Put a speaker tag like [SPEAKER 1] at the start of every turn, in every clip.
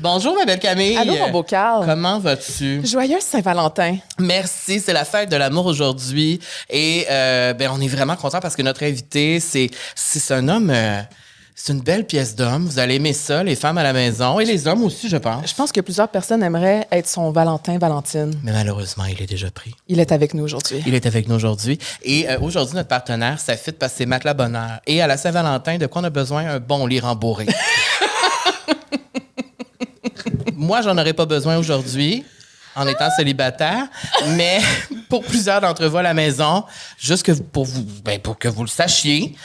[SPEAKER 1] Bonjour, ma belle Camille.
[SPEAKER 2] Allô, mon beau Carl.
[SPEAKER 1] Comment vas-tu?
[SPEAKER 2] Joyeuse Saint-Valentin.
[SPEAKER 1] Merci, c'est la fête de l'amour aujourd'hui. Et euh, ben, on est vraiment content parce que notre invité, c'est c'est un homme. euh, c'est une belle pièce d'homme. Vous allez aimer ça, les femmes à la maison et les hommes aussi, je pense.
[SPEAKER 2] Je pense que plusieurs personnes aimeraient être son Valentin, Valentine.
[SPEAKER 1] Mais malheureusement, il est déjà pris.
[SPEAKER 2] Il est avec nous aujourd'hui.
[SPEAKER 1] Il est avec nous aujourd'hui. Et euh, aujourd'hui, notre partenaire, ça fit parce que c'est Matelas Bonheur. Et à la Saint-Valentin, de quoi on a besoin? Un bon lit rembourré. Moi, j'en aurais pas besoin aujourd'hui en étant célibataire, mais pour plusieurs d'entre vous à la maison, juste que vous- pour, vous, ben, pour que vous le sachiez,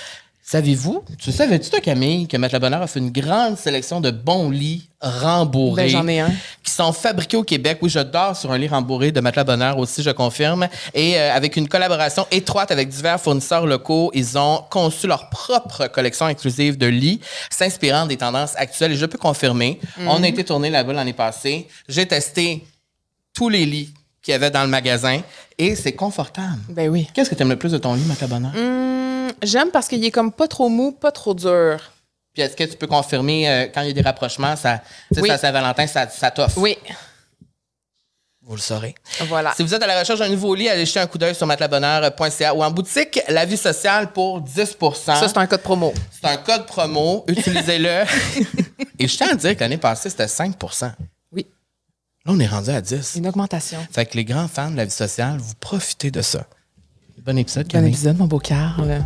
[SPEAKER 1] savez-vous, tu savais-tu, toi, Camille, que Matelas Bonheur a fait une grande sélection de bons lits rembourrés?
[SPEAKER 2] Ben, j'en ai un.
[SPEAKER 1] qui sont fabriqués au Québec. Oui, je dors sur un lit rembourré de matelas bonheur aussi, je confirme. Et euh, avec une collaboration étroite avec divers fournisseurs locaux, ils ont conçu leur propre collection exclusive de lits, s'inspirant des tendances actuelles. Et je peux confirmer,
[SPEAKER 2] Mhm.
[SPEAKER 1] on a été tourné là-bas l'année passée. J'ai testé tous les lits qu'il y avait dans le magasin et c'est confortable.
[SPEAKER 2] Ben oui.
[SPEAKER 1] Qu'est-ce que tu aimes le plus de ton lit, matelas bonheur?
[SPEAKER 2] Hum, J'aime parce qu'il est comme pas trop mou, pas trop dur.
[SPEAKER 1] Puis est-ce que tu peux confirmer euh, quand il y a des rapprochements, ça, tu sais,
[SPEAKER 2] Oui.
[SPEAKER 1] ça, Saint-Valentin, ça, ça t'offre?
[SPEAKER 2] Oui,
[SPEAKER 1] Vous le saurez.
[SPEAKER 2] voilà.
[SPEAKER 1] Si vous êtes à la recherche d'un nouveau lit, allez jeter un coup d'œil sur matelasbonheur.ca ou en boutique La Vie Sociale pour 10
[SPEAKER 2] Ça, c'est un code promo.
[SPEAKER 1] C'est un code promo. Utilisez-le. Et je tiens à dire que l'année passée, c'était 5 Là,
[SPEAKER 2] Oui,
[SPEAKER 1] on est rendu à 10
[SPEAKER 2] une augmentation.
[SPEAKER 1] Fait que les grands fans de La Vie Sociale, vous profitez de ça. Bon épisode,
[SPEAKER 2] Bon
[SPEAKER 1] Camille.
[SPEAKER 2] épisode, mon beau Carl.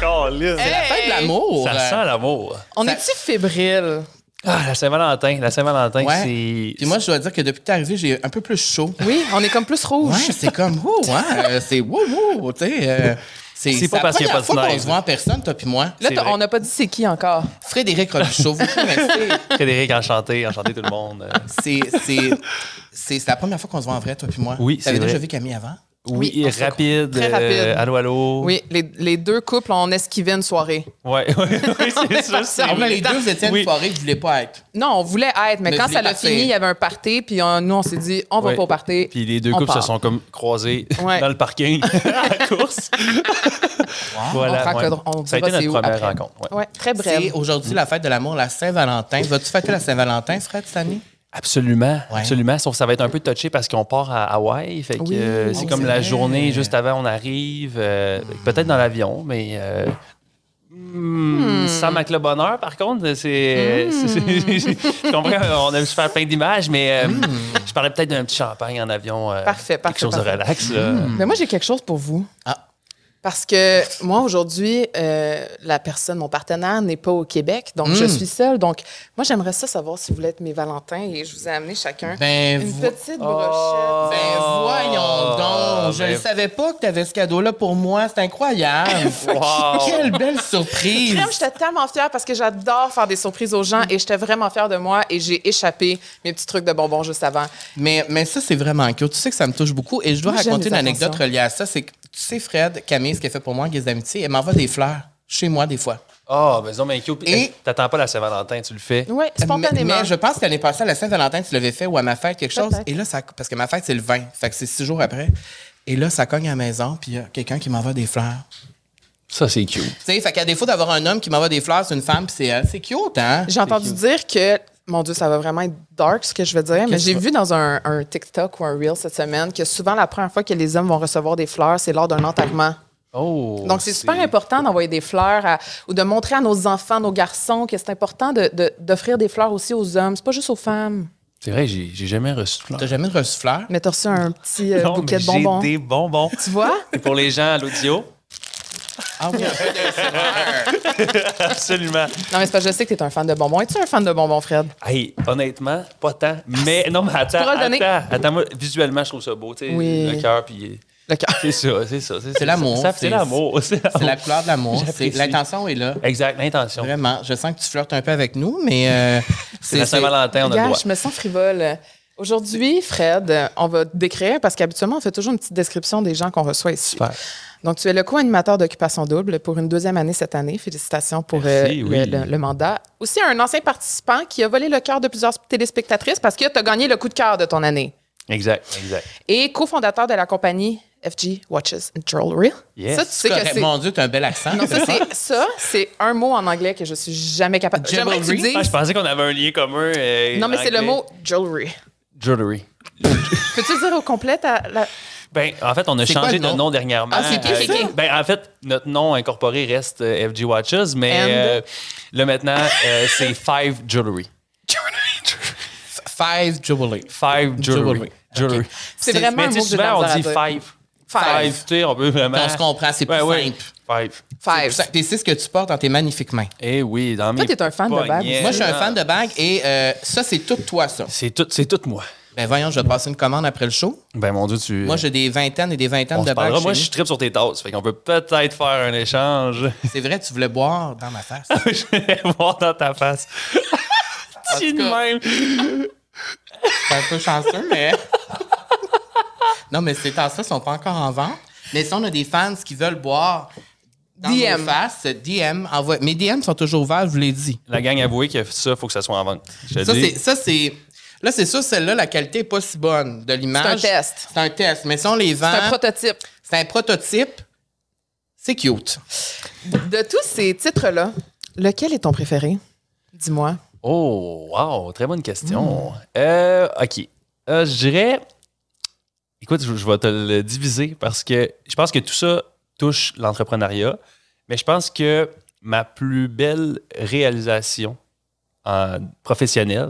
[SPEAKER 3] Colin.
[SPEAKER 1] C'est la fin de l'amour. euh.
[SPEAKER 3] Ça sent l'amour.
[SPEAKER 2] On
[SPEAKER 1] Ça-
[SPEAKER 2] est-tu fébrile?
[SPEAKER 3] Ah, la Saint-Valentin. La Saint-Valentin,
[SPEAKER 1] Ouais.
[SPEAKER 3] c'est.
[SPEAKER 1] Puis moi, je dois dire que depuis que t'es arrivé, j'ai un peu plus chaud.
[SPEAKER 2] Oui, on est comme plus
[SPEAKER 1] Ouais,
[SPEAKER 2] rouge.
[SPEAKER 1] c'est comme, oh, ouais, euh, c'est wouh, wouh, tu sais. euh,
[SPEAKER 3] C'est pas
[SPEAKER 1] la
[SPEAKER 3] parce qu'il y
[SPEAKER 1] première
[SPEAKER 3] a pas de
[SPEAKER 1] fois qu'on
[SPEAKER 3] neige.
[SPEAKER 1] se voit en personne, toi puis moi.
[SPEAKER 2] Là,
[SPEAKER 3] c'est
[SPEAKER 2] t'as-
[SPEAKER 3] vrai.
[SPEAKER 2] on n'a pas dit c'est qui encore.
[SPEAKER 1] Frédéric Robichaud, vous connaissez.
[SPEAKER 3] Frédéric, enchanté, enchanté tout le monde. Euh,
[SPEAKER 1] C'est- c'est c'est- c'est la première fois qu'on se voit en vrai, toi puis moi.
[SPEAKER 3] Oui, c'est
[SPEAKER 1] T'avais
[SPEAKER 3] vrai.
[SPEAKER 1] déjà vu Camille avant?
[SPEAKER 3] Oui,
[SPEAKER 2] on se
[SPEAKER 3] rapide.
[SPEAKER 2] Très rapide.
[SPEAKER 3] euh, allô,
[SPEAKER 1] Oh.
[SPEAKER 3] allô.
[SPEAKER 2] Oui, les, les deux couples ont esquivé une soirée.
[SPEAKER 3] Ouais, oui, oui, c'est sûr. c'est-
[SPEAKER 1] Ah, mais les deux, vous étiez à une
[SPEAKER 3] Oui.
[SPEAKER 1] soirée que vous voulez pas être.
[SPEAKER 2] Non, on voulait être, mais
[SPEAKER 1] Mais
[SPEAKER 2] quand
[SPEAKER 1] vous
[SPEAKER 2] ça
[SPEAKER 1] voulez
[SPEAKER 2] l'a fini,
[SPEAKER 1] partir.
[SPEAKER 2] il y avait un party, puis on- nous, on s'est dit, on va
[SPEAKER 3] Ouais.
[SPEAKER 2] pas au party.
[SPEAKER 3] Puis les deux
[SPEAKER 2] on
[SPEAKER 3] couples se
[SPEAKER 2] part.
[SPEAKER 3] sont comme croisés
[SPEAKER 2] Ouais.
[SPEAKER 3] dans le parking à la course.
[SPEAKER 2] On
[SPEAKER 3] Voilà.
[SPEAKER 2] fera que- on
[SPEAKER 3] Ça a
[SPEAKER 2] dira c'est
[SPEAKER 3] été notre
[SPEAKER 2] où
[SPEAKER 3] première
[SPEAKER 2] après.
[SPEAKER 3] rencontre. ouais.
[SPEAKER 2] Ouais, très
[SPEAKER 1] C'est
[SPEAKER 2] bref.
[SPEAKER 1] aujourd'hui la fête de l'amour, la Saint-Valentin. Vas-tu fêter la Saint-Valentin, Fred, cette année?
[SPEAKER 3] Absolument,
[SPEAKER 1] Ouais.
[SPEAKER 3] absolument. Sauf que ça va être un peu touché parce qu'on part à Hawaï. Fait que
[SPEAKER 2] Oui.
[SPEAKER 3] euh,
[SPEAKER 2] Oh,
[SPEAKER 3] c'est comme
[SPEAKER 1] c'est
[SPEAKER 3] la
[SPEAKER 1] vrai.
[SPEAKER 3] journée juste avant, on arrive. euh, Peut-être dans l'avion, mais. euh, hmm, Ça manque le bonheur, par contre. C'est. c'est-
[SPEAKER 2] Hmm.
[SPEAKER 3] c'est- je comprends, on aime se faire plein d'images, mais euh, je parlais peut-être d'un petit champagne en avion. euh,
[SPEAKER 2] Parfait, parfait,
[SPEAKER 3] Quelque chose de
[SPEAKER 2] parfait. Hmm.
[SPEAKER 3] relax. là.
[SPEAKER 2] Mais moi, j'ai quelque chose pour vous.
[SPEAKER 1] Ah.
[SPEAKER 2] Parce que moi, aujourd'hui, euh, la personne, mon partenaire, n'est pas au Québec, donc
[SPEAKER 1] Hmm.
[SPEAKER 2] je suis seule. Donc, moi, j'aimerais ça savoir si vous voulez être mes Valentins et je vous ai amené chacun
[SPEAKER 1] Ben,
[SPEAKER 2] une
[SPEAKER 1] vo-
[SPEAKER 2] petite
[SPEAKER 3] Oh.
[SPEAKER 2] brochette.
[SPEAKER 1] ben voyons donc. Je ne
[SPEAKER 3] Ben-
[SPEAKER 1] savais pas que tu avais ce cadeau-là pour moi. C'est incroyable.
[SPEAKER 3] Wow.
[SPEAKER 1] Quelle belle surprise.
[SPEAKER 2] Crème, J'étais tellement fière parce que j'adore faire des surprises aux
[SPEAKER 1] Hmm.
[SPEAKER 2] gens et j'étais vraiment fière de moi et j'ai échappé mes petits trucs de bonbons juste avant.
[SPEAKER 1] Mais, mais ça, c'est vraiment cute. Tu sais que ça me touche beaucoup. Et je dois
[SPEAKER 2] Moi, j'aime
[SPEAKER 1] raconter une
[SPEAKER 2] les
[SPEAKER 1] anecdote
[SPEAKER 2] attentions.
[SPEAKER 1] reliée à ça. C'est que, tu sais, Fred, Camille, ce qu'elle fait pour moi en guise d'amitié, elle m'envoie des fleurs chez moi des fois.
[SPEAKER 3] Oh, ben non, mais cute.
[SPEAKER 1] Et-
[SPEAKER 3] Hey, T'attends pas la Saint-Valentin, tu le fais.
[SPEAKER 2] Oui, spontanément.
[SPEAKER 1] Euh, Mais, mais je pense qu'elle est passée à la Saint-Valentin, tu l'avais fait ou à ma fête, quelque chose.
[SPEAKER 2] Peut-être.
[SPEAKER 1] Et là, ça, parce que ma fête, c'est le 20. Fait que c'est six jours après. Et là, ça cogne à la maison, puis il y a quelqu'un qui m'envoie des fleurs.
[SPEAKER 3] Ça, c'est cute.
[SPEAKER 1] Tu sais, fait qu'à défaut d'avoir un homme qui m'envoie des fleurs, c'est une femme, puis c'est elle. C'est cute, hein?
[SPEAKER 2] J'ai entendu dire que, mon Dieu, ça va vraiment être dark ce que je veux dire, mais
[SPEAKER 1] Qu'est-ce
[SPEAKER 2] j'ai
[SPEAKER 1] que-
[SPEAKER 2] vu dans un, un TikTok ou un Reel cette semaine que souvent la première fois que les hommes vont recevoir des fleurs, c'est lors d'un enterrement.
[SPEAKER 3] Oh.
[SPEAKER 2] Donc, c'est super important d'envoyer des fleurs à- ou de montrer à nos enfants, nos garçons, que c'est important de- de- d'offrir des fleurs aussi aux hommes. C'est pas juste aux femmes.
[SPEAKER 3] C'est vrai, j'ai j'ai jamais reçu de fleurs.
[SPEAKER 1] T'as jamais reçu de fleurs?
[SPEAKER 2] Mais t'as reçu un petit euh,
[SPEAKER 3] Non,
[SPEAKER 2] bouquet
[SPEAKER 3] mais
[SPEAKER 2] de bonbons.
[SPEAKER 3] J'ai des bonbons.
[SPEAKER 2] Tu vois?
[SPEAKER 3] Et pour les gens à l'audio,
[SPEAKER 1] Ah oui, un peu de fleurs.
[SPEAKER 3] absolument.
[SPEAKER 2] Non, mais c'est parce que je sais que t'es un fan de bonbons. Es-tu un fan de bonbons, Fred?
[SPEAKER 3] Hey, honnêtement, pas tant. Mais non, mais attends,
[SPEAKER 2] pourras le donner.
[SPEAKER 3] attends, attends, moi, visuellement, je trouve ça beau, tu sais,
[SPEAKER 2] Oui.
[SPEAKER 3] le cœur, puis
[SPEAKER 2] Le cœur.
[SPEAKER 3] c'est ça, c'est ça, ça.
[SPEAKER 1] l'amour,
[SPEAKER 3] ça,
[SPEAKER 1] c'est-
[SPEAKER 3] C'est l'amour, c'est
[SPEAKER 1] C'est la
[SPEAKER 3] l'amour.
[SPEAKER 1] couleur de l'amour. C'est-
[SPEAKER 3] J'apprécie.
[SPEAKER 1] L'intention est là.
[SPEAKER 3] Exact, l'intention.
[SPEAKER 1] Vraiment, je sens que tu flirtes un peu avec nous, mais euh,
[SPEAKER 3] C'est la Saint-Valentin, on a le
[SPEAKER 2] Gars,
[SPEAKER 3] droit.
[SPEAKER 2] je me sens frivole. Aujourd'hui, Fred, euh, on va te décrire parce qu'habituellement, on fait toujours une petite description des gens qu'on reçoit ici.
[SPEAKER 3] Super.
[SPEAKER 2] Donc, tu es le co-animateur d'Occupation Double pour une deuxième année cette année. Félicitations pour
[SPEAKER 3] Merci,
[SPEAKER 2] euh,
[SPEAKER 3] oui.
[SPEAKER 2] le, le- le mandat. Aussi, un ancien participant qui a volé le cœur de plusieurs téléspectatrices parce que tu as gagné le coup de cœur de ton année.
[SPEAKER 3] Exact, exact.
[SPEAKER 2] Et cofondateur de la compagnie FG Watches and Jewelry.
[SPEAKER 3] Yes.
[SPEAKER 2] Ça, tu sais que
[SPEAKER 1] Correct.
[SPEAKER 2] c'est.
[SPEAKER 1] Mon Dieu, t'as un bel accent.
[SPEAKER 2] Non, ça, c'est, ça, c'est un mot en anglais que je suis jamais capable. J'aimerais que tu
[SPEAKER 1] Jewelry?
[SPEAKER 2] dises-
[SPEAKER 3] Ah, je pensais qu'on avait un lien commun. euh,
[SPEAKER 2] Non, mais
[SPEAKER 3] en
[SPEAKER 2] c'est le
[SPEAKER 3] anglais.
[SPEAKER 2] mot jewelry.
[SPEAKER 3] Jewelry.
[SPEAKER 2] Peux-tu dire au complet ta- la-
[SPEAKER 3] Ben, en fait, on a
[SPEAKER 1] C'est quoi
[SPEAKER 3] changé
[SPEAKER 1] le
[SPEAKER 3] de
[SPEAKER 1] nom?
[SPEAKER 3] nom dernièrement.
[SPEAKER 1] Ah, c'est qui, c'est qui?
[SPEAKER 3] Ben, en fait, notre nom incorporé reste euh, FG Watches, mais
[SPEAKER 2] And?
[SPEAKER 3] euh, là maintenant, euh, c'est Five Jewelry.
[SPEAKER 1] Five Jubilee.
[SPEAKER 3] Five Jewelry.
[SPEAKER 1] Jewelry.
[SPEAKER 3] Jewelry.
[SPEAKER 2] C'est vraiment
[SPEAKER 3] Mais
[SPEAKER 2] un
[SPEAKER 3] tu
[SPEAKER 2] mot que j'ai
[SPEAKER 3] sais,
[SPEAKER 2] de la
[SPEAKER 3] souvent, on
[SPEAKER 2] misère à
[SPEAKER 3] dit
[SPEAKER 2] dire.
[SPEAKER 3] Five.
[SPEAKER 2] Five.
[SPEAKER 3] tu sais, on peut vraiment.
[SPEAKER 1] On se comprend, c'est plus
[SPEAKER 3] Ouais, ouais.
[SPEAKER 1] simple.
[SPEAKER 3] Five.
[SPEAKER 1] C'est
[SPEAKER 2] Five.
[SPEAKER 1] ça. Puis c'est ce que tu portes dans tes magnifiques mains.
[SPEAKER 3] Eh oui, dans mes.
[SPEAKER 2] Toi, t'es un fan de
[SPEAKER 3] poignets.
[SPEAKER 2] bagues.
[SPEAKER 1] Moi, je suis un fan de bagues et euh, ça, c'est tout toi, ça.
[SPEAKER 3] C'est tout, c'est tout moi.
[SPEAKER 1] Ben voyons, je vais passer une commande après le show.
[SPEAKER 3] Ben, mon Dieu, tu.
[SPEAKER 1] Moi, j'ai des vingtaines et des vingtaines
[SPEAKER 3] on se
[SPEAKER 1] de bagues.
[SPEAKER 3] parlera.
[SPEAKER 1] chez
[SPEAKER 3] Moi,
[SPEAKER 1] nous.
[SPEAKER 3] je tripe sur tes tasses. Fait qu'on peut peut-être faire un échange.
[SPEAKER 1] C'est vrai, tu voulais boire dans ma face.
[SPEAKER 3] je vais voir dans ta face. Tu
[SPEAKER 1] tout
[SPEAKER 3] de
[SPEAKER 1] cas.
[SPEAKER 3] même.
[SPEAKER 1] C'est un peu chanceux, mais. non, mais ces tasses-là sont pas encore en vente. Mais si on a des fans qui veulent boire dans
[SPEAKER 2] DM.
[SPEAKER 1] nos faces, DM, envoie. Mes DM sont toujours ouverts, je vous l'ai dit.
[SPEAKER 3] La gang avouée que ça, faut que ça soit en vente. Je te
[SPEAKER 1] Ça,
[SPEAKER 3] dis.
[SPEAKER 1] c'est. ça, c'est- Là, c'est sûr, celle-là, la qualité n'est pas si bonne de l'image.
[SPEAKER 2] C'est un test.
[SPEAKER 1] C'est un test. Mais si on les vend,
[SPEAKER 2] C'est un
[SPEAKER 3] Hein?
[SPEAKER 2] prototype.
[SPEAKER 1] c'est un prototype. C'est cute.
[SPEAKER 2] De tous ces titres-là, lequel est ton préféré? Dis-moi.
[SPEAKER 3] Oh, wow, très bonne question. Euh, OK. Euh, je dirais. Écoute, je, je vais te le diviser parce que je pense que tout ça touche l'entrepreneuriat, mais je pense que ma plus belle réalisation euh, professionnelle.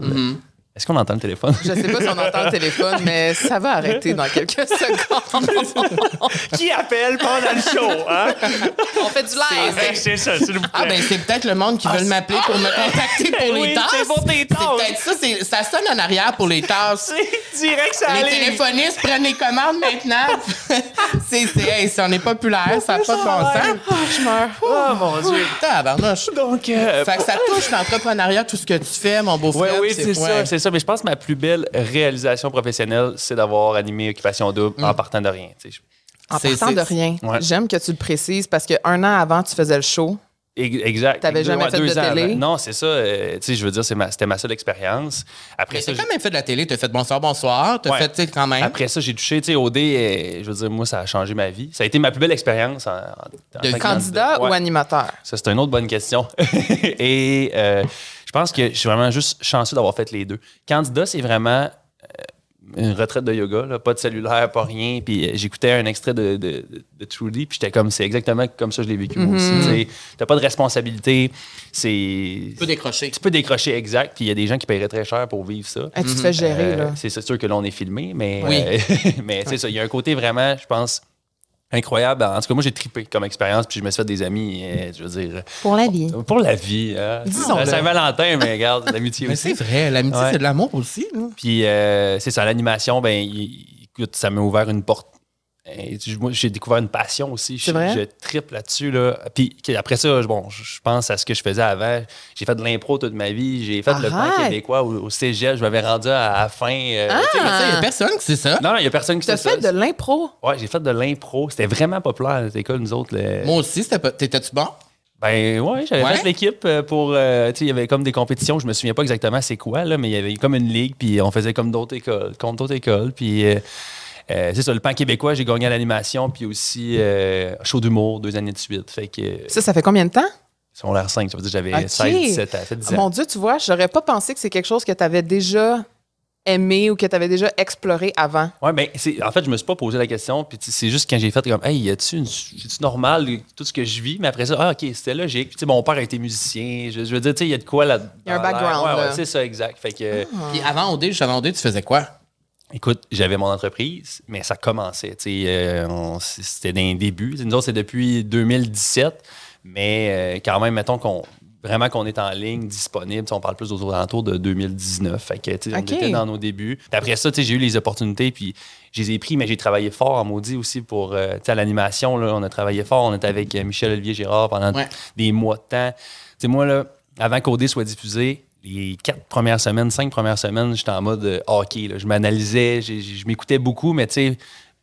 [SPEAKER 3] Est-ce qu'on entend le téléphone?
[SPEAKER 2] Je sais pas si on entend le téléphone, mais ça va arrêter dans quelques secondes.
[SPEAKER 3] Qui appelle pendant le show? Hein?
[SPEAKER 2] on fait du live.
[SPEAKER 3] c'est ça, s'il vous plaît.
[SPEAKER 1] Ah, ben, c'est peut-être le monde qui veut m'appeler pour me contacter pour les
[SPEAKER 3] ah! Oui,
[SPEAKER 1] tasses.
[SPEAKER 3] c'est pour tes tasses.
[SPEAKER 1] C'est peut-être ça. c'est- Ça sonne en arrière pour les tasses.
[SPEAKER 3] direct, ça
[SPEAKER 1] Les téléphonistes prennent les commandes maintenant. c'est, c'est, hey, si on est populaire, ça n'a pas de
[SPEAKER 3] Ah,
[SPEAKER 1] bon sens.
[SPEAKER 2] Je meurs.
[SPEAKER 3] Oh mon Dieu.
[SPEAKER 1] Tabarnouche.
[SPEAKER 3] Donc, euh,
[SPEAKER 1] Fait que ça touche l'entrepreneuriat, tout ce que tu fais, mon
[SPEAKER 3] Oui,
[SPEAKER 1] beau-frère.
[SPEAKER 3] oui,
[SPEAKER 1] puis
[SPEAKER 3] c'est ça,
[SPEAKER 1] ouais.
[SPEAKER 3] c'est ça. Mais je pense que ma plus belle réalisation professionnelle, c'est d'avoir animé Occupation Double en partant de rien. tu sais.
[SPEAKER 2] En
[SPEAKER 1] C'est-
[SPEAKER 2] partant
[SPEAKER 1] c'est-
[SPEAKER 2] de rien,
[SPEAKER 3] Ouais.
[SPEAKER 2] j'aime que tu le précises parce qu'un an avant, tu faisais le show.
[SPEAKER 3] Ex- Exact.
[SPEAKER 2] T'avais
[SPEAKER 3] Deux-
[SPEAKER 2] jamais fait de
[SPEAKER 3] ans avant.
[SPEAKER 2] télé?
[SPEAKER 3] Non, c'est ça. euh, tu sais, je veux dire, c'est ma- c'était ma seule expérience. Après
[SPEAKER 1] Mais
[SPEAKER 3] ça,
[SPEAKER 1] t'as
[SPEAKER 3] j'ai-
[SPEAKER 1] quand même fait de la télé. T'as fait bonsoir, bonsoir. T'as
[SPEAKER 3] Ouais.
[SPEAKER 1] fait, tu sais, quand
[SPEAKER 2] hein?
[SPEAKER 1] même.
[SPEAKER 3] après ça, j'ai touché, tu sais, au dé, euh, je veux dire, moi, ça a changé ma vie. Ça a été ma plus belle expérience. En, en- en
[SPEAKER 1] De
[SPEAKER 3] tant que
[SPEAKER 2] Candidat
[SPEAKER 3] Ouais.
[SPEAKER 2] ou animateur?
[SPEAKER 3] Ça, c'est une autre bonne question. Et euh, je pense que je suis vraiment juste chanceux d'avoir fait les deux. Candidat, c'est vraiment euh, une retraite de yoga, là, pas de cellulaire, pas rien. Puis euh, j'écoutais un extrait de, de, de Trudy, puis j'étais comme, c'est exactement comme ça que je l'ai vécu moi aussi.
[SPEAKER 2] Mm-hmm.
[SPEAKER 3] Tu sais, T'as pas de responsabilité, c'est.
[SPEAKER 1] Tu peux décrocher.
[SPEAKER 3] Tu peux décrocher exact, puis il y a des gens qui paieraient très cher pour vivre ça.
[SPEAKER 2] Hey, tu te fais gérer,
[SPEAKER 3] Euh,
[SPEAKER 2] là.
[SPEAKER 3] c'est sûr que l'on est filmé, mais,
[SPEAKER 1] Oui.
[SPEAKER 3] euh, mais c'est ça. Il y a un côté vraiment, je pense, incroyable. En tout cas, moi, j'ai tripé comme expérience, puis je me suis fait des amis, euh, je veux dire,
[SPEAKER 2] Pour la vie.
[SPEAKER 3] pour la vie. hein.
[SPEAKER 2] Disons-le.
[SPEAKER 3] Saint-Valentin, mais regarde, l'amitié
[SPEAKER 1] Mais
[SPEAKER 3] aussi.
[SPEAKER 1] c'est vrai, l'amitié,
[SPEAKER 3] Ouais.
[SPEAKER 1] c'est de l'amour aussi. là.
[SPEAKER 3] Puis euh, c'est ça, l'animation, ben, il- écoute, ça m'a ouvert une porte. Et tu- moi, j'ai découvert une passion aussi. Je,
[SPEAKER 2] C'est vrai?
[SPEAKER 3] je triple là-dessus. Là. Puis que- après ça, je- bon, je je pense à ce que je faisais avant. J'ai fait de l'impro toute ma vie. J'ai fait le
[SPEAKER 2] Arrête!
[SPEAKER 3] pan québécois au, au cégep. Je m'avais rendu à la fin. euh, tu sais,
[SPEAKER 1] Mais ça, il n'y a personne qui sait ça.
[SPEAKER 3] Non, non, il n'y a personne qui
[SPEAKER 2] Tu as
[SPEAKER 3] sait ça.
[SPEAKER 2] fait de l'impro?
[SPEAKER 3] Ouais, j'ai fait de l'impro. C'était vraiment populaire à notre école, nous autres. le-
[SPEAKER 1] Moi aussi, c'était pas- t'étais-tu bon?
[SPEAKER 3] Ben ouais, j'avais
[SPEAKER 1] Ouais?
[SPEAKER 3] fait l'équipe euh, pour. euh, tu sais, il y avait comme des compétitions. Je me souviens pas exactement c'est quoi, là, mais il y avait comme une ligue, puis on faisait comme d'autres écoles, contre d'autres écoles. Puis euh, euh, c'est ça, le pan québécois, j'ai gagné à l'animation, puis aussi euh, show d'humour deux années de suite. Fait que. euh,
[SPEAKER 2] Ça, ça fait combien de temps?
[SPEAKER 3] Sur l'air 5, ça veut dire que j'avais
[SPEAKER 2] Ok.
[SPEAKER 3] 16, 17 ans, ça fait 10 ans.
[SPEAKER 2] Mon Dieu, tu vois, j'aurais pas pensé que c'est quelque chose que tu avais déjà aimé ou que tu avais déjà exploré avant.
[SPEAKER 3] Ouais, ben, c'est- en fait, je me suis pas posé la question. Puis tu- c'est juste quand j'ai fait comme, hey, y a-tu une, c'est-tu normal tout ce que je vis? Mais après ça, ah, ok, c'était logique. Puis tu sais, mon père a été musicien. Je, je veux dire, tu sais, il y a de quoi là.
[SPEAKER 2] Y a un
[SPEAKER 3] dans l'air.
[SPEAKER 2] background,
[SPEAKER 3] Ouais, ouais,
[SPEAKER 2] là.
[SPEAKER 3] c'est ça, exact. Fait que,
[SPEAKER 1] Puis avant OD, juste avant OD, tu faisais quoi?
[SPEAKER 3] écoute, j'avais mon entreprise, mais ça commençait. Tu sais, euh, on- c- c'était d'un début. Nous autres, c'est depuis 2017. Mais euh, quand même, mettons qu'on. Vraiment qu'on est en ligne, disponible. Tu sais, On parle plus aux alentours de 2019. Fait que, tu sais, on
[SPEAKER 2] Ok.
[SPEAKER 3] était dans nos débuts. Puis après ça, tu sais, j'ai eu les opportunités, puis je les ai pris, mais j'ai travaillé fort en maudit aussi pour euh, tu sais, à l'animation. là, On a travaillé fort. On était avec euh, Michel Olivier Girard pendant
[SPEAKER 1] Ouais.
[SPEAKER 3] des mois de temps. Tu sais, moi, là, avant qu'OD soit diffusé, les quatre premières semaines, cinq premières semaines, j'étais en mode euh, hockey. là. Je m'analysais, j'ai- j'ai- je m'écoutais beaucoup, mais tu sais,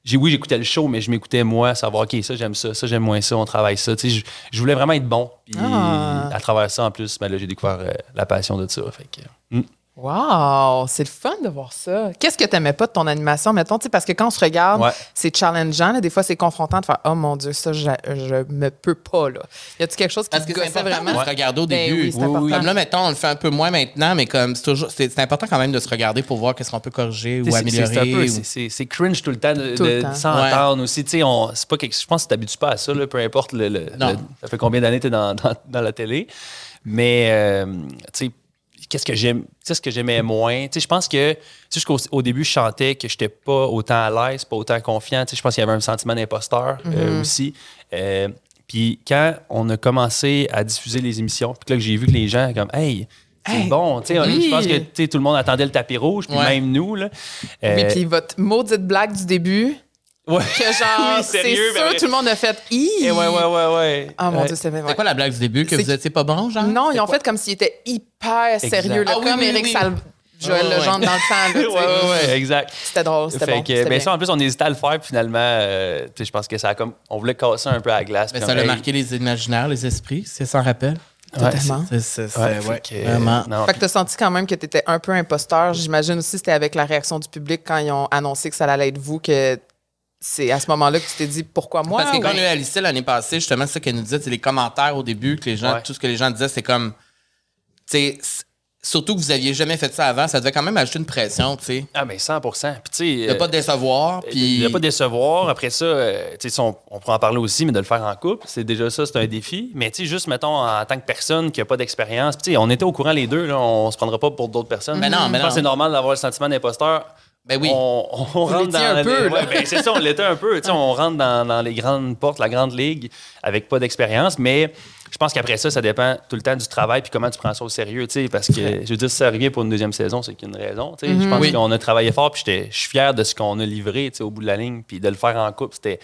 [SPEAKER 3] j'ai- oui, j'écoutais le show, mais je m'écoutais moi, savoir, OK, ça, j'aime ça, ça, j'aime moins ça, on travaille ça. Tu sais, je, je voulais vraiment être bon. Puis
[SPEAKER 2] Ah.
[SPEAKER 3] à travers ça, en plus, ben, là, j'ai découvert euh, la passion de ça. Fait que, euh,
[SPEAKER 2] Wow, c'est le fun de voir ça. Qu'est-ce que t'aimais pas de ton animation, mettons, tu sais, parce que quand on se regarde,
[SPEAKER 3] Ouais.
[SPEAKER 2] c'est challengeant, là, des fois c'est confrontant de faire oh mon dieu, ça je, je me peux pas là. Y a-tu quelque chose qui
[SPEAKER 1] Parce
[SPEAKER 2] te
[SPEAKER 1] que c'est
[SPEAKER 2] gossait
[SPEAKER 1] important
[SPEAKER 2] vraiment
[SPEAKER 1] de se regarder au
[SPEAKER 2] Ben
[SPEAKER 1] début.
[SPEAKER 2] oui, c'est important.
[SPEAKER 1] Comme là, mettons, on le fait un peu moins maintenant, mais comme c'est toujours, c'est c'est important quand même de se regarder pour voir qu'est-ce qu'on peut corriger ou
[SPEAKER 3] C'est- c'est-
[SPEAKER 1] améliorer.
[SPEAKER 3] C'est un peu,
[SPEAKER 1] ou-
[SPEAKER 3] c'est- c'est- c'est cringe tout le temps de,
[SPEAKER 2] Tout le
[SPEAKER 3] de-
[SPEAKER 2] temps.
[SPEAKER 3] s'entendre aussi. Tu sais, on- c'est pas quelque- je pense que tu t'habitues pas à ça, là, peu importe le, le-
[SPEAKER 1] Non.
[SPEAKER 3] le- ça fait combien d'années tu es dans, dans- dans la télé. Mais, euh, tu sais, qu'est-ce que j'aime, tu sais, ce que j'aimais moins. Tu sais, je pense que, tu sais, jusqu'au au début, je chantais que j'étais pas autant à l'aise, pas autant confiant. Tu sais, je pense qu'il y avait un sentiment d'imposteur euh,
[SPEAKER 2] Mm-hmm.
[SPEAKER 3] aussi. Euh, puis quand on a commencé à diffuser les émissions, puis que là que j'ai vu que les gens comme hey, c'est
[SPEAKER 2] Hey,
[SPEAKER 3] bon, tu sais,
[SPEAKER 2] oui.
[SPEAKER 3] je pense que tu sais, tout le monde attendait le tapis rouge, puis
[SPEAKER 1] Ouais.
[SPEAKER 3] même nous là. Euh,
[SPEAKER 2] Oui, puis votre maudite blague du début,
[SPEAKER 3] Ouais.
[SPEAKER 2] que genre,
[SPEAKER 3] Oui,
[SPEAKER 2] c'est
[SPEAKER 3] sérieux,
[SPEAKER 2] sûr,
[SPEAKER 3] ben ouais.
[SPEAKER 2] tout le monde a fait
[SPEAKER 3] Eh
[SPEAKER 2] i.
[SPEAKER 3] ouais, ouais, ouais, ouais.
[SPEAKER 2] Ah mon
[SPEAKER 3] Ouais.
[SPEAKER 2] dieu, c'est vrai.
[SPEAKER 1] C'est quoi la blague du début que
[SPEAKER 2] C'est-
[SPEAKER 1] vous étiez pas bon, genre?
[SPEAKER 2] Non, ils ont fait comme s'ils étaient hyper sérieux, là,
[SPEAKER 1] Ah oui,
[SPEAKER 2] comme
[SPEAKER 1] oui,
[SPEAKER 2] Eric
[SPEAKER 1] oui.
[SPEAKER 2] Sal- Joël
[SPEAKER 1] Ouais, ouais.
[SPEAKER 2] Legendre dans le temps. là,
[SPEAKER 3] Euh, Ouais,
[SPEAKER 2] tu sais.
[SPEAKER 3] ouais, ouais, exact.
[SPEAKER 2] C'était drôle, c'était
[SPEAKER 3] Fait
[SPEAKER 2] bon.
[SPEAKER 3] que,
[SPEAKER 2] c'était
[SPEAKER 3] ben
[SPEAKER 2] bien.
[SPEAKER 3] ça, en plus, on hésitait à le faire, puis finalement, euh, tu sais, je pense que ça a comme. On voulait casser un peu à la glace.
[SPEAKER 1] Mais Ben,
[SPEAKER 3] puis
[SPEAKER 1] ça
[SPEAKER 3] on-
[SPEAKER 1] a
[SPEAKER 3] Ben, hey,
[SPEAKER 1] marqué les imaginaires, les esprits, c'est sans rappel.
[SPEAKER 3] ouais,
[SPEAKER 2] Totalement.
[SPEAKER 1] C'est- c'est- c'est-
[SPEAKER 3] Ouais,
[SPEAKER 1] ouais,
[SPEAKER 3] fait que-
[SPEAKER 1] vraiment.
[SPEAKER 3] non.
[SPEAKER 2] Fait que t'as senti quand même que t'étais un peu imposteur. J'imagine aussi que c'était avec la réaction du public quand ils ont annoncé que ça allait être vous que c'est à ce moment-là que tu t'es dit pourquoi moi
[SPEAKER 1] Parce que quand on a eu
[SPEAKER 2] Ouais.
[SPEAKER 1] Alicia l'année passée, justement, c'est ça qu'elle nous disait, c'est les commentaires au début, que les gens,
[SPEAKER 3] Ouais.
[SPEAKER 1] tout ce que les gens disaient, c'est comme. Tu sais, c- surtout que vous aviez jamais fait ça avant, ça devait quand même ajouter une pression, tu sais.
[SPEAKER 3] Ah, mais 100 Puis, tu sais.
[SPEAKER 1] De
[SPEAKER 3] euh,
[SPEAKER 1] pas décevoir, puis.
[SPEAKER 3] De ne pas décevoir. Après ça, euh, tu sais, si on, on pourra en parler aussi, mais de le faire en couple, c'est déjà ça, c'est un défi. Mais tu sais, juste, mettons, en tant que personne qui n'a pas d'expérience, puis tu sais, on était au courant les deux, là, on se prendra pas pour d'autres personnes.
[SPEAKER 1] Ben non, ben
[SPEAKER 3] Je pense
[SPEAKER 1] non.
[SPEAKER 3] que c'est normal d'avoir le sentiment d'imposteur.
[SPEAKER 1] Ben oui.
[SPEAKER 3] On, on rentre
[SPEAKER 2] l'étiez
[SPEAKER 3] dans
[SPEAKER 2] un
[SPEAKER 3] la-
[SPEAKER 2] peu, là.
[SPEAKER 3] Ouais, ben, c'est ça, on l'était un peu. Tu sais, on rentre dans, dans les grandes portes, la grande ligue, avec pas d'expérience, mais. Je pense qu'après ça, ça dépend tout le temps du travail puis comment tu prends ça au sérieux, tu sais, parce que je veux dire, si ça arrivait pour une deuxième saison, c'est qu'une raison, tu sais. Je
[SPEAKER 2] Mm-hmm.
[SPEAKER 3] pense
[SPEAKER 1] Oui.
[SPEAKER 3] qu'on a travaillé fort puis j'étais- je suis fier de ce qu'on a livré, tu sais, au bout de la ligne, puis de le faire en couple, c'était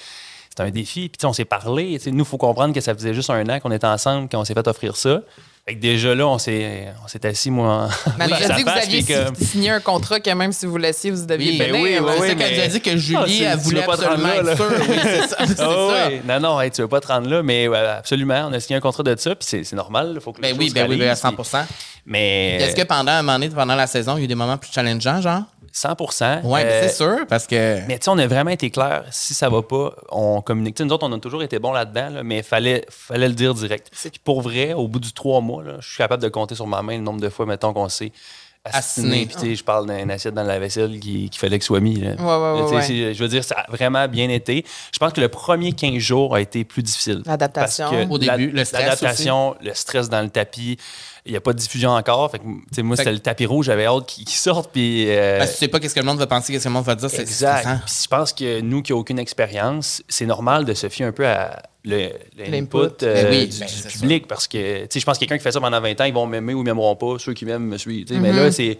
[SPEAKER 3] c'était un défi. Puis tu sais, on s'est parlé, tu sais, nous faut comprendre que ça faisait juste un an qu'on était ensemble quand on s'est fait offrir ça. Fait que déjà là, on s'est on s'est assis moi. en-
[SPEAKER 2] Mais elle
[SPEAKER 3] face
[SPEAKER 2] nous a
[SPEAKER 3] à
[SPEAKER 2] dit que vous
[SPEAKER 3] face,
[SPEAKER 2] aviez
[SPEAKER 3] puis comme-
[SPEAKER 2] si- signé un contrat que même si vous laissiez, vous deviez
[SPEAKER 1] Oui,
[SPEAKER 2] venir.
[SPEAKER 1] ben
[SPEAKER 3] oui, oui,
[SPEAKER 1] C'est
[SPEAKER 3] oui,
[SPEAKER 1] ça qu'elle
[SPEAKER 3] mais-
[SPEAKER 1] nous a dit que
[SPEAKER 3] Ah,
[SPEAKER 1] Julie,
[SPEAKER 3] c'est-
[SPEAKER 1] elle
[SPEAKER 3] tu
[SPEAKER 1] voulait
[SPEAKER 3] vas pas te
[SPEAKER 1] absolument
[SPEAKER 3] rendre là,
[SPEAKER 1] être sûre. Oui, c'est ça. c'est
[SPEAKER 3] Ah
[SPEAKER 1] ça.
[SPEAKER 3] ouais. Non, non, hey, tu veux pas te rendre là, mais ouais, absolument. On a signé un contrat de ça, puis c'est c'est normal. Il faut que les
[SPEAKER 1] Ben oui,
[SPEAKER 3] choses
[SPEAKER 1] ben oui,
[SPEAKER 3] réalisent,
[SPEAKER 1] ben à 100
[SPEAKER 3] puis- Mais
[SPEAKER 1] Est-ce que pendant un moment donné, pendant la saison, il y a eu des moments plus challengeants, genre?
[SPEAKER 3] 100
[SPEAKER 1] Oui,
[SPEAKER 3] euh,
[SPEAKER 1] ben, c'est sûr, parce que.
[SPEAKER 3] Mais tu sais, on a vraiment été clair. Si ça va pas, on communique. Tu sais, nous autres, on a toujours été bons là-dedans, là, mais fallait, fallait le dire direct. Puis pour vrai, au bout du trois mois, là, je suis capable de compter sur ma main le nombre de fois, mettons, qu'on s'est
[SPEAKER 1] Assassiné.
[SPEAKER 3] assassiné. Puis tu sais, je parle d'un assiette dans la vaisselle qui, qu'il fallait que soit mis. là.
[SPEAKER 2] ouais, ouais,
[SPEAKER 3] Tu sais,
[SPEAKER 2] ouais.
[SPEAKER 3] c'est- Je veux dire, ça a vraiment bien été. Je pense que le premier 15 jours a été plus difficile.
[SPEAKER 2] L'adaptation.
[SPEAKER 3] Parce que
[SPEAKER 1] Au début, le stress
[SPEAKER 3] L'adaptation, le stress dans le tapis. Il n'y a pas de diffusion encore. Fait que, tu sais, moi,
[SPEAKER 1] Fait
[SPEAKER 3] c'était
[SPEAKER 1] que-
[SPEAKER 3] le tapis rouge. J'avais hâte qu'il qu'il sorte. Puis, euh,
[SPEAKER 1] Parce que tu sais pas qu'est-ce que le monde va penser, qu'est-ce que le monde va dire, c'est
[SPEAKER 3] Exact.
[SPEAKER 1] stressant.
[SPEAKER 3] Puis je pense que nous qui n'avons aucune expérience, c'est normal de se fier un peu à le- le
[SPEAKER 2] L'input.
[SPEAKER 3] input, euh,
[SPEAKER 1] Ben oui,
[SPEAKER 3] du,
[SPEAKER 1] ben,
[SPEAKER 3] du
[SPEAKER 1] c'est
[SPEAKER 3] public parce que tu sais, je pense que quelqu'un qui fait ça pendant 20 ans, ils vont m'aimer ou ils m'aimeront pas. Ceux qui m'aiment me suivent. tu sais. Mais
[SPEAKER 1] Mm-hmm.
[SPEAKER 3] là, c'est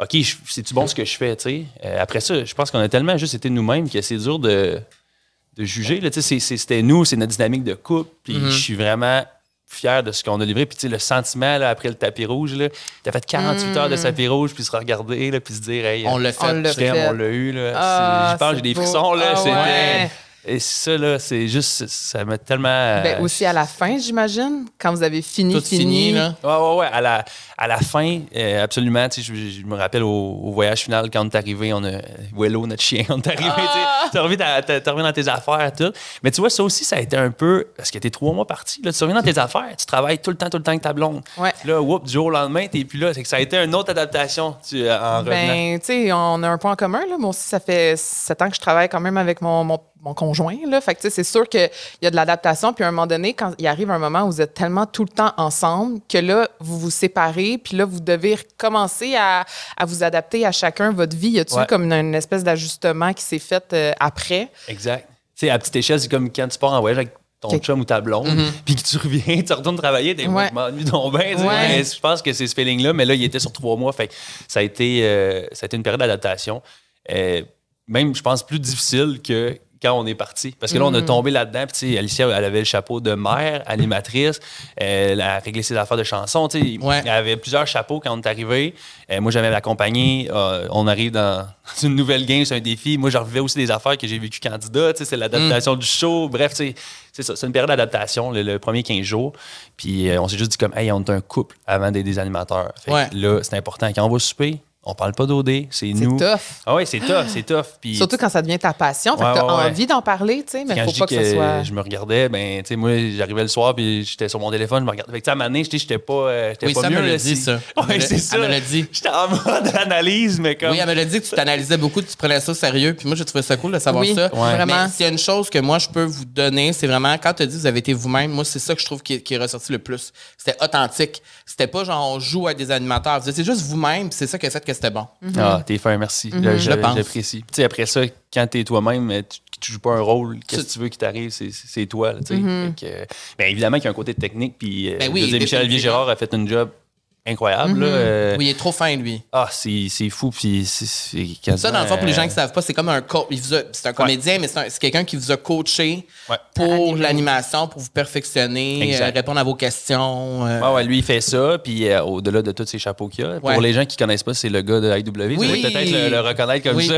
[SPEAKER 3] OK, je- c'est-tu bon ce que je fais? tu sais? Euh, après ça, je pense qu'on a tellement juste été nous-mêmes que c'est dur de, de juger. là. Tu sais, c'est- c'est- C'était nous, c'est notre dynamique de couple. Puis
[SPEAKER 1] Mm-hmm.
[SPEAKER 3] je suis vraiment fier de ce qu'on a livré. Puis tu sais, le sentiment là, après le tapis rouge, là, t'as fait 48 heures de tapis rouge, puis se regarder, là, puis se dire, hey,
[SPEAKER 1] Mm. On l'a
[SPEAKER 2] On
[SPEAKER 1] fait.
[SPEAKER 2] l'a
[SPEAKER 3] je t'aime,
[SPEAKER 2] fait.
[SPEAKER 3] on l'a eu. Là.
[SPEAKER 2] Ah,
[SPEAKER 3] C'est- je pense
[SPEAKER 2] c'est
[SPEAKER 3] j'ai des
[SPEAKER 2] beau.
[SPEAKER 3] frissons. Là,
[SPEAKER 2] Ah,
[SPEAKER 3] c'était-
[SPEAKER 2] ouais.
[SPEAKER 3] Et ça, là, c'est juste, ça m'a tellement. euh,
[SPEAKER 2] Ben, aussi à la fin, j'imagine, quand vous avez fini,
[SPEAKER 1] Tout
[SPEAKER 2] fini,
[SPEAKER 1] fini, là.
[SPEAKER 3] Ouais, ouais, ouais. À la, à la fin, euh, absolument. Tu sais, je, je me rappelle au, au voyage final, quand on est arrivé, on a. Willow, notre chien, on est arrivé.
[SPEAKER 2] Ah!
[SPEAKER 3] tu sais, Tu reviens, dans- tu- tu reviens dans tes affaires, tout. Mais tu vois, ça aussi, ça a été un peu. Parce que t'es trois mois parti, là, tu reviens dans tes affaires, tu travailles tout le temps, tout le temps avec ta blonde.
[SPEAKER 2] Ouais.
[SPEAKER 3] Là, whoop, du jour au lendemain, t'es plus là. C'est que ça a été une autre adaptation tu, en revenant.
[SPEAKER 2] Ben, tu sais, on a un point en commun. Là. Moi aussi, ça fait sept ans que je travaille quand même avec mon, mon, mon conjoint. Là. Fait que, tu sais, c'est sûr qu'il y a de l'adaptation. Puis, à un moment donné, quand il arrive un moment où vous êtes tellement tout le temps ensemble que là, vous vous séparez. Puis là, vous devez commencer à, à vous adapter à chacun votre vie. Y a-tu
[SPEAKER 3] Ouais.
[SPEAKER 2] eu comme une, une espèce d'ajustement qui s'est fait euh, après?
[SPEAKER 3] Exact. Tu sais, à petite échelle, c'est comme quand tu pars en voyage avec ton
[SPEAKER 2] Quelque-
[SPEAKER 3] chum ou ta blonde, puis que tu reviens, tu retournes travailler, t'es
[SPEAKER 2] Ouais.
[SPEAKER 3] ouais. m'ennuie donc bien. tu sais.
[SPEAKER 2] Ouais.
[SPEAKER 3] Mais Je pense que c'est ce feeling-là, mais là, il était sur trois mois, fait que ça a été, euh, ça a été une période d'adaptation. Euh, même, je pense, plus difficile que quand on est parti. Parce que là, on
[SPEAKER 2] Mm.
[SPEAKER 3] a tombé là-dedans. Puis, tu sais, Alicia, elle avait le chapeau de mère, animatrice. euh, Elle a réglé ses affaires de chansons. Tu sais,
[SPEAKER 1] Ouais.
[SPEAKER 3] Elle avait plusieurs chapeaux quand on est arrivé. Euh, moi, j'avais l'accompagner. Euh, on arrive dans une nouvelle game, c'est un défi. Moi, je revivais aussi des affaires que j'ai vécues candidat. Tu sais, c'est
[SPEAKER 2] Mm.
[SPEAKER 3] l'adaptation du show. Bref, tu sais, c'est ça. C'est une période d'adaptation, le, le premier 15 jours. Puis, euh, on s'est juste dit comme, hey, on est un couple avant d'être des animateurs. Fait que
[SPEAKER 1] Ouais.
[SPEAKER 3] là, c'est important. Quand on va souper, on parle pas d'OD, c'est
[SPEAKER 2] C'est
[SPEAKER 3] nous.
[SPEAKER 2] tough.
[SPEAKER 3] Ah oui, c'est tough, c'est tough. Puis,
[SPEAKER 2] Surtout quand ça devient ta passion. Fait
[SPEAKER 3] Ouais,
[SPEAKER 2] que t'as
[SPEAKER 3] ouais, ouais.
[SPEAKER 2] envie d'en parler, tu sais, mais
[SPEAKER 3] quand
[SPEAKER 2] faut
[SPEAKER 3] je
[SPEAKER 2] pas
[SPEAKER 3] dis
[SPEAKER 2] que, ce soit.
[SPEAKER 3] je me regardais, ben, tu sais, moi, j'arrivais le soir, puis j'étais sur mon téléphone, je me regardais. Fait que, tu sais, à un moment donné, j'étais- j'étais pas, euh, j'étais
[SPEAKER 1] Oui,
[SPEAKER 3] pas
[SPEAKER 1] ça
[SPEAKER 3] mieux.
[SPEAKER 1] me le
[SPEAKER 3] là,
[SPEAKER 1] dit,
[SPEAKER 3] si-
[SPEAKER 1] ça.
[SPEAKER 3] Ouais,
[SPEAKER 1] Elle me-
[SPEAKER 3] c'est ça.
[SPEAKER 1] elle me l'a dit.
[SPEAKER 3] J'étais en mode analyse, mais comme.
[SPEAKER 1] Oui, elle me l'a dit que tu t'analysais beaucoup, que tu prenais ça au sérieux. Puis moi, j'ai trouvé ça cool de savoir
[SPEAKER 2] Oui,
[SPEAKER 1] ça.
[SPEAKER 2] Ouais. vraiment.
[SPEAKER 1] Mais s'il y a une chose que moi, je peux vous donner, c'est vraiment quand tu dis vous avez été vous-même, moi, c'est ça que je trouve qui, est- qui est ressorti le plus. C'était authentique. C'était pas genre on joue à des animateurs. Vous étiez juste vous-même, puis c'est ça qui a fait que c'était bon.
[SPEAKER 3] Ah, t'es fin, merci.
[SPEAKER 2] Mm-hmm.
[SPEAKER 3] Je-
[SPEAKER 1] Mm. Je le pense.
[SPEAKER 3] J'apprécie. Tu sais, après ça, quand t'es toi-même, euh, tu, tu joues pas un rôle, qu'est-ce que tu veux qui t'arrive, c'est- c'est c'est toi. là, tu sais.
[SPEAKER 2] Mm-hmm.
[SPEAKER 3] Fait que, euh, ben, évidemment qu'il y a un côté technique, puis euh,
[SPEAKER 1] Ben oui,
[SPEAKER 3] je veux dire, Michel Olivier
[SPEAKER 1] définitivement.
[SPEAKER 3] Gérard a fait une job incroyable.
[SPEAKER 2] Mm-hmm.
[SPEAKER 3] là, euh,
[SPEAKER 1] Oui, il est trop fin, lui.
[SPEAKER 3] Ah, c'est c'est fou, puis c'est- c'est quasiment,
[SPEAKER 1] Ça, dans le fond, pour les gens
[SPEAKER 3] euh,
[SPEAKER 1] qui savent pas, c'est comme un coach. C'est un comédien, mais c'est un- c'est quelqu'un qui vous a coaché
[SPEAKER 3] Ouais.
[SPEAKER 1] pour l'animation, pour vous perfectionner,
[SPEAKER 3] Exact.
[SPEAKER 1] euh, répondre à vos questions. euh,
[SPEAKER 3] Ouais, ouais, lui, il fait ça, puis euh, au-delà de tous ces chapeaux qu'il a. Pour
[SPEAKER 1] Ouais.
[SPEAKER 3] les gens qui connaissent pas, c'est le gars de IW. Vous
[SPEAKER 1] Oui.
[SPEAKER 3] allez peut-être le, le reconnaître comme
[SPEAKER 1] Oui.
[SPEAKER 3] ça.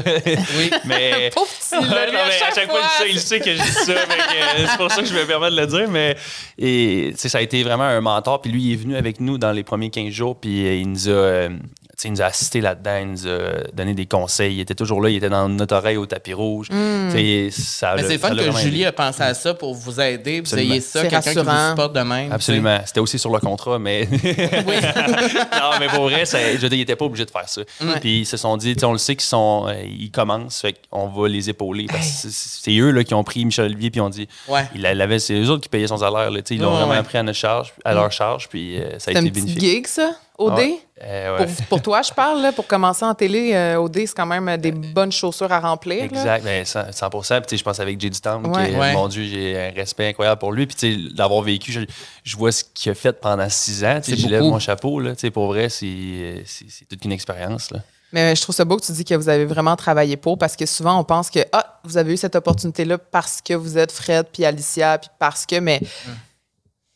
[SPEAKER 1] Oui.
[SPEAKER 3] mais.
[SPEAKER 2] Pauvre petit, là,
[SPEAKER 3] Ouais,
[SPEAKER 2] lui, à
[SPEAKER 3] non, mais
[SPEAKER 2] chaque
[SPEAKER 3] fois,
[SPEAKER 2] fois,
[SPEAKER 3] il, sait, il sait que je dis ça. fait que, euh, c'est pour ça que je me permets de le dire. Mais et, tu sais, ça a été vraiment un mentor. Puis lui, il est venu avec nous dans les premiers 15 jours. Puis euh, il nous a, euh, tu sais, il nous a assisté là-dedans. Il nous a donné des conseils. Il était toujours là. Il était dans notre oreille au tapis rouge. Tu sais, Ça,
[SPEAKER 1] Hmm. Mais
[SPEAKER 3] l'a-
[SPEAKER 1] c'est le
[SPEAKER 3] ça
[SPEAKER 1] fun
[SPEAKER 3] l'a
[SPEAKER 1] que
[SPEAKER 3] vraiment aidé.
[SPEAKER 1] Julie a pensé à ça pour vous aider. Vous
[SPEAKER 3] Absolument.
[SPEAKER 1] ayez ça,
[SPEAKER 2] C'est
[SPEAKER 1] quelqu'un qui vous
[SPEAKER 2] rassurant.
[SPEAKER 1] supporte de même.
[SPEAKER 3] Absolument. C'était aussi sur le contrat, mais. non, mais pour vrai, ça- je veux dire, ils n'étaient pas obligés de faire ça. Puis ils se sont dit, tu sais, on le sait qu'ils sont, euh, ils commencent, fait qu'on va les épauler. Parce que c'est- c'est eux là, qui ont pris Michel Olivier, puis ont dit,
[SPEAKER 1] Ouais.
[SPEAKER 3] il l'avait, c'est eux autres qui payaient son salaire. là, tu sais, ils l'ont
[SPEAKER 1] Ouais,
[SPEAKER 3] vraiment
[SPEAKER 1] ouais.
[SPEAKER 3] pris à, notre charge, à leur charge, puis euh, ça a
[SPEAKER 2] C'est
[SPEAKER 3] été
[SPEAKER 2] un petit
[SPEAKER 3] bénéfique.
[SPEAKER 2] gig, ça, OD?
[SPEAKER 3] Ouais. Euh, ouais.
[SPEAKER 2] Pour, pour toi, je parle, là, pour commencer en télé, euh, OD, c'est quand même euh, des bonnes chaussures à remplir. là.
[SPEAKER 3] Exact, ben, 100 100%. Puis, tu sais, je pense avec Jay du Temple,
[SPEAKER 2] Ouais.
[SPEAKER 3] que,
[SPEAKER 1] Ouais.
[SPEAKER 3] mon Dieu, j'ai un respect incroyable pour lui. Puis, tu sais, d'avoir vécu, je, je vois ce qu'il a fait pendant six ans. Tu sais,
[SPEAKER 1] C'est
[SPEAKER 3] je lève
[SPEAKER 1] beaucoup.
[SPEAKER 3] mon chapeau, là. Tu sais, pour vrai, c'est, euh, c'est, c'est toute une expérience, là.
[SPEAKER 2] Mais je trouve ça beau que tu dis que vous avez vraiment travaillé pour parce que souvent on pense que ah, vous avez eu cette opportunité-là parce que vous êtes Fred puis Alicia puis parce que mais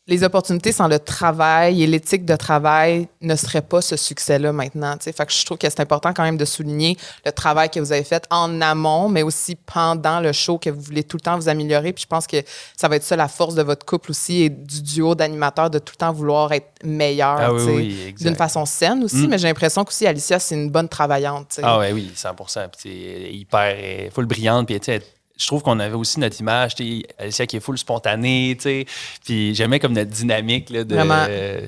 [SPEAKER 2] les opportunités sans le travail et l'éthique de travail ne seraient pas ce succès-là maintenant. tu sais. Fait que je trouve que c'est important quand même de souligner le travail que vous avez fait en amont, mais aussi pendant le show que vous voulez tout le temps vous améliorer. Puis je pense que ça va être ça la force de votre couple aussi et du duo d'animateurs de tout le temps vouloir être meilleur.
[SPEAKER 3] Ah oui,
[SPEAKER 2] tu sais
[SPEAKER 3] oui, exact. Mm.
[SPEAKER 2] d'une façon saine aussi, mais j'ai l'impression qu'aussi Alicia, c'est une bonne travaillante. tu sais.
[SPEAKER 3] Ah ouais, oui, 100 Puis tu sais, hyper euh, full brillante. Puis tu sais, je trouve qu'on avait aussi notre image, tu sais, Alicia qui est full spontanée, tu sais. Puis j'aimais comme notre dynamique là, de.
[SPEAKER 2] Vraiment.
[SPEAKER 3] euh,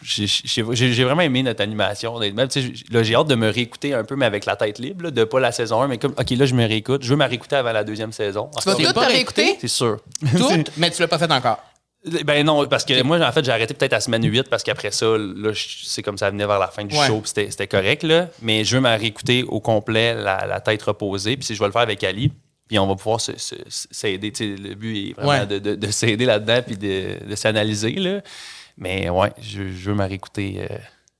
[SPEAKER 3] j'ai- J'ai j'ai- j'ai vraiment aimé notre animation. honnêtement. Tu sais, j- là, j'ai hâte de me réécouter un peu, mais avec la tête libre, là, de pas la saison 1, mais comme ok, là, je me réécoute. Je veux me réécouter avant la deuxième saison.
[SPEAKER 2] Tu vas
[SPEAKER 1] C'est
[SPEAKER 2] tout
[SPEAKER 1] pas
[SPEAKER 2] te réécouter?
[SPEAKER 1] réécouté?
[SPEAKER 3] C'est sûr.
[SPEAKER 1] Tout, mais tu l'as pas fait encore.
[SPEAKER 3] Ben non, parce que moi, en fait, j'ai arrêté peut-être à semaine 8 parce qu'après ça, là, je- c'est comme ça venait vers la fin du
[SPEAKER 1] Ouais.
[SPEAKER 3] show, puis c'était c'était correct, là. Mais je veux m'en réécouter au complet, la, la tête reposée, puis si je vais le faire avec Ali, puis on va pouvoir se- se- se- s'aider. Tu sais, le but est vraiment
[SPEAKER 1] Ouais.
[SPEAKER 3] de, de- de s'aider là-dedans, puis de, de s'analyser, là. Mais ouais, je, je veux m'en réécouter euh,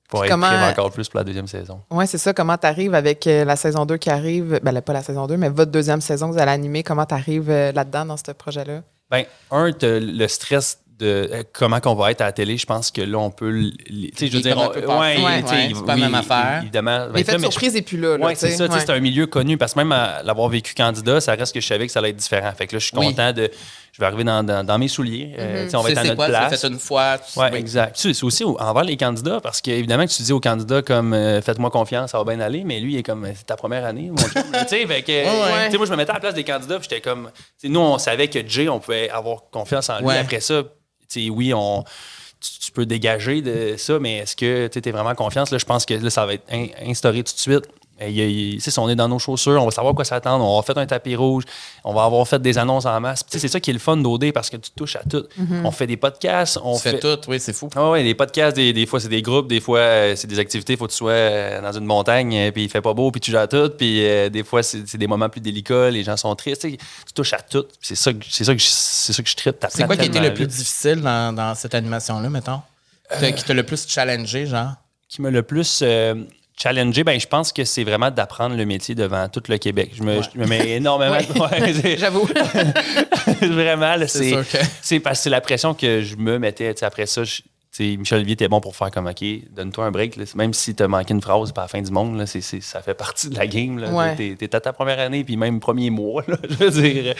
[SPEAKER 3] pour
[SPEAKER 2] Puis
[SPEAKER 3] être
[SPEAKER 2] comment-
[SPEAKER 3] prêt encore plus pour la deuxième saison.
[SPEAKER 2] Ouais, c'est ça. Comment t'arrives avec euh, la saison 2 qui arrive? Ben, la- pas la saison 2, mais votre deuxième saison que vous allez animer. Comment t'arrives euh, là-dedans dans ce projet-là?
[SPEAKER 3] Ben, un, t'as le stress de euh, comment qu'on va être à la télé, je pense que là, on peut. l- l- Tu sais, je veux
[SPEAKER 1] Il est
[SPEAKER 3] dire,
[SPEAKER 1] comme
[SPEAKER 3] on-
[SPEAKER 1] un peu partout. Ouais,
[SPEAKER 3] tu sais,
[SPEAKER 1] ouais,
[SPEAKER 3] il-
[SPEAKER 1] c'est pas la même affaire.
[SPEAKER 3] Évidemment. ben,
[SPEAKER 2] L'effet
[SPEAKER 3] là,
[SPEAKER 2] de
[SPEAKER 3] mais je-
[SPEAKER 2] surprise est plus là. là,
[SPEAKER 3] Oui,
[SPEAKER 2] tu
[SPEAKER 3] c'est
[SPEAKER 2] sais.
[SPEAKER 3] ça. tu sais,
[SPEAKER 2] Ouais.
[SPEAKER 3] C'est un milieu connu parce que même à l'avoir vécu candidat, ça reste que je savais que ça allait être différent. Fait que là, je suis
[SPEAKER 1] Oui.
[SPEAKER 3] content de. Je vais arriver dans, dans- dans mes souliers. euh, tu sais, on va
[SPEAKER 1] Tu
[SPEAKER 3] être
[SPEAKER 1] sais
[SPEAKER 3] à
[SPEAKER 1] c'est
[SPEAKER 3] notre
[SPEAKER 1] quoi, tu l'as
[SPEAKER 3] place.
[SPEAKER 1] fait une fois. tu-
[SPEAKER 3] Ouais,
[SPEAKER 1] oui.
[SPEAKER 3] exact. Tu sais, C'est aussi au- envers les candidats, parce qu'évidemment que tu dis aux candidats comme euh, faites-moi confiance, ça va bien aller, mais lui, il est comme c'est ta première année, mon chum. tu sais, fait que,
[SPEAKER 1] ouais.
[SPEAKER 3] tu sais, moi, je me mettais à la place des candidats, puis j'étais comme. tu sais, Nous, on savait que Jay, on pouvait avoir confiance en lui.
[SPEAKER 1] Ouais.
[SPEAKER 3] Après ça, tu sais, oui, on. Tu, tu peux dégager de ça, mais est-ce que tu es vraiment en confiance? Là, je pense que là, ça va être in- instauré tout de suite. Et il y a- il- c'est ça, on est dans nos chaussures, on va savoir à quoi s'attendre, on va faire un tapis rouge, on va avoir fait des annonces en masse. Puis, tu sais, C'est ça qui est le fun d'OD parce que tu touches à tout. On fait des podcasts, on
[SPEAKER 1] On fait
[SPEAKER 3] fait
[SPEAKER 1] Mm-hmm. tout, oui, c'est fou.
[SPEAKER 3] ah ouais, les podcasts, des, des fois c'est des groupes, des fois euh, c'est des activités, faut que tu sois euh, dans une montagne, euh, puis il fait pas beau, puis tu gères tout, puis euh, des fois c'est c'est des moments plus délicats, les gens sont tristes, tu sais, tu touches à tout. puis C'est ça que c'est ça que je- c'est ça que je tripe.
[SPEAKER 1] C'est quoi qui a été le plus difficile dans,
[SPEAKER 3] Euh.
[SPEAKER 1] dans cette animation-là, mettons? T'as- Qui t'a le plus challengé, genre?
[SPEAKER 3] qui m'a le plus euh, challenger, ben, je pense que c'est vraiment d'apprendre le métier devant tout le Québec. Je me, je me mets énormément. Ouais, c'est-
[SPEAKER 2] J'avoue.
[SPEAKER 3] vraiment, là,
[SPEAKER 1] C'est
[SPEAKER 3] c'est
[SPEAKER 1] sûr que-
[SPEAKER 3] c'est parce que c'est la pression que je me mettais. Tu sais, Après ça, je- tu sais, Michel Olivier était bon pour faire comme OK, donne-toi un break. là. Même si tu as manqué une phrase, c'est pas la fin du monde. Là, C'est- c'est- ça fait partie de la game. là.
[SPEAKER 2] Ouais.
[SPEAKER 3] T'es t'es à ta première année, puis même premier mois. là, je veux dire.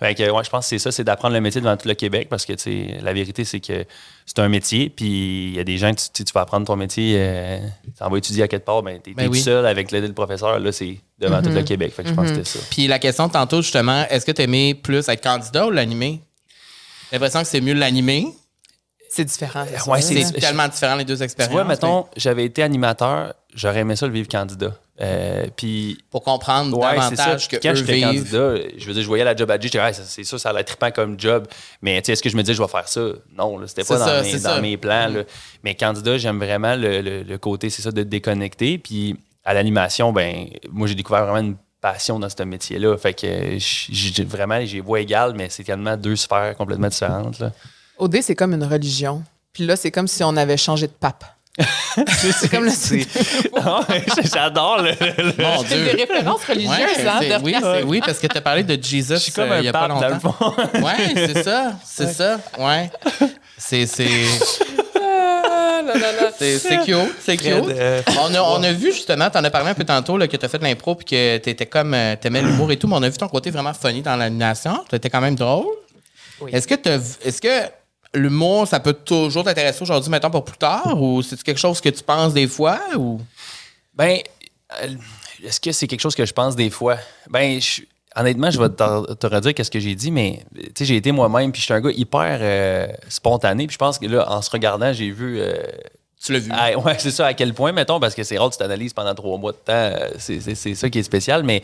[SPEAKER 3] Fait que, ouais, je pense que c'est ça, c'est d'apprendre le métier devant tout le Québec parce que tu sais, la vérité, c'est que c'est un métier, puis il y a des gens que tu- tu, tu vas apprendre ton métier, euh, tu vas étudier à quelque part, ben, t'es
[SPEAKER 1] Ben
[SPEAKER 3] t'es
[SPEAKER 1] oui.
[SPEAKER 3] tout seul avec l'aide du professeur, là, c'est devant tout le Québec. Fait que je pense que c'était ça.
[SPEAKER 1] Puis la question de tantôt, justement, est-ce que tu aimais plus être candidat ou l'animer? J'ai l'impression que c'est mieux l'animer.
[SPEAKER 2] C'est différent. c'est
[SPEAKER 3] Euh, Ouais,
[SPEAKER 2] sûr,
[SPEAKER 3] c'est-
[SPEAKER 2] là.
[SPEAKER 1] C'est tellement différent les deux expériences.
[SPEAKER 3] Tu vois,
[SPEAKER 1] mais
[SPEAKER 3] mettons, j'avais été animateur, j'aurais aimé ça le vivre candidat. Euh, puis,
[SPEAKER 1] Pour comprendre
[SPEAKER 3] ouais, c'est ça.
[SPEAKER 1] davantage que
[SPEAKER 3] Quand
[SPEAKER 1] eux
[SPEAKER 3] j'étais
[SPEAKER 1] vivent.
[SPEAKER 3] candidat, je veux dire, je voyais la job à G, j'étais, Ah, ça- c'est sûr, ça allait être trippant comme job. Mais, tu sais, est-ce que je me disais, je vais faire ça? Non, là, c'était
[SPEAKER 1] C'est
[SPEAKER 3] pas dans,
[SPEAKER 1] ça,
[SPEAKER 3] mes,
[SPEAKER 1] c'est
[SPEAKER 3] dans
[SPEAKER 1] ça.
[SPEAKER 3] mes plans. là. Mais candidat, j'aime vraiment le, le- le côté, c'est ça, de déconnecter. Puis, à l'animation, ben, moi, j'ai découvert vraiment une passion dans ce métier-là. Fait que, euh, j- j'ai vraiment, j'ai voix égale, mais c'est tellement deux sphères complètement différentes. là.
[SPEAKER 2] OD, c'est comme une religion. Puis là, c'est comme si on avait changé de pape. c'est comme le.
[SPEAKER 3] C'est- Ah ouais, J'adore le- le,
[SPEAKER 1] Mon
[SPEAKER 2] C'est
[SPEAKER 1] Dieu.
[SPEAKER 2] des références religieuses,
[SPEAKER 1] Ouais,
[SPEAKER 2] hein,
[SPEAKER 1] c'est-
[SPEAKER 2] de-
[SPEAKER 1] oui, c'est- oui, parce que tu as parlé de Jesus
[SPEAKER 3] Je suis comme
[SPEAKER 1] euh,
[SPEAKER 3] un
[SPEAKER 1] il y a
[SPEAKER 3] pape,
[SPEAKER 1] pas
[SPEAKER 3] dans le
[SPEAKER 1] longtemps.
[SPEAKER 3] fond.
[SPEAKER 1] Ouais, c'est ça, c'est ça. Ouais. C'est c'est
[SPEAKER 2] Ah, là, là, là.
[SPEAKER 1] c'est c'est cute, c'est cute.
[SPEAKER 3] Fred, euh,
[SPEAKER 1] On a, on a vu justement, t'en as parlé un peu tantôt là, que t'as fait de l'impro puis que t'étais comme euh, t'aimais l'humour et tout, mais on a vu ton côté vraiment funny dans l'animation. T'étais quand même drôle.
[SPEAKER 2] Oui.
[SPEAKER 1] Est-ce que t'as vu- est-ce que l'humour ça peut toujours t'intéresser aujourd'hui, mettons pour plus tard, ou c'est quelque chose que tu penses des fois ou
[SPEAKER 3] Ben, euh, est-ce que c'est quelque chose que je pense des fois? Ben, je- honnêtement, je vais te, te redire qu'est-ce que j'ai dit, mais tu sais, j'ai été moi-même, puis je suis un gars hyper euh, spontané, puis je pense que là, en se regardant, j'ai vu. euh,
[SPEAKER 1] tu l'as vu?
[SPEAKER 3] ah, ouais, c'est ça, à quel point, mettons, parce que c'est rare, tu t'analyses pendant trois mois de temps, euh, c'est- c'est c'est ça qui est spécial, mais.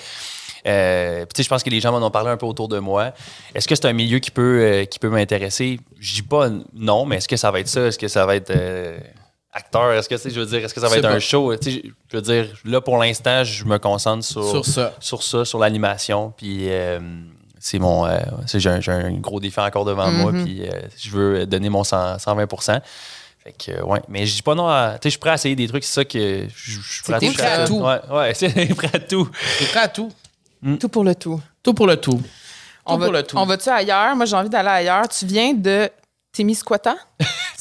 [SPEAKER 3] euh, puis tu sais, je pense que les gens m'en ont parlé un peu autour de moi. Est-ce que c'est un milieu qui peut, euh, qui peut m'intéresser? Je dis pas non, mais est-ce que ça va être ça? Est-ce que ça va être euh, acteur? Est-ce que c'est, je veux dire, est-ce que ça va
[SPEAKER 1] C'est
[SPEAKER 3] être un
[SPEAKER 1] bon.
[SPEAKER 3] show? Tu sais, je je veux dire, là pour l'instant, je me concentre sur,
[SPEAKER 1] Sur ça.
[SPEAKER 3] sur ça, sur l'animation. Puis euh, c'est mon, euh, c'est- j'ai, un, j'ai un gros défi encore devant moi. Puis euh, je veux donner mon 100 120 fait que, euh, ouais. Mais je dis pas non à. Tu sais, je suis prêt à essayer des trucs, c'est ça que. je- Je je suis prêt,
[SPEAKER 1] cool,
[SPEAKER 3] toucher
[SPEAKER 1] prêt à
[SPEAKER 3] ça.
[SPEAKER 1] tout.
[SPEAKER 3] Ouais, ouais, c'est prêt à tout.
[SPEAKER 1] T'es prêt à tout,
[SPEAKER 2] Tout pour le tout.
[SPEAKER 1] tout pour le tout.
[SPEAKER 2] On
[SPEAKER 1] Tout
[SPEAKER 2] va,
[SPEAKER 1] pour le tout.
[SPEAKER 2] on va-tu ailleurs? Moi, j'ai envie d'aller ailleurs. Tu viens de Témiscouata?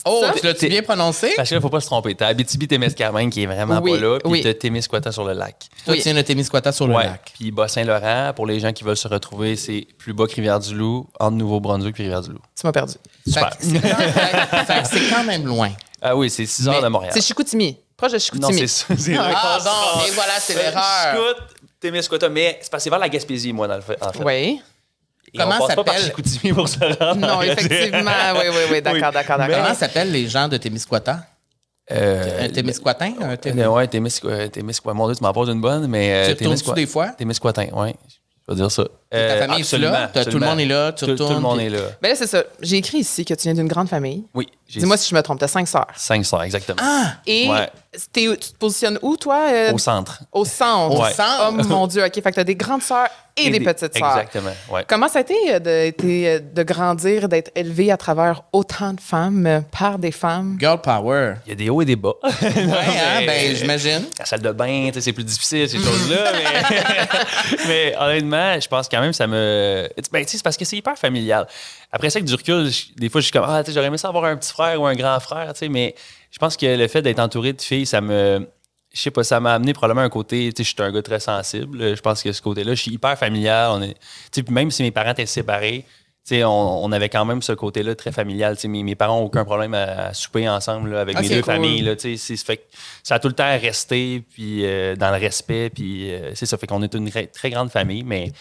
[SPEAKER 1] Oh,
[SPEAKER 2] ça?
[SPEAKER 1] tu l'as-tu bien prononcé?
[SPEAKER 3] Parce que là, faut pas se tromper. T'as Abitibi-Témiscamingue qui est vraiment
[SPEAKER 2] Oui,
[SPEAKER 3] pas là, puis
[SPEAKER 2] oui.
[SPEAKER 3] t'as Témiscouata sur le lac.
[SPEAKER 1] Toi,
[SPEAKER 2] Oui.
[SPEAKER 1] tu viens de Témiscouata sur le
[SPEAKER 3] Ouais.
[SPEAKER 1] lac.
[SPEAKER 3] Puis Bas-Saint-Laurent, pour les gens qui veulent se retrouver, c'est plus bas que Rivière-du-Loup, entre Nouveau-Brunswick et Rivière-du-Loup.
[SPEAKER 2] Tu m'as perdu.
[SPEAKER 1] Fait
[SPEAKER 3] Super.
[SPEAKER 1] que c'est quand- fait- fait que c'est quand même loin.
[SPEAKER 3] Ah oui, c'est 6 heures
[SPEAKER 1] Mais
[SPEAKER 3] de Montréal.
[SPEAKER 2] C'est Chicoutimi. Proche de
[SPEAKER 3] Non,
[SPEAKER 2] Chicoutimi.
[SPEAKER 3] c'est ça. C'est
[SPEAKER 1] Ah bon, et voilà, c'est l'erreur.
[SPEAKER 3] Scout, Témiscouata, mais c'est passé vers la Gaspésie, moi, dans le fait. En fait.
[SPEAKER 2] oui.
[SPEAKER 3] Et
[SPEAKER 1] Comment
[SPEAKER 3] on passe pas par
[SPEAKER 1] s'appelle?
[SPEAKER 3] Chicoutimi pour se rendre.
[SPEAKER 2] Non,
[SPEAKER 3] en
[SPEAKER 2] effectivement. Oui, oui, oui. D'accord,
[SPEAKER 3] Oui.
[SPEAKER 2] d'accord, d'accord.
[SPEAKER 1] Comment s'appellent les gens de Témiscouata?
[SPEAKER 3] Euh,
[SPEAKER 1] Un Témiscouatin? Un Témis-
[SPEAKER 3] Euh, ouais, Témiscou- euh, Témiscouata. Mon Dieu, tu m'en poses une bonne, mais.
[SPEAKER 1] Tu
[SPEAKER 3] euh,
[SPEAKER 1] retournes-tu
[SPEAKER 3] Témiscouata-
[SPEAKER 1] des fois?
[SPEAKER 3] Témiscouatin, ouais. Je vais dire ça.
[SPEAKER 1] Ta
[SPEAKER 3] Euh,
[SPEAKER 1] famille est
[SPEAKER 3] absolument,
[SPEAKER 1] là? T'as- Tout le
[SPEAKER 3] absolument.
[SPEAKER 1] monde est là? Tu
[SPEAKER 3] Tout, tout
[SPEAKER 1] retournes?
[SPEAKER 3] le monde
[SPEAKER 1] puis-
[SPEAKER 3] est là.
[SPEAKER 2] Ben là, c'est ça. J'ai écrit ici que tu viens d'une grande famille.
[SPEAKER 3] Oui. j'ai
[SPEAKER 2] Dis-moi si je me trompe. T'as cinq sœurs.
[SPEAKER 3] Cinq soirs, exactement.
[SPEAKER 1] Ah!
[SPEAKER 2] Et
[SPEAKER 3] Ouais.
[SPEAKER 2] t'es- tu te positionnes où, toi? euh,
[SPEAKER 3] Au centre.
[SPEAKER 2] au centre.
[SPEAKER 1] Au
[SPEAKER 3] Ouais.
[SPEAKER 1] centre.
[SPEAKER 2] Oh mon Dieu, OK. Fait que t'as des grandes sœurs et, des, petites sœurs.
[SPEAKER 3] Exactement, ouais.
[SPEAKER 2] Comment ça a été euh, de, été, euh, de grandir, d'être élevé à travers autant de femmes, euh, par des femmes?
[SPEAKER 1] Girl power.
[SPEAKER 3] Il y a des hauts et des bas. Non,
[SPEAKER 1] Ouais, hein,
[SPEAKER 3] mais- euh,
[SPEAKER 1] ben, j'imagine.
[SPEAKER 3] La salle de bain, tu sais, c'est plus difficile, ces choses-là. mais, mais honnêtement, je pense quand même que ça me. Ben, tu sais, c'est parce que c'est hyper familial. Après ça, avec du recul, je- des fois, je suis comme, ah, tu sais, j'aurais aimé ça avoir un petit frère ou un grand frère, tu sais, mais je pense que le fait d'être entouré de filles, ça me. Je sais pas, ça m'a amené probablement un côté. Tu sais, je suis un gars très sensible. Je pense que ce côté-là, je suis hyper familial. On est, tu sais, puis même si mes parents étaient séparés, tu sais, on, on avait quand même ce côté-là très familial. Tu sais, mes, mes parents n'ont aucun problème à, à souper ensemble là, avec
[SPEAKER 1] Ah,
[SPEAKER 3] mes
[SPEAKER 1] c'est
[SPEAKER 3] deux
[SPEAKER 1] cool.
[SPEAKER 3] familles. là, tu sais, c'est- ça fait que ça a tout le temps resté puis, euh, dans le respect. Puis, euh, c'est ça fait qu'on est une très, très grande famille, mais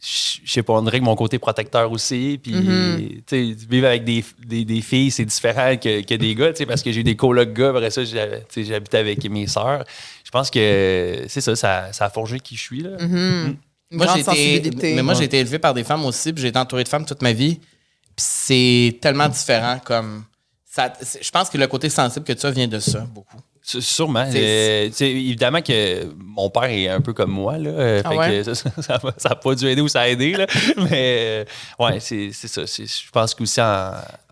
[SPEAKER 3] je je sais pas, on dirait que mon côté protecteur aussi. Puis, tu sais, vivre avec des, des- des filles, c'est différent que, que des gars, tu sais, parce que j'ai eu des colocs gars. Après ça, j'avais- tu sais, j'habitais avec mes sœurs. Je pense que c'est ça, ça, ça a forgé qui je suis. Là.
[SPEAKER 2] Une
[SPEAKER 1] Moi,
[SPEAKER 2] grande
[SPEAKER 1] j'ai été,
[SPEAKER 2] sensibilité.
[SPEAKER 1] mais moi, j'ai
[SPEAKER 3] Ouais.
[SPEAKER 1] été élevé par des femmes aussi, puis j'ai été entouré de femmes toute ma vie. Puis c'est tellement différent comme. Ça, c'est- je pense que le côté sensible que tu as vient de ça, beaucoup.
[SPEAKER 3] S- Sûrement.
[SPEAKER 1] C'est-
[SPEAKER 3] Euh, tu sais, évidemment que mon père est un peu comme moi. Là, euh,
[SPEAKER 2] Ah
[SPEAKER 3] fait
[SPEAKER 2] ouais?
[SPEAKER 3] que ça- ça n'a pas dû aider ou ça a aidé. là. Mais euh, ouais, c'est c'est ça. C'est- Je pense qu'aussi en,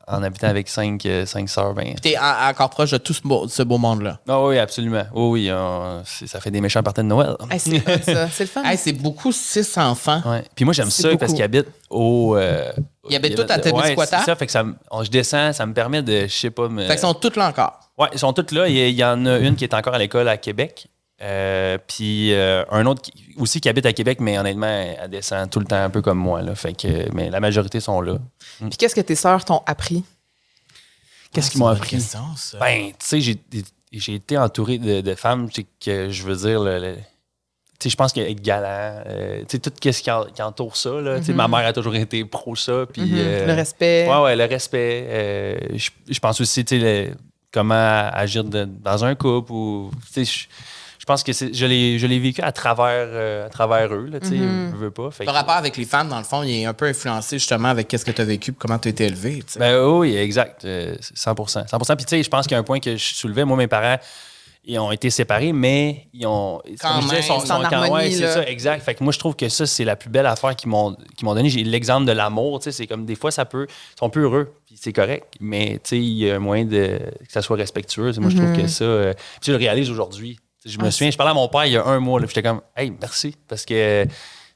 [SPEAKER 3] en habitant avec cinq, euh, cinq sœurs, ben.
[SPEAKER 1] Puis t'es en- encore proche de tout ce beau, ce beau monde-là.
[SPEAKER 3] Ah oui, absolument. Oui, oui, on- c'est- ça fait des méchants parties de Noël.
[SPEAKER 2] Hey, Ah, c'est le fun, ça. C'est le fun.
[SPEAKER 1] Hey, c'est beaucoup six enfants.
[SPEAKER 3] Ouais. Puis moi, j'aime
[SPEAKER 2] C'est
[SPEAKER 3] ça parce
[SPEAKER 2] beaucoup.
[SPEAKER 3] qu'ils habitent au. euh,
[SPEAKER 1] Ils habitent tous à Témiscouata?
[SPEAKER 3] Ouais, c'est ça, fait que ça, me- on- je descends, ça me permet de, je sais pas, me-
[SPEAKER 1] Fait qu'ils sont toutes là encore.
[SPEAKER 3] Ouais, ils sont toutes là. Il y- il y en a une qui est encore à l'école à Québec. Euh, puis euh, un autre qui- aussi qui habite à Québec, mais honnêtement, elle descend tout le temps un peu comme moi. Là. Fait que, mais la majorité sont là.
[SPEAKER 2] Puis qu'est-ce que tes sœurs t'ont appris?
[SPEAKER 3] Qu'est-ce qu'ils m'ont appris? Ben, tu sais, j'ai- j'ai été entouré de, de femmes, tu sais, que je veux dire, le- le- tu sais, je pense qu'être galant, euh, tu sais, tout ce qui, en- qui entoure ça, là, tu sais, ma mère a toujours été pro ça, puis...
[SPEAKER 2] Mhm.
[SPEAKER 3] euh,
[SPEAKER 2] le respect.
[SPEAKER 3] Ouais, ouais, le respect. euh, je, je pense aussi, tu sais, le- comment agir de- dans un couple ou, tu sais, je, je pense que c'est- je l'ai je l'ai vécu à travers, euh, à travers eux, là, tu sais, je veux pas. fait
[SPEAKER 1] Le
[SPEAKER 3] que-
[SPEAKER 1] rapport avec les femmes, dans le fond, il est un peu influencé justement avec qu'est-ce que tu as vécu et comment tu as été élevé. tu sais.
[SPEAKER 3] Ben oui, exact. euh, 100%. 100%. Puis tu sais, je pense qu'il y a un point que je soulevais. Moi, mes parents, ils ont été séparés, mais ils ont.
[SPEAKER 1] Quand
[SPEAKER 3] comme je
[SPEAKER 1] même,
[SPEAKER 3] ils sont-
[SPEAKER 2] c'est
[SPEAKER 3] sont
[SPEAKER 2] en
[SPEAKER 3] quand- ouais,
[SPEAKER 2] harmonie,
[SPEAKER 3] c'est
[SPEAKER 2] là.
[SPEAKER 3] ça, exact. Fait que moi, je trouve que ça, c'est la plus belle affaire qu'ils m'ont qu'ils m'ont donnée. J'ai l'exemple de l'amour. Tu sais, c'est comme des fois, ça peut. Ils sont plus heureux, puis c'est correct. Mais tu sais, il y a moyen de, que ça soit respectueux. Moi, je trouve que ça. euh, puis je le réalise aujourd'hui. Je me
[SPEAKER 2] Ah,
[SPEAKER 3] souviens, je parlais à mon père il y a un mois, là, puis j'étais comme, hey, merci, parce que.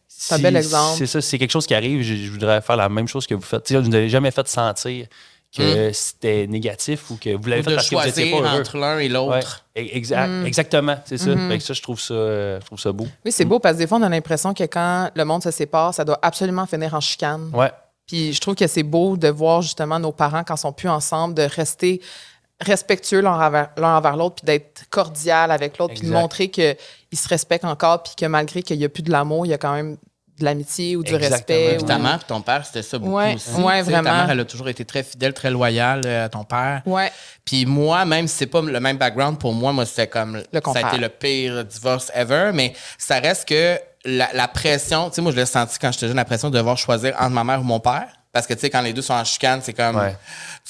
[SPEAKER 3] C'est
[SPEAKER 2] un bel exemple.
[SPEAKER 3] C'est ça, c'est quelque chose qui arrive. Je, je voudrais faire la même chose que vous faites. Tu sais, vous n'avez jamais fait sentir
[SPEAKER 2] Hmm.
[SPEAKER 3] que c'était négatif ou que vous l'avez
[SPEAKER 1] Ou
[SPEAKER 3] fait
[SPEAKER 1] de
[SPEAKER 3] parce que vous n'étiez
[SPEAKER 1] choisir
[SPEAKER 3] pas heureux.
[SPEAKER 1] entre l'un et
[SPEAKER 3] Ouais.
[SPEAKER 1] l'autre.
[SPEAKER 3] E- exa-
[SPEAKER 2] Hmm.
[SPEAKER 3] Exactement, c'est ça. Fait que ça, je trouve ça, euh, je trouve ça beau.
[SPEAKER 2] Oui,
[SPEAKER 1] Mm.
[SPEAKER 2] c'est beau parce que des fois, on a l'impression que quand le monde se sépare, ça doit absolument finir en chicane.
[SPEAKER 3] Ouais.
[SPEAKER 2] Puis je trouve que c'est beau de voir justement nos parents, quand ils sont plus ensemble, de rester respectueux l'un envers l'un envers l'autre, puis d'être cordial avec l'autre, puis de
[SPEAKER 3] Exact.
[SPEAKER 2] montrer qu'ils se respectent encore, puis que malgré qu'il n'y a plus de l'amour, il y a quand même de l'amitié ou du
[SPEAKER 3] Exactement.
[SPEAKER 2] respect.
[SPEAKER 1] Puis
[SPEAKER 2] ou-
[SPEAKER 1] Ta mère puis ton père, c'était ça beaucoup
[SPEAKER 2] Ouais,
[SPEAKER 1] aussi.
[SPEAKER 2] ouais,
[SPEAKER 1] tu sais. Ta
[SPEAKER 2] vraiment.
[SPEAKER 1] mère, elle a toujours été très fidèle, très loyale euh, à ton père.
[SPEAKER 2] Ouais.
[SPEAKER 1] Puis moi, même si c'est pas le même background, pour moi, moi, c'était comme. ça a
[SPEAKER 2] contraire.
[SPEAKER 1] été le pire divorce ever, mais ça reste que la, la pression. Tu sais, moi, je l'ai senti quand j'étais jeune, la pression de devoir choisir entre ma mère ou mon père. Parce que, tu sais, quand les deux sont en chicane, c'est comme.
[SPEAKER 3] Ouais.
[SPEAKER 1] Tu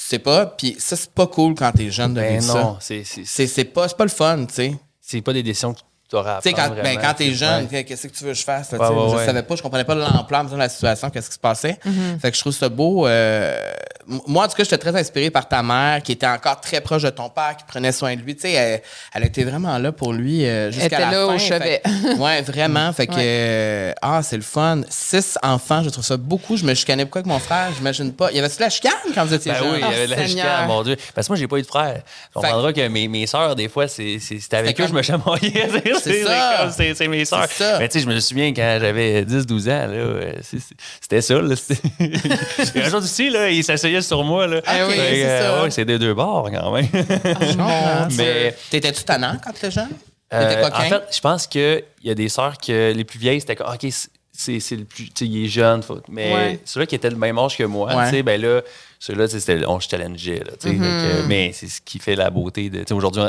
[SPEAKER 1] sais pas. Puis ça, c'est pas cool quand t'es jeune de
[SPEAKER 3] Ben
[SPEAKER 1] vivre ça.
[SPEAKER 3] non, c'est c'est- c'est-
[SPEAKER 1] C'est c'est pas, c'est pas le fun, tu sais.
[SPEAKER 3] c'est pas des décisions que tu auras à
[SPEAKER 1] Tu sais, quand,
[SPEAKER 3] prendre
[SPEAKER 1] ben,
[SPEAKER 3] Ah, vraiment.
[SPEAKER 1] quand t'es
[SPEAKER 3] C'est-
[SPEAKER 1] jeune,
[SPEAKER 3] ouais.
[SPEAKER 1] qu'est-ce que tu veux que je fasse? là,
[SPEAKER 3] Ouais,
[SPEAKER 1] tu sais,
[SPEAKER 3] ouais,
[SPEAKER 1] je
[SPEAKER 3] ouais.
[SPEAKER 1] savais pas, je comprenais pas l'ampleur de la situation, qu'est-ce qui se passait.
[SPEAKER 2] Mm-hmm.
[SPEAKER 1] Fait que je trouve ça beau. euh, m- moi, en tout cas, j'étais très inspiré par ta mère, qui était encore très proche de ton père, qui prenait soin de lui. Tu sais, elle, elle était vraiment là pour lui euh, jusqu'à
[SPEAKER 2] était
[SPEAKER 1] la
[SPEAKER 2] là
[SPEAKER 1] fin.
[SPEAKER 2] au
[SPEAKER 1] fait que- ouais,
[SPEAKER 3] Mm.
[SPEAKER 1] vraiment. Fait que, euh, ah, c'est le fun. Six enfants, je trouve ça beaucoup. Je me chicanais beaucoup avec mon frère, j'imagine pas. Il y avait-tu de la chicane quand vous étiez
[SPEAKER 3] Ben
[SPEAKER 1] jeune?
[SPEAKER 3] oui, il y
[SPEAKER 2] Ah,
[SPEAKER 3] avait de la
[SPEAKER 2] Seigneur.
[SPEAKER 3] chicane, mon Dieu. Parce que moi, j'ai pas eu de frère. On
[SPEAKER 1] oh, Fait-
[SPEAKER 3] comprendra que mes, mes sœurs, des fois, c'est- c'est- c'était avec
[SPEAKER 1] Fait
[SPEAKER 3] eux, je me chamoyais. C'est- c'est
[SPEAKER 1] ça.
[SPEAKER 3] comme, C'est c'est mes sœurs.
[SPEAKER 1] C'est ça.
[SPEAKER 3] Mais tu sais, je me souviens quand j'avais 10-12 ans, là, euh, c'est- c'est- c'était ça. Là, c'était- un jour d'ici, là, ils s'asseyaient sur moi. Là.
[SPEAKER 1] Ah oui,
[SPEAKER 3] Fait que,
[SPEAKER 1] c'est
[SPEAKER 3] euh,
[SPEAKER 1] ça.
[SPEAKER 3] ouais, c'est des deux bords quand même.
[SPEAKER 1] Je hein? comprends.
[SPEAKER 3] Mais-
[SPEAKER 1] Ah, T'étais-tu tannant quand t'étais jeune? T'étais
[SPEAKER 3] Euh, en
[SPEAKER 1] coquin?
[SPEAKER 3] fait, je pense qu'il y a des sœurs que les plus vieilles, c'était comme, OK, c'est- c'est c'est le plus. Tu sais, il est jeune, faut- mais
[SPEAKER 2] Ouais.
[SPEAKER 3] celui-là qui était le même âge que moi,
[SPEAKER 1] Ouais. Mm-hmm.
[SPEAKER 3] tu sais, ben là, celui-là, tu sais, c'était- on se challengeait, là, tu sais. fait que- mais c'est ce qui fait la beauté de. Tu sais, aujourd'hui,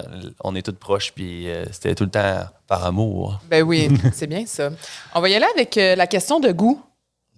[SPEAKER 3] on, on est tous proches, puis euh, c'était tout le temps par amour.
[SPEAKER 2] Ben oui, c'est bien ça. On va y aller avec euh, la question de goût.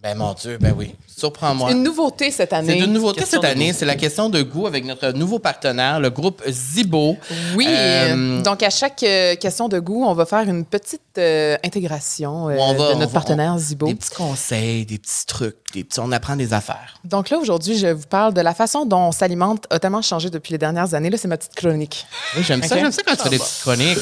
[SPEAKER 1] Ben mon Dieu, ben oui. Surprends-moi.
[SPEAKER 2] Une nouveauté cette année.
[SPEAKER 1] C'est une nouveauté
[SPEAKER 3] Question
[SPEAKER 1] cette
[SPEAKER 3] de
[SPEAKER 1] année,
[SPEAKER 3] goût.
[SPEAKER 1] c'est la question de goût avec notre nouveau partenaire, le groupe Zibo.
[SPEAKER 2] Oui.
[SPEAKER 1] Euh,
[SPEAKER 2] Donc, à chaque euh, question de goût, on va faire une petite euh, intégration euh,
[SPEAKER 1] on va-
[SPEAKER 2] de
[SPEAKER 1] on
[SPEAKER 2] notre
[SPEAKER 1] va-
[SPEAKER 2] partenaire Zibo.
[SPEAKER 1] Des petits conseils, des petits trucs, des petits- on apprend des affaires.
[SPEAKER 2] Donc là, aujourd'hui, je vous parle de la façon dont on s'alimente a tellement changé depuis les dernières années. Là, c'est ma petite chronique.
[SPEAKER 1] Oui, j'aime ça,
[SPEAKER 2] Ok.
[SPEAKER 1] j'aime ça quand tu fais des petites chroniques.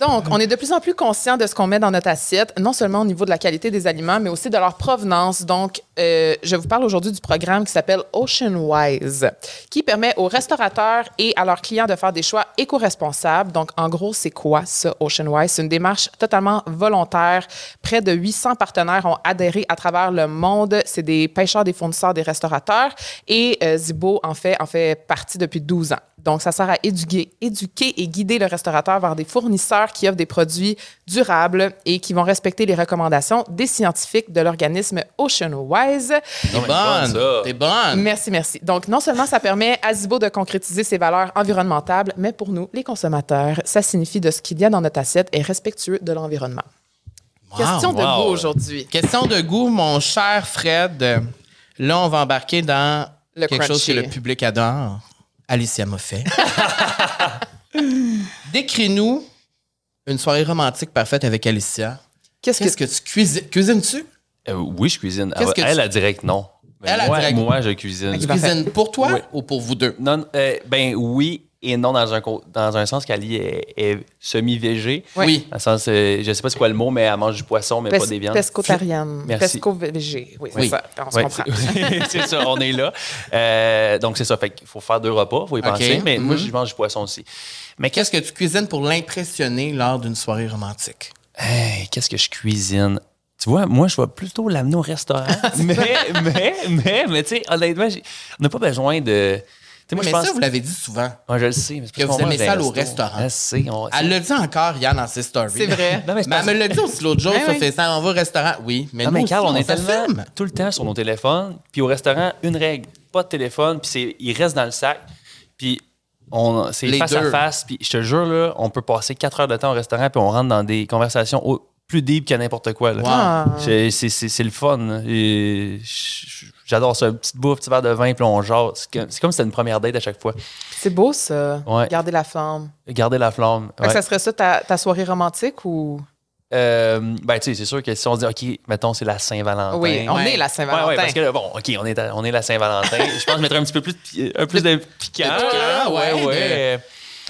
[SPEAKER 2] Donc, on est de plus en plus conscient de ce qu'on met dans notre assiette, non seulement au niveau de la qualité des aliments, mais aussi de leur provenance. Donc, euh, je vous parle aujourd'hui du programme qui s'appelle Ocean Wise, qui permet aux restaurateurs et à leurs clients de faire des choix éco-responsables. Donc, en gros, c'est quoi ça, Ocean Wise? C'est une démarche totalement volontaire. Près de 800 partenaires ont adhéré à travers le monde. C'est des pêcheurs, des fournisseurs, des restaurateurs. Et euh, Zibo en fait, en fait partie depuis 12 ans. Donc, ça sert à éduquer, éduquer et guider le restaurateur vers des fournisseurs qui offrent des produits durables et qui vont respecter les recommandations des scientifiques de l'organisme OceanWise.
[SPEAKER 1] T'es
[SPEAKER 3] mais bonne,
[SPEAKER 1] bonne,
[SPEAKER 3] ça.
[SPEAKER 1] t'es bonne.
[SPEAKER 2] Merci, merci. Donc, non seulement ça permet à Zibo de concrétiser ses valeurs environnementales, mais pour nous, les consommateurs, ça signifie de ce qu'il y a dans notre assiette est respectueux de l'environnement.
[SPEAKER 1] Wow.
[SPEAKER 2] Question de
[SPEAKER 3] wow.
[SPEAKER 2] goût aujourd'hui.
[SPEAKER 1] Question de goût, mon cher Fred. Là, on va embarquer dans
[SPEAKER 2] Le
[SPEAKER 1] quelque chose que
[SPEAKER 2] crunchy.
[SPEAKER 1] le public adore. Alicia Moffet. Décris-nous une soirée romantique parfaite avec Alicia.
[SPEAKER 2] Qu'est-ce que
[SPEAKER 1] Qu'est-ce que tu cuisines? Cuisines-tu?
[SPEAKER 3] Euh, oui, je cuisine.
[SPEAKER 1] Qu'est-ce
[SPEAKER 3] Elle,
[SPEAKER 1] que
[SPEAKER 3] elle
[SPEAKER 1] tu-
[SPEAKER 3] a direct non.
[SPEAKER 1] Elle, elle
[SPEAKER 3] moi,
[SPEAKER 1] dirait-
[SPEAKER 3] moi, je cuisine.
[SPEAKER 1] Tu cuisines pour toi
[SPEAKER 3] Oui.
[SPEAKER 1] ou pour vous deux?
[SPEAKER 3] Non, euh, ben oui et non dans un, co- dans un sens qu'Ali est, est semi-végé.
[SPEAKER 2] Oui.
[SPEAKER 1] Oui.
[SPEAKER 3] Dans le sens, euh, je sais pas c'est quoi le mot, mais elle mange du poisson, mais pas des viandes.
[SPEAKER 2] Pescotarienne.
[SPEAKER 3] Merci.
[SPEAKER 2] Pesco-végé. Oui, c'est
[SPEAKER 1] Oui.
[SPEAKER 2] ça. On se
[SPEAKER 3] Ouais,
[SPEAKER 2] comprend.
[SPEAKER 3] c'est- c'est ça, on est là. Euh, donc, c'est ça. Fait qu'il faut faire deux repas, il faut y
[SPEAKER 1] OK.
[SPEAKER 3] penser. Mais moi,
[SPEAKER 1] Mhm.
[SPEAKER 3] je mange du poisson aussi.
[SPEAKER 1] Mais qu'est-ce que tu cuisines pour l'impressionner lors d'une soirée romantique?
[SPEAKER 3] Hey, qu'est-ce que je cuisine? Tu vois, moi, je vais plutôt l'amener au restaurant. mais, mais, mais, mais, tu sais, honnêtement, j'ai- on n'a pas besoin de. Tu sais, moi,
[SPEAKER 1] mais
[SPEAKER 3] je pense.
[SPEAKER 1] ça, vous l'avez dit souvent.
[SPEAKER 3] Ouais, je le sais, mais c'est parce
[SPEAKER 1] Que vous
[SPEAKER 3] qu'on
[SPEAKER 1] aimez
[SPEAKER 3] mange
[SPEAKER 1] ça
[SPEAKER 3] dans
[SPEAKER 1] aller au
[SPEAKER 3] les restos.
[SPEAKER 1] restaurant.
[SPEAKER 3] Je sais, on-
[SPEAKER 1] Elle l'a dit encore hier dans ses stories.
[SPEAKER 2] C'est vrai.
[SPEAKER 3] Non, mais c'est
[SPEAKER 1] Mais
[SPEAKER 3] parce-
[SPEAKER 1] elle me l'a dit aussi l'autre jour
[SPEAKER 2] Ouais,
[SPEAKER 1] sur
[SPEAKER 2] ouais.
[SPEAKER 1] Facebook. On va au restaurant. Oui, mais
[SPEAKER 3] Non,
[SPEAKER 1] nous
[SPEAKER 3] mais Carl,
[SPEAKER 1] aussi,
[SPEAKER 3] on est
[SPEAKER 1] s'affirme.
[SPEAKER 3] tellement tout le temps sur nos téléphones. Puis au restaurant, une règle, pas de téléphone, puis c'est- il reste dans le sac. Puis on, c'est
[SPEAKER 1] Les
[SPEAKER 3] face
[SPEAKER 1] deux.
[SPEAKER 3] à face. Puis je te jure, là, on peut passer quatre heures de temps au restaurant, puis on rentre dans des conversations au- plus deep que n'importe quoi. là.
[SPEAKER 1] Wow.
[SPEAKER 2] Ah.
[SPEAKER 3] C'est, c'est- c'est- c'est le fun. là. Et j- j'adore ça. Petite bouffe, petit verre de vin, puis on jase. C'est comme, c'est comme si c'était une première date à chaque fois.
[SPEAKER 2] C'est beau, ça.
[SPEAKER 3] Ouais.
[SPEAKER 2] Garder la flamme.
[SPEAKER 3] Garder la flamme.
[SPEAKER 2] Fait que
[SPEAKER 3] ouais.
[SPEAKER 2] ça serait ça ta, ta soirée romantique ou.
[SPEAKER 3] Euh, ben, tu sais, c'est sûr que si on dit, OK, mettons, c'est la Saint-Valentin.
[SPEAKER 2] oui, on
[SPEAKER 1] ouais.
[SPEAKER 2] est la
[SPEAKER 3] Ouais,
[SPEAKER 2] Saint-Valentin.
[SPEAKER 3] ouais, parce que là, bon, OK, on est, à- on est la Saint-Valentin. je pense mettre un petit peu plus de, pi- euh, un plus de piquant. Ah,
[SPEAKER 1] De piquant, ouais,
[SPEAKER 3] ouais, ouais.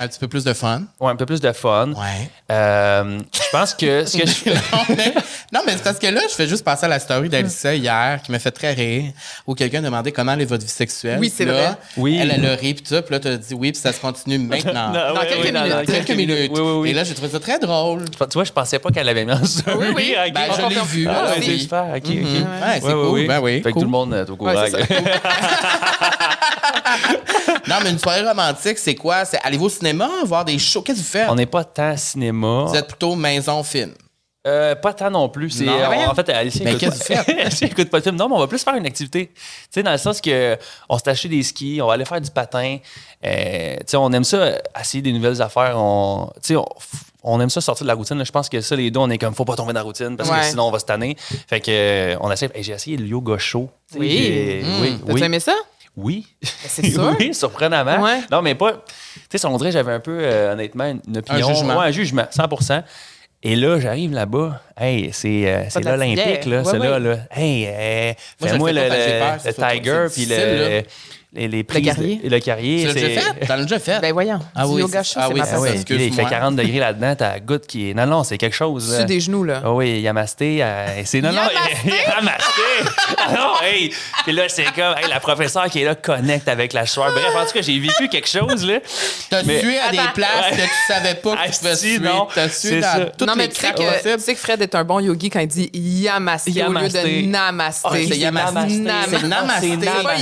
[SPEAKER 1] Un petit peu plus de fun.
[SPEAKER 3] Ouais, un peu plus de fun.
[SPEAKER 1] Ouais.
[SPEAKER 3] Euh, je pense que ce que je fais.
[SPEAKER 1] non, mais, non, mais c'est parce que là, je fais juste passer à la story d'Alissa hier qui m'a fait très rire, où quelqu'un demandait comment allait votre vie sexuelle.
[SPEAKER 2] Oui, c'est
[SPEAKER 1] Puis là,
[SPEAKER 2] vrai.
[SPEAKER 3] Oui.
[SPEAKER 1] Elle, elle a ri, puis tout, puis là, t'as dit oui, puis ça se continue maintenant.
[SPEAKER 3] Non,
[SPEAKER 1] dans
[SPEAKER 3] ouais,
[SPEAKER 1] quelques
[SPEAKER 3] oui, non,
[SPEAKER 1] minutes.
[SPEAKER 3] non,
[SPEAKER 1] quelques minutes.
[SPEAKER 3] Oui, oui, oui.
[SPEAKER 1] Et là, j'ai trouvé ça très drôle.
[SPEAKER 3] Tu vois, je pensais pas qu'elle avait mis en story.
[SPEAKER 2] Oui, oui.
[SPEAKER 3] ok.
[SPEAKER 1] Ben,
[SPEAKER 2] on
[SPEAKER 1] je l'ai
[SPEAKER 2] confirme.
[SPEAKER 1] vu.
[SPEAKER 3] Ah,
[SPEAKER 1] alors
[SPEAKER 3] ouais, c'est
[SPEAKER 1] oui.
[SPEAKER 3] super.
[SPEAKER 1] Mhm.
[SPEAKER 3] OK, OK.
[SPEAKER 1] Ouais, c'est
[SPEAKER 3] Ouais, ouais,
[SPEAKER 1] cool.
[SPEAKER 3] ouais.
[SPEAKER 1] Ben oui,
[SPEAKER 3] Fait que
[SPEAKER 1] cool.
[SPEAKER 3] tout le monde euh, est au courant.
[SPEAKER 2] Ouais, c'est ça.
[SPEAKER 1] Non, mais une soirée romantique, c'est quoi? C'est allez-vous au cinéma, voir des shows? Qu'est-ce que vous faites?
[SPEAKER 3] on n'est pas tant cinéma.
[SPEAKER 1] Vous êtes plutôt maison film.
[SPEAKER 3] Euh, pas tant non plus. C'est,
[SPEAKER 1] Non.
[SPEAKER 3] euh,
[SPEAKER 1] Voyons.
[SPEAKER 3] en fait, Alice
[SPEAKER 1] Mais
[SPEAKER 3] écoute,
[SPEAKER 1] qu'est-ce
[SPEAKER 3] pas-
[SPEAKER 1] que tu
[SPEAKER 3] Alice écoute pas de film. Non, mais on va plus faire une activité. Tu sais, dans le sens que on s'est acheté des skis, on va aller faire du patin. Euh, tu sais, on aime ça, euh, essayer des nouvelles affaires. On, tu sais, on, on aime ça sortir de la routine. là. Je pense que ça, les deux, on est comme, faut pas tomber dans la routine parce
[SPEAKER 2] Ouais.
[SPEAKER 3] que sinon on va se tanner. Fait que, euh, on essaie. hey, j'ai essayé le yoga chaud. Tu sais,
[SPEAKER 2] Oui. Mmh.
[SPEAKER 3] j'ai-
[SPEAKER 1] Mm.
[SPEAKER 3] oui,
[SPEAKER 2] T'as-tu
[SPEAKER 3] oui,
[SPEAKER 2] aimé ça?
[SPEAKER 3] oui.
[SPEAKER 1] Ben,
[SPEAKER 2] c'est sûr.
[SPEAKER 3] oui, surprenamment.
[SPEAKER 2] Ouais.
[SPEAKER 3] Non, mais pas. Tu sais, on dirait que j'avais un peu, euh, honnêtement, une opinion.
[SPEAKER 1] jugement.
[SPEAKER 3] Ouais, un jugement, 100 Et là, j'arrive là-bas. Hey, c'est euh, c'est
[SPEAKER 2] de la
[SPEAKER 3] l'Olympique,
[SPEAKER 2] petite
[SPEAKER 3] là,
[SPEAKER 2] bière. Ouais,
[SPEAKER 3] là,
[SPEAKER 2] ouais.
[SPEAKER 3] là. Hey, euh,
[SPEAKER 1] Moi, je
[SPEAKER 3] fais-moi
[SPEAKER 1] le
[SPEAKER 3] le,
[SPEAKER 1] fais pas parce que j'ai peur,
[SPEAKER 3] le-
[SPEAKER 1] c'est
[SPEAKER 3] le
[SPEAKER 1] ça, toi,
[SPEAKER 3] Tiger,
[SPEAKER 1] c'est
[SPEAKER 3] puis
[SPEAKER 1] difficile,
[SPEAKER 3] le, les, les prises.
[SPEAKER 2] carrier.
[SPEAKER 3] de- Le carrier.
[SPEAKER 1] Tu l'as déjà
[SPEAKER 3] c'est-
[SPEAKER 1] fait? T'en as déjà fait?
[SPEAKER 2] Ben voyons.
[SPEAKER 1] Ah
[SPEAKER 2] du
[SPEAKER 1] oui,
[SPEAKER 2] yoga
[SPEAKER 1] c'est-
[SPEAKER 2] chaud,
[SPEAKER 1] ah
[SPEAKER 2] c'est
[SPEAKER 1] oui,
[SPEAKER 2] ma
[SPEAKER 1] c'est
[SPEAKER 3] Ah
[SPEAKER 2] passion.
[SPEAKER 3] ouais,
[SPEAKER 1] ça, excuse-moi.
[SPEAKER 3] il fait 40 degrés là-dedans, t'as la goutte qui est. Non, non, c'est quelque chose. là.
[SPEAKER 2] Dessus des genoux, là.
[SPEAKER 3] Ah oui, Yamasté, euh, c'est non, non,
[SPEAKER 2] Yamasté!
[SPEAKER 3] Yamasté! Ah non, hey! Puis là, c'est comme, hey, la professeure qui est là connecte avec la soirée. Bref, en tout cas, j'ai vécu quelque chose, là.
[SPEAKER 1] T'as
[SPEAKER 3] Mais-
[SPEAKER 1] sué à des
[SPEAKER 2] Attends.
[SPEAKER 1] places que tu savais pas que tu
[SPEAKER 3] Asti,
[SPEAKER 1] pouvais suer.
[SPEAKER 3] non,
[SPEAKER 1] T'as
[SPEAKER 3] c'est
[SPEAKER 1] sué
[SPEAKER 3] ça.
[SPEAKER 1] dans toutes
[SPEAKER 2] non, mais
[SPEAKER 1] les
[SPEAKER 2] tu sais,
[SPEAKER 1] craques
[SPEAKER 2] que, tu
[SPEAKER 1] possibles.
[SPEAKER 2] sais que Fred est un bon yogi quand il dit yamasté, au lieu
[SPEAKER 3] Yamasté.
[SPEAKER 2] de namasté.
[SPEAKER 3] Ah, c'est Yamasté.
[SPEAKER 1] Namasté.
[SPEAKER 3] C'est Namasté.
[SPEAKER 1] C'est pas
[SPEAKER 3] Namasté. Ah, moi,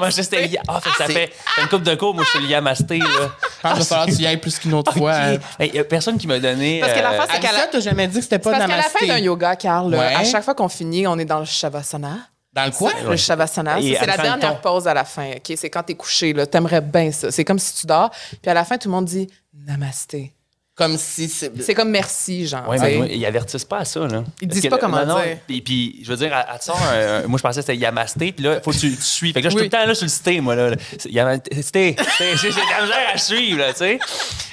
[SPEAKER 2] Yamasté.
[SPEAKER 3] j'étais. ya- Ah, fait que ça
[SPEAKER 1] C'est-
[SPEAKER 3] fait fait une coupe de cours, moi, je suis le Yamasté, là.
[SPEAKER 1] Je pense qu'il va falloir que tu y ailles plus qu'une autre fois.
[SPEAKER 3] Il y a personne qui m'a donné.
[SPEAKER 2] Ah, Parce que la
[SPEAKER 3] euh,
[SPEAKER 2] face-
[SPEAKER 1] Alissa,
[SPEAKER 2] qu'à la-
[SPEAKER 1] t'as jamais dit que c'était pas
[SPEAKER 2] Parce qu'à la
[SPEAKER 1] namasté.
[SPEAKER 2] fin d'un yoga, Carl, là,
[SPEAKER 1] Ouais.
[SPEAKER 2] à chaque fois qu'on finit, on est dans le shavasana.
[SPEAKER 1] Dans le quoi?
[SPEAKER 2] Le shavasana, ça,
[SPEAKER 3] Et
[SPEAKER 2] c'est la
[SPEAKER 3] attends le
[SPEAKER 2] dernière
[SPEAKER 3] ton.
[SPEAKER 2] pause à la fin. ok? C'est quand t'es couché. là. T'aimerais bien ça. C'est comme si tu dors. Puis à la fin, tout le monde dit namasté.
[SPEAKER 1] Comme si... c'est-
[SPEAKER 2] C'est comme merci, genre.
[SPEAKER 3] Ouais,
[SPEAKER 2] tu
[SPEAKER 3] mais
[SPEAKER 2] sais.
[SPEAKER 3] oui, ils avertissent pas à ça, là.
[SPEAKER 2] Ils
[SPEAKER 3] Parce
[SPEAKER 2] disent
[SPEAKER 3] que
[SPEAKER 2] pas
[SPEAKER 3] là-
[SPEAKER 2] comment
[SPEAKER 3] non, non,
[SPEAKER 2] dire.
[SPEAKER 3] Puis, puis, je veux dire, elle, elle te sort un- un- Moi, je pensais que c'était Yamasté, puis là, faut que tu, tu suis. Fait que là, je suis
[SPEAKER 2] Oui.
[SPEAKER 3] tout le temps là sur le cité, moi, là. C'est Yamasté, c'est- j'ai j'ai de la misère à suivre, là, tu sais.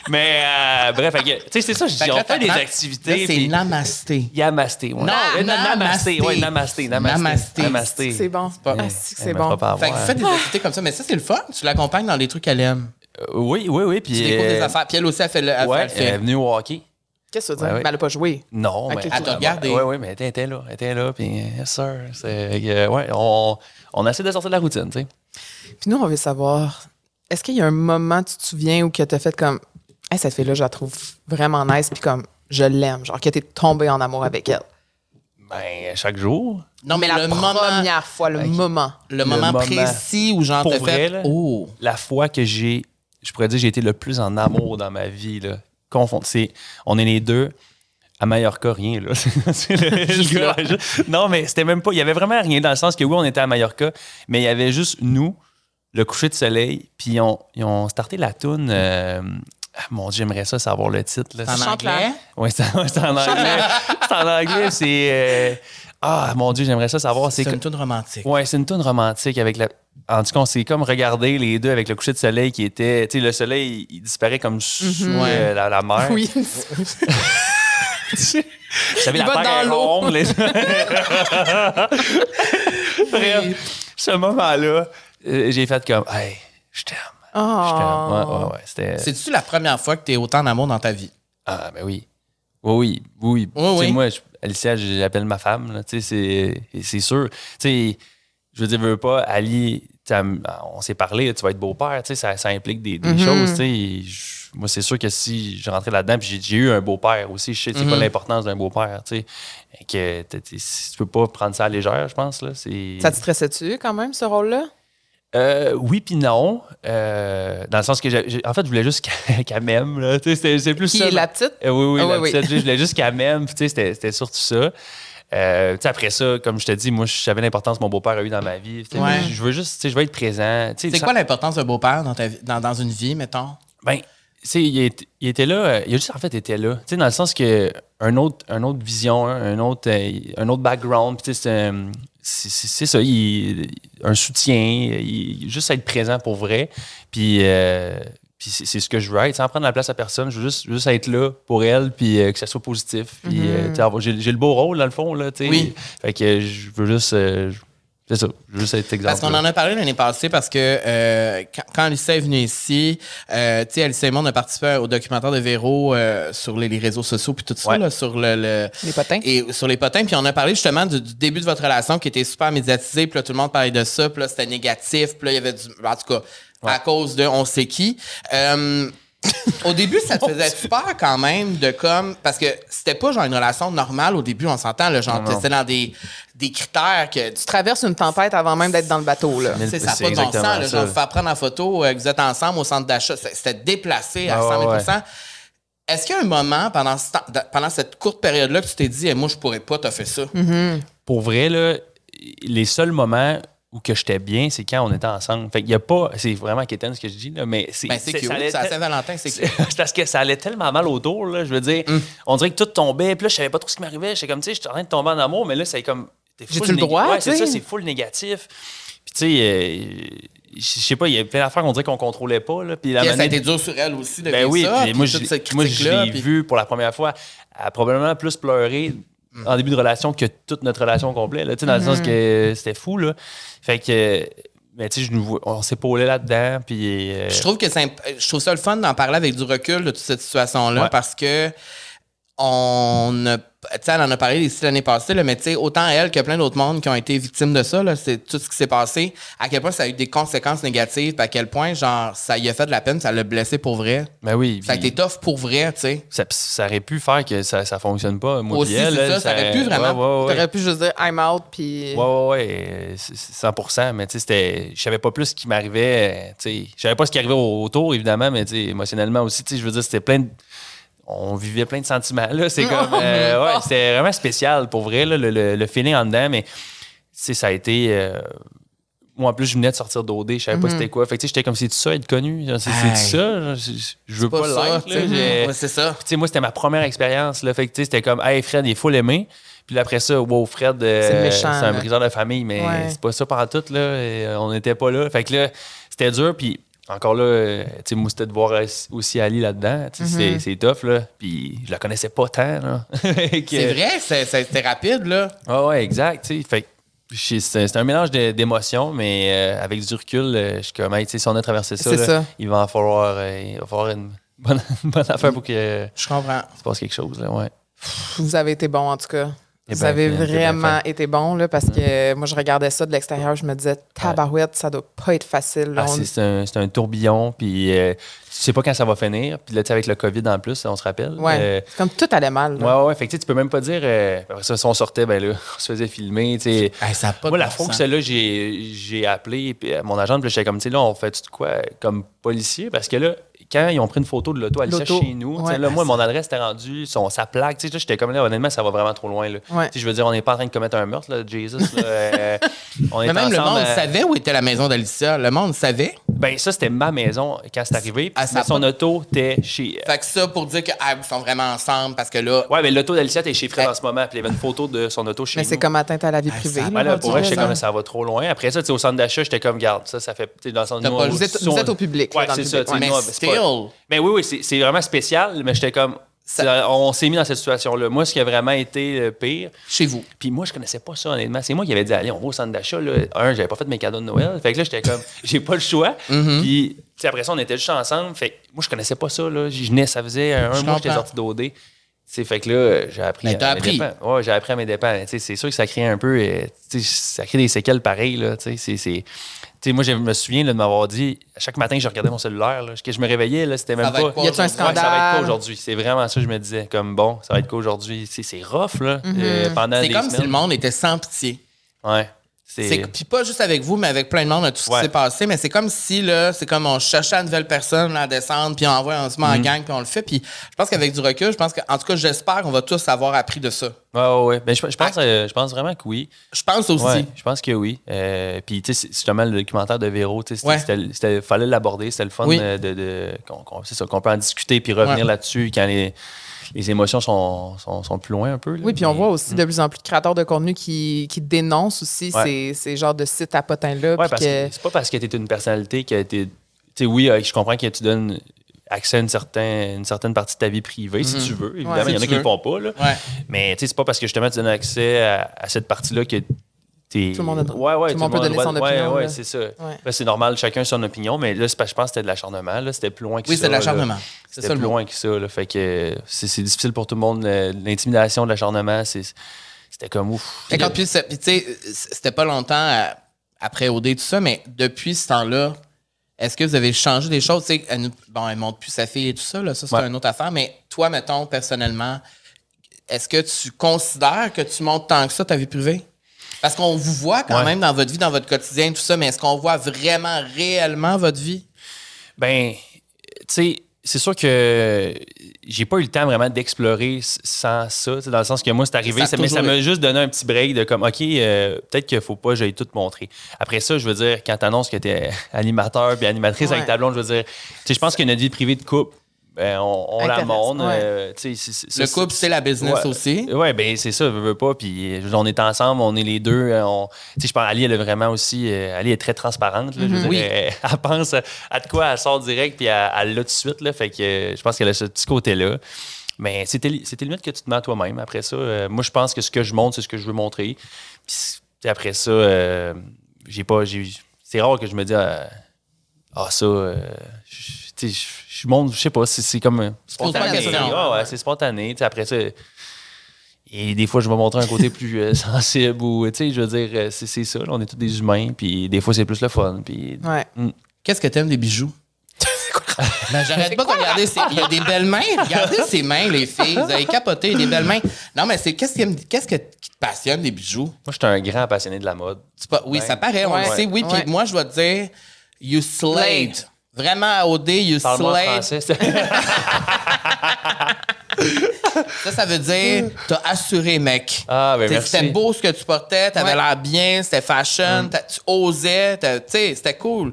[SPEAKER 3] Mais, euh, bref, fait que, tu sais, c'est ça, je
[SPEAKER 1] Fait
[SPEAKER 3] dis,
[SPEAKER 1] que
[SPEAKER 3] on
[SPEAKER 1] là,
[SPEAKER 3] fait des
[SPEAKER 1] t'apprends-
[SPEAKER 3] activités.
[SPEAKER 1] Là, c'est
[SPEAKER 3] puis-
[SPEAKER 1] namasté.
[SPEAKER 3] Yamasté, ouais.
[SPEAKER 1] Non,
[SPEAKER 3] Euh, na-
[SPEAKER 1] namasté.
[SPEAKER 3] namasté, ouais, namasté, namasté.
[SPEAKER 1] Namasté.
[SPEAKER 3] Namasté.
[SPEAKER 2] C'est bon.
[SPEAKER 1] pas-
[SPEAKER 2] Ah, si que
[SPEAKER 3] Eh,
[SPEAKER 2] C'est
[SPEAKER 3] mais
[SPEAKER 2] bon.
[SPEAKER 3] pas par
[SPEAKER 1] Fait que
[SPEAKER 3] avoir.
[SPEAKER 1] vous faites des activités comme ça, mais ça, c'est le fun. Tu l'accompagnes dans les trucs qu'elle aime.
[SPEAKER 3] Euh, Oui, oui, oui. Puis,
[SPEAKER 1] Tu découvres des
[SPEAKER 3] euh,
[SPEAKER 1] affaires. Puis elle aussi, elle fait le... elle
[SPEAKER 3] Ouais,
[SPEAKER 1] fait le
[SPEAKER 3] elle est
[SPEAKER 1] film.
[SPEAKER 3] venue au hockey.
[SPEAKER 2] Qu'est-ce que tu veux
[SPEAKER 3] Ouais,
[SPEAKER 2] dire?
[SPEAKER 3] ouais.
[SPEAKER 2] Mais elle a pas joué.
[SPEAKER 3] Non,
[SPEAKER 2] Ok,
[SPEAKER 3] mais
[SPEAKER 2] cool.
[SPEAKER 1] Elle t'a regardé.
[SPEAKER 3] Oui, oui, mais elle était- elle était là. Elle était là. Puis, euh, yes, sir. C'est, euh, ouais, on, on essaie de sortir de la routine, tu sais.
[SPEAKER 2] Puis nous, on veut savoir, est-ce qu'il y a un moment, tu te souviens, où que t'as fait comme, hey, cette fille-là, je la trouve vraiment nice, puis comme, je l'aime, genre que t'es tombé en amour avec elle.
[SPEAKER 3] Ben, chaque jour.
[SPEAKER 1] Non, mais
[SPEAKER 2] la
[SPEAKER 1] le moment...
[SPEAKER 2] première fois, le moment.
[SPEAKER 1] Le moment
[SPEAKER 3] moment.
[SPEAKER 1] précis où j'en
[SPEAKER 3] Pour
[SPEAKER 1] te
[SPEAKER 3] vrai,
[SPEAKER 1] fait...
[SPEAKER 3] là.
[SPEAKER 1] Oh!
[SPEAKER 3] La fois que j'ai, je pourrais dire, j'ai été le plus en amour dans ma vie, là. Confond- c'est- on est les deux. À Mallorca, rien, là. C'est le- le gars, juste- non, mais c'était même pas. Il y avait vraiment rien dans le sens que, oui, on était à Mallorca, mais il y avait juste nous, le coucher de soleil, puis on, ils ont starté la toune. euh, ah, mon Dieu, j'aimerais ça savoir le titre. Là.
[SPEAKER 1] En
[SPEAKER 2] Chante-la.
[SPEAKER 1] anglais?
[SPEAKER 3] Oui, c'est c'est en anglais. C'est en anglais, c'est. euh, ah, mon Dieu, j'aimerais ça savoir.
[SPEAKER 1] C'est
[SPEAKER 3] C'est
[SPEAKER 1] une tune romantique.
[SPEAKER 3] Ouais, c'est une toune romantique avec la. En tout cas, on s'est comme regardé les deux avec le coucher de soleil qui était. Tu sais, le soleil, il disparaît comme sous
[SPEAKER 1] Mhm.
[SPEAKER 3] euh, la, la mer.
[SPEAKER 2] Oui.
[SPEAKER 3] Vous savez,
[SPEAKER 2] Il
[SPEAKER 3] la
[SPEAKER 2] va
[SPEAKER 3] terre
[SPEAKER 2] dans
[SPEAKER 3] est
[SPEAKER 2] l'eau.
[SPEAKER 3] ronde. les- Bref. ce moment-là, euh, j'ai fait comme, hey, je t'aime.
[SPEAKER 2] Ah.
[SPEAKER 3] Je t'aime. Ouais, ouais, ouais. C'était.
[SPEAKER 1] C'est-tu la première fois que tu es autant en amour dans ta vie?
[SPEAKER 3] Ah, ben oui. Oui, oui, oui.
[SPEAKER 1] Oui,
[SPEAKER 3] Tu sais,
[SPEAKER 1] oui.
[SPEAKER 3] Moi, je- Alicia, je- j'appelle ma femme, là, tu sais, c'est- c'est sûr. Tu sais, je veux dire, veux pas, Ali, tu sais, elle m- on s'est parlé, tu vas être beau-père, tu sais, ça, ça implique des, des
[SPEAKER 2] Mhm.
[SPEAKER 3] choses, tu sais. Je- Moi, c'est sûr que si je rentrais là-dedans, puis j'ai- j'ai eu un beau-père aussi, je sais c'est
[SPEAKER 2] Mm-hmm.
[SPEAKER 3] quoi
[SPEAKER 1] Mhm.
[SPEAKER 3] l'importance d'un beau-père, tu sais. Et Que, t'as- t'es- si tu peux pas prendre ça à la légère, je pense, là, c'est...
[SPEAKER 2] Ça te stressait-tu quand même, ce rôle-là?
[SPEAKER 3] Euh, oui puis non, Euh, dans le sens que, j'ai- j'ai- en fait, je voulais juste qu'elle qu'elle m'aime, là, tu sais, c'était- c'est plus
[SPEAKER 2] Qui
[SPEAKER 3] ça,
[SPEAKER 2] est
[SPEAKER 3] ma-
[SPEAKER 2] la petite?
[SPEAKER 3] euh, oui, oui,
[SPEAKER 2] Ah,
[SPEAKER 3] la
[SPEAKER 2] oui, oui.
[SPEAKER 3] petite, je voulais juste qu'elle m'aime. puis tu sais, C'était c'était surtout ça. Euh, tu sais, après ça, comme je te dis, moi, je savais l'importance que mon beau-père a eu dans ma vie. Tu sais,
[SPEAKER 1] Ouais.
[SPEAKER 3] Je veux juste, tu sais, je veux être présent. Tu sais,
[SPEAKER 1] C'est
[SPEAKER 3] ça-
[SPEAKER 1] quoi l'importance d'un beau-père dans, ta vie- dans, dans une vie, mettons?
[SPEAKER 3] Ben, tu sais, il, est- il était là. euh, Il a juste, en fait, été là. Tu sais, dans le sens que un autre, un autre vision, hein, un autre, euh, un autre background. puis tu sais, c'est, euh, c'est c'est- c'est ça. il- un soutien. il- juste être présent pour vrai. Puis. euh, puis c'est c'est ce que je veux être, sans prendre la place à personne. Je veux juste, juste être là pour elle, puis euh, que ça soit positif. Puis, euh, tu sais, avoir- j'ai j'ai le beau rôle, dans le fond, là, tu
[SPEAKER 1] Mhm.
[SPEAKER 3] sais.
[SPEAKER 1] Oui.
[SPEAKER 3] Fait que euh, je veux juste... euh, je- c'est ça, je veux juste être
[SPEAKER 1] Parce
[SPEAKER 3] exemple.
[SPEAKER 1] qu'on en a parlé l'année passée parce que euh, quand, quand Alicia est venue ici, euh, tu sais, Alicia et moi, on a participé au documentaire de Véro euh, sur les, les réseaux sociaux puis tout ça,
[SPEAKER 3] Ouais.
[SPEAKER 1] là, sur le, le-
[SPEAKER 2] Les potins.
[SPEAKER 1] Et sur les potins, puis on a parlé justement du, du début de votre relation qui était super médiatisée, puis là, tout le monde parlait de ça, puis là, c'était négatif, puis là, il y avait du... En tout cas, à cause de on sait qui. Euh, au début, ça te faisait peur quand même de comme... Parce que c'était pas genre une relation normale au début, on s'entend, là, genre,
[SPEAKER 3] Non, non.
[SPEAKER 1] c'était dans des, des critères que...
[SPEAKER 2] Tu traverses une tempête avant même d'être dans le bateau, là.
[SPEAKER 3] Mais-
[SPEAKER 1] Tu sais, ça n'a
[SPEAKER 3] C'est
[SPEAKER 1] pas de bon sens.
[SPEAKER 3] exactement
[SPEAKER 1] Là,
[SPEAKER 3] ça.
[SPEAKER 1] genre, vous faire prendre en photo, euh, que vous êtes ensemble au centre d'achat, C'est- c'était déplacé à
[SPEAKER 3] Ah ouais,
[SPEAKER 1] 100 000
[SPEAKER 3] ouais.
[SPEAKER 1] Est-ce qu'il y a un moment pendant, ce temps- de- pendant cette courte période-là que tu t'es dit, Eh, moi, je pourrais pas te faire ça?
[SPEAKER 3] pour vrai, là, les seuls moments où que j'étais bien, c'est quand on était ensemble. Fait qu'il y a pas, c'est vraiment quétaine ce que je dis, là, mais c'est
[SPEAKER 1] Ben, c'est
[SPEAKER 3] c'est-
[SPEAKER 1] cute.
[SPEAKER 3] allait
[SPEAKER 1] C'est à
[SPEAKER 3] te-
[SPEAKER 1] Saint-Valentin, c'est cute.
[SPEAKER 3] c'est c'est parce que ça allait tellement mal autour, là, je veux dire. On dirait que tout tombait, puis là, je savais pas trop ce qui m'arrivait. J'étais comme, tu sais, j'étais en train de tomber en amour, mais là, c'est comme. t'es full
[SPEAKER 2] J'ai-tu le
[SPEAKER 3] néga-
[SPEAKER 2] droit,
[SPEAKER 3] Ouais, c'est
[SPEAKER 2] tu sais?
[SPEAKER 3] ça, c'est full négatif. Puis, tu sais, euh, je je sais pas, il y avait plein d'affaires qu'on dirait qu'on contrôlait pas, là. Puis, la
[SPEAKER 1] Puis, ça a
[SPEAKER 3] manière-
[SPEAKER 1] été dur sur elle aussi de
[SPEAKER 3] ben
[SPEAKER 1] vivre
[SPEAKER 3] oui,
[SPEAKER 1] ça.
[SPEAKER 3] puis
[SPEAKER 1] puis
[SPEAKER 3] moi, je,
[SPEAKER 1] toute cette
[SPEAKER 3] moi, je
[SPEAKER 1] critique-là,
[SPEAKER 3] l'ai
[SPEAKER 1] puis-
[SPEAKER 3] vu pour la première fois. Elle a probablement plus pleuré en début de relation que toute notre relation complète. Là, tu sais, dans le sens
[SPEAKER 1] Mm-hmm.
[SPEAKER 3] que c'était fou. Là. Fait que, mais tu sais, je nous vois- on s'épaulait là-dedans. Puis, euh,
[SPEAKER 1] Je trouve que c'est imp- je trouve ça le fun d'en parler avec du recul de toute cette situation-là
[SPEAKER 3] Ouais.
[SPEAKER 1] parce que on a, tu sais, elle en a parlé ici l'année passée, là, mais tu sais, autant elle que plein d'autres mondes qui ont été victimes de ça, là, c'est tout ce qui s'est passé, à quel point ça a eu des conséquences négatives, puis à quel point, genre, ça y a fait de la peine, ça l'a blessé pour vrai.
[SPEAKER 3] ben oui,
[SPEAKER 1] Ça a
[SPEAKER 3] puis
[SPEAKER 1] été tough pour vrai, tu sais.
[SPEAKER 3] ça, ça aurait pu faire que ça, ça fonctionne pas. Moi,
[SPEAKER 1] Aussi,
[SPEAKER 3] puis elle,
[SPEAKER 1] c'est
[SPEAKER 3] elle,
[SPEAKER 1] ça, ça aurait pu vraiment.
[SPEAKER 3] ouais, ouais, ouais.
[SPEAKER 2] T'aurais pu juste dire I'm out, puis.
[SPEAKER 3] Ouais, ouais, ouais, euh, c'est- c'est 100 mais tu sais, c'était- je savais pas plus ce qui m'arrivait. euh, tu sais. Je savais pas ce qui arrivait au- autour, évidemment, mais tu sais, émotionnellement aussi, tu sais, je veux dire, c'était plein de. On vivait plein de sentiments, là. C'est comme.
[SPEAKER 1] Oh,
[SPEAKER 3] euh, ouais, c'était vraiment spécial, pour vrai, là, le, le- le feeling en dedans, mais tu sais, ça a été. euh, moi, en plus, je venais de sortir d'OD, je savais pas c'était quoi. Fait que, tu sais, j'étais comme, c'est-tu ça, être connu? Genre, C'est c'est-tu
[SPEAKER 1] Mhm. Hey.
[SPEAKER 3] ça? Genre, je- Je veux
[SPEAKER 1] Pas
[SPEAKER 3] pas,
[SPEAKER 1] ça,
[SPEAKER 3] l'être,
[SPEAKER 1] tu
[SPEAKER 3] là.
[SPEAKER 1] sais.
[SPEAKER 3] J'ai-
[SPEAKER 1] Ouais, c'est ça.
[SPEAKER 3] puis, tu sais, moi, c'était ma première expérience. Là. Fait que, tu sais, c'était comme, hey, Fred, il faut l'aimer. Puis là, après ça, wow, Fred, euh,
[SPEAKER 2] C'est méchant,
[SPEAKER 3] c'est un
[SPEAKER 2] là.
[SPEAKER 3] briseur de famille, mais
[SPEAKER 2] Ouais.
[SPEAKER 3] c'est pas ça pendant tout. Là. Et, euh, on n'était pas là. Fait que là, c'était dur. Puis encore là, euh, tu sais, moi, c'était de voir aussi- aussi Ali là-dedans. Tu sais,
[SPEAKER 2] Mm-hmm.
[SPEAKER 3] c'est- C'est tough, là. Puis je la connaissais pas tant, là. euh,
[SPEAKER 1] C'est vrai, c'est- c'est- c'était rapide, là.
[SPEAKER 3] Ouais, ouais, exact. tu sais. Fait que je- c'est c'est un mélange de- d'émotions, mais euh, avec du recul, euh, je suis comme, hey, tu sais, si on a traversé ça,
[SPEAKER 2] C'est
[SPEAKER 3] là,
[SPEAKER 2] ça.
[SPEAKER 3] il va en falloir, euh, il va falloir une bonne, une bonne affaire pour que euh,
[SPEAKER 1] Je comprends.
[SPEAKER 3] se passe quelque chose, là, ouais.
[SPEAKER 2] Vous avez été bon, en tout cas.
[SPEAKER 3] T'es
[SPEAKER 2] Vous
[SPEAKER 3] Eh ben, bien
[SPEAKER 2] avez
[SPEAKER 3] fine, t'es bien
[SPEAKER 2] vraiment été bon, là, parce que euh, moi, je regardais ça de l'extérieur, je me disais, tabarouette, ça doit pas être facile. là.
[SPEAKER 3] Ah,
[SPEAKER 2] On-
[SPEAKER 3] c'est- c'est un, c'est un tourbillon, puis euh, tu sais pas quand ça va finir. Puis là, tu sais, avec le COVID en plus, on se rappelle.
[SPEAKER 2] ouais.
[SPEAKER 3] Euh,
[SPEAKER 2] C'est comme tout allait mal.
[SPEAKER 3] ouais,
[SPEAKER 2] là.
[SPEAKER 3] ouais, ouais. Fait que tu sais, tu peux même pas dire. euh, après ça, si on sortait, ben là, on se faisait filmer, tu sais.
[SPEAKER 1] Hey, ça a pas
[SPEAKER 3] Moi,
[SPEAKER 1] de
[SPEAKER 3] la
[SPEAKER 1] bon
[SPEAKER 3] fois que
[SPEAKER 1] sens.
[SPEAKER 3] celle-là, j'ai j'ai appelé puis, à mon agent, puis là, j'étais comme, tu sais, là, on fait-tu de quoi comme policier? Parce que là, quand ils ont pris une photo de l'auto, elle était
[SPEAKER 2] L'auto.
[SPEAKER 3] chez nous. tu sais,
[SPEAKER 2] Ouais.
[SPEAKER 3] là, moi, mon adresse était rendue, son, sa plaque. Tu sais, là, j'étais comme là, honnêtement, ça va vraiment trop loin. Là.
[SPEAKER 2] Ouais.
[SPEAKER 3] Tu sais, Je veux dire, on n'est pas en train de commettre un meurtre, là, Jesus. là, euh, on est
[SPEAKER 1] Mais même le
[SPEAKER 3] ensemble,
[SPEAKER 1] monde
[SPEAKER 3] euh,
[SPEAKER 1] savait où était la maison d'Alicia. Le monde savait.
[SPEAKER 3] ben ça, c'était ma maison quand c'est arrivé.
[SPEAKER 1] Ah,
[SPEAKER 3] Puis
[SPEAKER 1] ça
[SPEAKER 3] mais
[SPEAKER 1] a
[SPEAKER 3] son
[SPEAKER 1] pas-
[SPEAKER 3] auto était chez...
[SPEAKER 1] Fait que ça, pour dire que, ah, ils sont vraiment ensemble parce que là,
[SPEAKER 3] Ouais, mais l'auto d'Alicia était chez Fred
[SPEAKER 1] Ben-
[SPEAKER 3] en ce moment. Puis il y avait une photo de son auto chez
[SPEAKER 2] Mais
[SPEAKER 3] nous.
[SPEAKER 2] Ben, c'est comme atteinte à la vie
[SPEAKER 1] Ah,
[SPEAKER 2] privée.
[SPEAKER 1] ça-
[SPEAKER 2] là,
[SPEAKER 3] Ouais, là,
[SPEAKER 2] rendu
[SPEAKER 3] pour vrai,
[SPEAKER 2] là,
[SPEAKER 3] j'étais
[SPEAKER 2] ça.
[SPEAKER 3] comme ça va trop loin. Après ça, tu sais, au centre d'achat, j'étais comme, garde, ça, ça fait. tu sais, Dans le centre
[SPEAKER 1] T'as
[SPEAKER 3] nous,
[SPEAKER 1] pas-
[SPEAKER 3] on-
[SPEAKER 2] Vous êtes,
[SPEAKER 3] nous,
[SPEAKER 2] vous
[SPEAKER 3] on-
[SPEAKER 2] êtes au public. là,
[SPEAKER 3] Ouais,
[SPEAKER 2] dans
[SPEAKER 3] c'est
[SPEAKER 2] le
[SPEAKER 3] ça.
[SPEAKER 2] public.
[SPEAKER 3] tu sais,
[SPEAKER 1] mais
[SPEAKER 3] nous, on- c'est pas-
[SPEAKER 1] still.
[SPEAKER 3] Mais oui, oui, c'est c'est vraiment spécial. Mais j'étais comme, Ça- On s'est mis dans cette situation-là. Moi, ce qui a vraiment été le pire,
[SPEAKER 1] Chez vous.
[SPEAKER 3] puis moi, je connaissais pas ça, honnêtement. C'est moi qui avais dit, allez, on va au centre d'achat. Là. Un, j'avais pas fait mes cadeaux de Noël. Fait que là, j'étais comme, j'ai pas le choix.
[SPEAKER 1] Mm-hmm.
[SPEAKER 3] Puis, tu sais, après ça, on était juste ensemble. Fait que moi, je connaissais pas ça. Là. J'y venais, ça faisait un
[SPEAKER 1] Je
[SPEAKER 3] mois que j'étais
[SPEAKER 1] comprends.
[SPEAKER 3] sorti d'OD. C'est fait que là, euh, j'ai appris
[SPEAKER 1] Mais
[SPEAKER 3] à
[SPEAKER 1] t'as
[SPEAKER 3] mes
[SPEAKER 1] appris.
[SPEAKER 3] dépens. Ouais, j'ai appris à mes dépens. Tu sais, c'est sûr que ça crée un peu, euh, tu sais, ça crée des séquelles pareilles. Là, tu sais, c'est, c'est- tu sais, moi, je me souviens là, de m'avoir dit, à chaque matin, je regardais mon cellulaire. Là, que je me réveillais, là, c'était même
[SPEAKER 1] Ça va
[SPEAKER 3] pas.
[SPEAKER 1] être quoi
[SPEAKER 2] Y a-tu un
[SPEAKER 1] aujourd'hui?
[SPEAKER 3] Ouais, ça va être
[SPEAKER 2] Scandale.
[SPEAKER 3] quoi aujourd'hui? C'est vraiment ça que je me disais. Comme bon, ça va être quoi aujourd'hui? C'est, c'est rough, là, euh, pendant
[SPEAKER 1] Mhm. C'est
[SPEAKER 3] des
[SPEAKER 1] comme si
[SPEAKER 3] semaines.
[SPEAKER 1] le monde était sans pitié.
[SPEAKER 3] Ouais.
[SPEAKER 1] C'est-
[SPEAKER 3] C'est.
[SPEAKER 1] Puis pas juste avec vous, mais avec plein de monde, tout ce
[SPEAKER 3] Ouais.
[SPEAKER 1] qui s'est passé. Mais c'est comme si, là, c'est comme on cherchait une nouvelle personne, là, à descendre, puis on envoie un
[SPEAKER 3] Mm.
[SPEAKER 1] en gang, puis on le fait. Puis je pense qu'avec du recul, je pense que, en tout cas, j'espère qu'on va tous avoir appris de ça.
[SPEAKER 3] Ouais, ouais, ouais. Mais je, je
[SPEAKER 1] Ah.
[SPEAKER 3] pense, euh, je pense vraiment que oui.
[SPEAKER 1] Je pense aussi.
[SPEAKER 3] Ouais, je pense que oui. Euh, puis, tu sais, c'est justement, le documentaire de Véro, tu sais, c'était-
[SPEAKER 1] Ouais.
[SPEAKER 3] c'était- c'était- fallait l'aborder. C'était le fun
[SPEAKER 1] Oui.
[SPEAKER 3] euh, de, de- qu'on, qu'on- c'est ça, qu'on peut en discuter puis revenir
[SPEAKER 1] Ouais.
[SPEAKER 3] là-dessus quand les, les émotions sont, sont, sont plus loin un peu. là.
[SPEAKER 2] Oui, puis on
[SPEAKER 3] Mais-
[SPEAKER 2] voit aussi de plus en plus de créateurs de contenu qui, qui dénoncent aussi
[SPEAKER 3] Mm. Ouais.
[SPEAKER 2] ces, ces genres de sites à potins-là.
[SPEAKER 3] Ouais,
[SPEAKER 2] puis
[SPEAKER 3] parce
[SPEAKER 2] que-
[SPEAKER 3] que c'est pas parce que t'es une personnalité que t'es. Tu sais, oui, euh, je comprends que tu donnes accès à une certaine, une certaine partie de ta vie privée,
[SPEAKER 2] Mhm.
[SPEAKER 3] si tu veux. Évidemment,
[SPEAKER 2] si
[SPEAKER 3] il y en a
[SPEAKER 1] tu
[SPEAKER 3] qui le
[SPEAKER 1] veux.
[SPEAKER 3] font pas, là.
[SPEAKER 1] Ouais.
[SPEAKER 3] Mais tu sais, c'est pas parce que justement tu donnes accès à, à cette partie-là que t'es.
[SPEAKER 2] Tout le monde a le droit.
[SPEAKER 3] Ouais, ouais,
[SPEAKER 2] Tout le monde peut
[SPEAKER 3] a le
[SPEAKER 2] donner
[SPEAKER 3] droit
[SPEAKER 2] son
[SPEAKER 3] de- ouais,
[SPEAKER 2] opinion,
[SPEAKER 3] Ouais,
[SPEAKER 2] là.
[SPEAKER 3] c'est ça. Là, c'est normal, chacun son opinion, mais là, c'est pas- je pense que c'était de l'acharnement. Là, c'était plus loin que
[SPEAKER 1] Oui,
[SPEAKER 3] ça.
[SPEAKER 1] c'est de
[SPEAKER 3] là.
[SPEAKER 1] l'acharnement. C'est
[SPEAKER 3] C'était
[SPEAKER 1] ça
[SPEAKER 3] plus
[SPEAKER 1] le mot.
[SPEAKER 3] loin que ça. Là. Fait que euh, c'est c'est difficile pour tout le monde. euh, L'intimidation, de l'acharnement, c'est- c'était comme ouf.
[SPEAKER 1] Mais quand
[SPEAKER 3] Puis,
[SPEAKER 1] puis, ça- puis, tu sais, c'était pas longtemps euh, après OD tout ça, mais depuis ce temps-là, est-ce que vous avez changé des choses? Tu sais, elle nous- bon, elle montre plus sa fille et tout ça, là, ça c'est
[SPEAKER 3] Ouais.
[SPEAKER 1] une autre affaire, mais toi, mettons, personnellement, est-ce que tu considères que tu montes tant que ça ta vie privée? Parce qu'on vous voit quand
[SPEAKER 3] Ouais.
[SPEAKER 1] même dans votre vie, dans votre quotidien, tout ça, mais est-ce qu'on voit vraiment, réellement votre vie?
[SPEAKER 3] Ben, tu sais, c'est sûr que j'ai pas eu le temps vraiment d'explorer s- sans ça. tu sais, Dans le sens que moi, c'est arrivé,
[SPEAKER 1] Ça a
[SPEAKER 3] ça- mais ça
[SPEAKER 1] toujours
[SPEAKER 3] m'a juste donné un petit break de comme, OK, euh, peut-être qu'il faut pas que j'aille tout montrer. Après ça, je veux dire, quand t'annonces que t'es animateur puis animatrice
[SPEAKER 2] Ouais.
[SPEAKER 3] avec ta blonde, je veux dire, tu sais, je pense que notre vie privée de couple, ben, on, on la
[SPEAKER 2] Intéresse,
[SPEAKER 3] montre.
[SPEAKER 2] ouais.
[SPEAKER 3] euh, tu sais, c'est- c'est-
[SPEAKER 1] Le
[SPEAKER 3] c'est-
[SPEAKER 1] couple, c'est la business
[SPEAKER 3] Ouais.
[SPEAKER 1] aussi.
[SPEAKER 3] Oui, ben c'est ça, veux, veux pas. Puis euh, je veux dire, on est ensemble, on est les deux. euh, On... Tu sais, je pense, Ali, elle est vraiment aussi. euh, Ali est très transparente. là, je veux dire,
[SPEAKER 1] Mhm. Oui.
[SPEAKER 3] elle, elle pense à, à de quoi, elle sort direct, puis elle elle l'a tout de suite. Là, fait que euh, je pense qu'elle a ce petit côté-là. Mais c'était les limites que tu te mets à toi-même. Après ça, euh, moi, je pense que ce que je montre, c'est ce que je veux montrer. Puis c- puis après ça, euh, j'ai pas. j'ai- C'est rare que je me dis. euh, Ah, ça. euh, je- tu sais, je je montre, je sais pas, c'est- c'est comme. euh,
[SPEAKER 1] poses pas la
[SPEAKER 3] spontané.
[SPEAKER 1] question.
[SPEAKER 3] Ouais, ouais, c'est spontané. Tu sais, Après ça. Et des fois, je vais montrer un côté plus euh, sensible ou, tu sais, je veux dire, euh, c'est c'est ça, là, on est tous des humains, puis des fois, c'est plus le fun. Puis,
[SPEAKER 2] Ouais.
[SPEAKER 1] Qu'est-ce que t'aimes des bijoux? Ben, J'arrête pas de regarder. ses- Il y a des belles mains. Regardez ses mains, les filles. Vous avez capoté, il y a des belles mains. Non, mais c'est qu'est-ce qui, aime- qu'est-ce que- qui te passionne des bijoux?
[SPEAKER 3] Moi, je suis un grand passionné de la mode.
[SPEAKER 1] C'est pas- oui,
[SPEAKER 3] Ouais.
[SPEAKER 1] ça paraît, on
[SPEAKER 2] Ouais.
[SPEAKER 1] le sait. Oui,
[SPEAKER 2] Ouais.
[SPEAKER 1] puis moi, je vais te dire, you slayed.
[SPEAKER 2] Slayed.
[SPEAKER 1] Vraiment, à OD, you
[SPEAKER 3] Parle-moi en
[SPEAKER 1] slayed.
[SPEAKER 3] français.
[SPEAKER 1] Ça, ça veut dire, t'as assuré, mec.
[SPEAKER 3] Ah, ben
[SPEAKER 1] T'sais,
[SPEAKER 3] merci. Mm.
[SPEAKER 1] C'était beau ce que tu portais, t'avais
[SPEAKER 2] Ouais.
[SPEAKER 1] l'air bien, c'était fashion, t'as- tu osais, t'as- tu sais, c'était cool.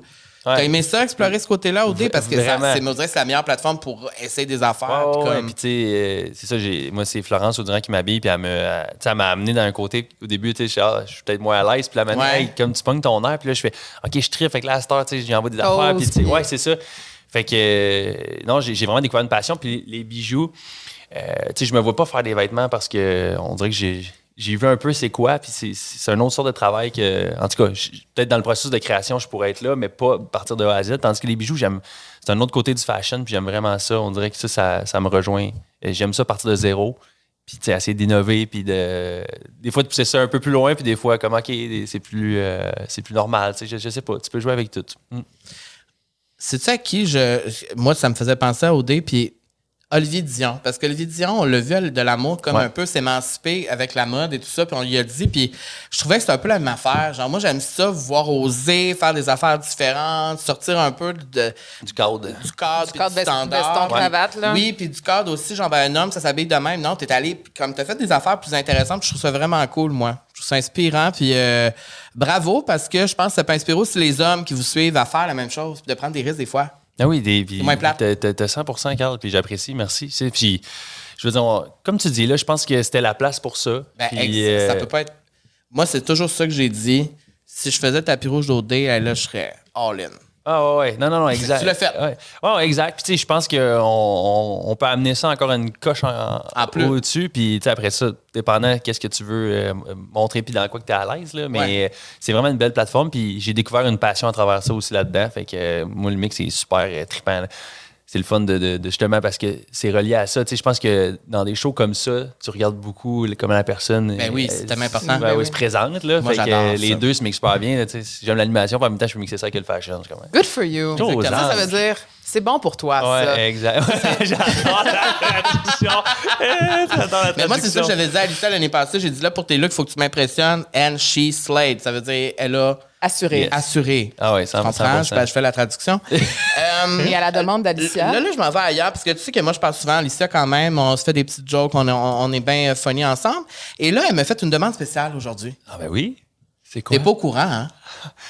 [SPEAKER 3] Ouais.
[SPEAKER 1] T'as aimé ça, explorer ce côté-là, OD, parce que ça,
[SPEAKER 3] Vraiment.
[SPEAKER 1] c'est, on dirait que c'est la meilleure plateforme pour essayer des affaires.
[SPEAKER 3] Ouais,
[SPEAKER 1] puis
[SPEAKER 3] ouais, ouais.
[SPEAKER 1] comme-
[SPEAKER 3] Puis, tu sais, euh, c'est ça, j'ai- moi, c'est Florence Audran qui m'habille, puis elle me- elle- tu sais, elle m'a amené dans un côté, au début, tu sais, je suis, ah, je suis peut-être moins à l'aise, puis là, maintenant,
[SPEAKER 1] Ouais.
[SPEAKER 3] hey, comme tu pognes ton air, puis là, je fais, OK, je triffe, fait que là, à cette heure, tu sais, j'y envoie des affaires, puis, tu sais,
[SPEAKER 2] puis-
[SPEAKER 3] ouais, c'est ça. Fait que, euh, non, j'ai j'ai vraiment découvert une passion, puis les, les bijoux, euh, tu sais, je me vois pas faire des vêtements parce que on dirait que j'ai. J'ai vu un peu c'est quoi, puis c'est- c'est un autre sorte de travail que, en tout cas, je- peut-être dans le processus de création, je pourrais être là, mais pas partir de A à Z. Tandis que les bijoux, j'aime, c'est un autre côté du fashion, puis j'aime vraiment ça. On dirait que ça, ça, ça me rejoint. Et J'aime ça partir de zéro, puis tu sais, essayer d'innover, puis de, des fois de pousser ça un peu plus loin, puis des fois, comme, OK, c'est plus, euh, c'est plus normal, tu sais, je, je sais pas, tu peux jouer avec tout. Mm.
[SPEAKER 1] C'est ça qui je moi ça me faisait penser à OD puis Olivier Dion parce que Olivier Dion on l'a vu de l'amour comme
[SPEAKER 3] Ouais.
[SPEAKER 1] un peu s'émanciper avec la mode et tout ça puis on lui a dit puis je trouvais que c'était un peu la même affaire genre moi j'aime ça voir oser faire des affaires différentes sortir un peu de
[SPEAKER 3] Du code.
[SPEAKER 1] du cadre,
[SPEAKER 2] Du
[SPEAKER 1] puis
[SPEAKER 2] cadre,
[SPEAKER 1] du
[SPEAKER 2] vest-
[SPEAKER 1] standard.
[SPEAKER 2] veston, cravate, là.
[SPEAKER 1] Oui, puis du cadre aussi, genre, ben, un homme, ça s'habille de même. Non, t'es allé, puis comme t'as fait des affaires plus intéressantes, puis je trouve ça vraiment cool, moi. Je trouve ça inspirant, puis euh, bravo, parce que je pense que ça peut inspirer aussi les hommes qui vous suivent à faire la même chose, puis de prendre des risques des fois.
[SPEAKER 3] Ah oui, des, puis,
[SPEAKER 1] C'est moins plate.
[SPEAKER 3] t'as- t'as- t'as 100 Carl, puis j'apprécie, merci. tu sais, Puis, je veux dire, on- comme tu dis, là, je pense que c'était la place pour ça.
[SPEAKER 1] Ben,
[SPEAKER 3] puis,
[SPEAKER 1] ex-
[SPEAKER 3] euh,
[SPEAKER 1] ça peut pas être. Moi, c'est toujours ça que j'ai dit. Si je faisais tapis rouge d'OD, là, je serais all in.
[SPEAKER 3] Ah ouais, ouais, non, non, non, exact.
[SPEAKER 1] Tu l'as fait.
[SPEAKER 3] Ouais, Ouais, ouais, exact. Puis tu sais, je pense qu'on on, on peut amener ça encore à une coche en,
[SPEAKER 1] En plus.
[SPEAKER 3] au-dessus. Puis tu sais, après ça, dépendant qu'est-ce que tu veux euh, montrer puis dans quoi que tu es à l'aise. là. Mais
[SPEAKER 1] Ouais.
[SPEAKER 3] euh, c'est vraiment une belle plateforme. Puis j'ai découvert une passion à travers ça aussi là-dedans. Fait que euh, moi, le mix, c'est super euh, trippant. là. C'est le fun de, de- de- justement parce que c'est relié à ça. Tu sais, je pense que dans des shows comme ça, tu regardes beaucoup le- comment la personne
[SPEAKER 1] Ben oui,
[SPEAKER 3] euh,
[SPEAKER 1] c'est tellement important.
[SPEAKER 3] ben
[SPEAKER 2] Ben
[SPEAKER 3] oui,
[SPEAKER 2] oui.
[SPEAKER 3] se présente. Là,
[SPEAKER 1] Moi,
[SPEAKER 3] Fait que,
[SPEAKER 1] j'adore
[SPEAKER 3] euh,
[SPEAKER 1] ça.
[SPEAKER 3] les deux se mixent super bien. là, tu sais. Si J'aime l'animation, puis en même temps, je peux mixer ça avec le fashion. je suis comme,
[SPEAKER 2] Good for you.
[SPEAKER 3] Exactement.
[SPEAKER 2] Exactement. Ça, ça veut dire c'est bon pour toi, ça.
[SPEAKER 3] Ouais, eh, exact. J'adore la traduction. Eh, J'adore la traduction.
[SPEAKER 1] Mais moi, c'est ça que j'avais dit à Alicia l'année passée. J'ai dit là, pour tes looks, faut que tu m'impressionnes. And she slayed. Ça veut dire, elle a
[SPEAKER 2] Assuré.
[SPEAKER 3] Yes.
[SPEAKER 1] assuré.
[SPEAKER 3] Ah ouais,
[SPEAKER 1] Tu comprends?
[SPEAKER 3] 100%.
[SPEAKER 1] Je, je fais la traduction. Euh,
[SPEAKER 2] Et à la demande d'Alicia.
[SPEAKER 1] Là, là, je m'en vais ailleurs parce que tu sais que moi, je parle souvent à Alicia quand même. On se fait des petites jokes, on, est- on est bien euh, funny ensemble. Et là, elle m'a fait une demande spéciale aujourd'hui.
[SPEAKER 3] Ah, ben oui. C'est quoi?
[SPEAKER 1] T'es pas au courant, hein?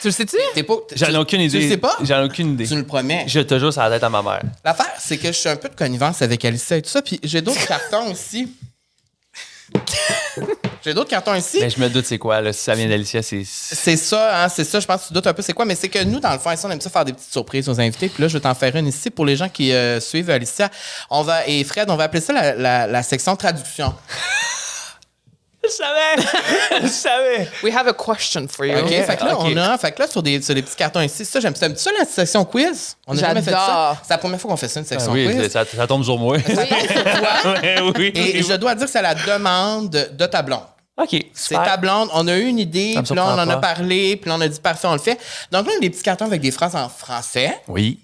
[SPEAKER 2] Tu le sais-tu?
[SPEAKER 1] T'es pas.
[SPEAKER 3] J'en ai aucune idée.
[SPEAKER 1] Tu le sais pas?
[SPEAKER 3] J'en ai aucune idée.
[SPEAKER 1] Tu me le promets.
[SPEAKER 3] Je te jure, ça a la tête à ma mère.
[SPEAKER 1] L'affaire, c'est que je suis un peu de connivence avec Alicia et tout ça. Puis j'ai d'autres cartons aussi. j'ai d'autres cartons ici.
[SPEAKER 3] Mais je me doute, c'est quoi, là? Si ça vient d'Alicia, c'est. c'est-
[SPEAKER 1] C'est ça, hein, c'est ça. Je pense que tu doutes un peu c'est quoi, mais c'est que nous, dans le fond, ici, on aime ça faire des petites surprises aux invités. Puis là, je vais t'en faire une ici pour les gens qui euh, suivent Alicia. On va, et Fred, on va appeler ça la, la- la section traduction.
[SPEAKER 3] Je savais! Je savais!
[SPEAKER 2] We have a question for you.
[SPEAKER 1] OK? Fait que là,
[SPEAKER 3] Eh ok.
[SPEAKER 1] on a, fait que là, sur des, sur des petits cartons ici, ça, j'aime ça. T'aimes-tu ça, la section quiz? On a jamais fait ça.
[SPEAKER 2] J'adore.
[SPEAKER 1] C'est la première fois qu'on fait ça, une section
[SPEAKER 3] Ah oui,
[SPEAKER 1] quiz.
[SPEAKER 3] ça, ça tombe sur moi.
[SPEAKER 2] Oui, c'est toi.
[SPEAKER 3] Ouais, oui,
[SPEAKER 1] Et
[SPEAKER 3] oui.
[SPEAKER 1] je dois dire que c'est à la demande de ta blonde.
[SPEAKER 3] OK.
[SPEAKER 1] C'est
[SPEAKER 3] super.
[SPEAKER 1] ta blonde. On a eu une idée,
[SPEAKER 3] Ça me
[SPEAKER 1] puis là, on
[SPEAKER 3] surprend
[SPEAKER 1] en a
[SPEAKER 3] pas.
[SPEAKER 1] parlé, puis là, on a dit parfait, on le fait. Donc là, on a des petits cartons avec des phrases en français,
[SPEAKER 3] Oui.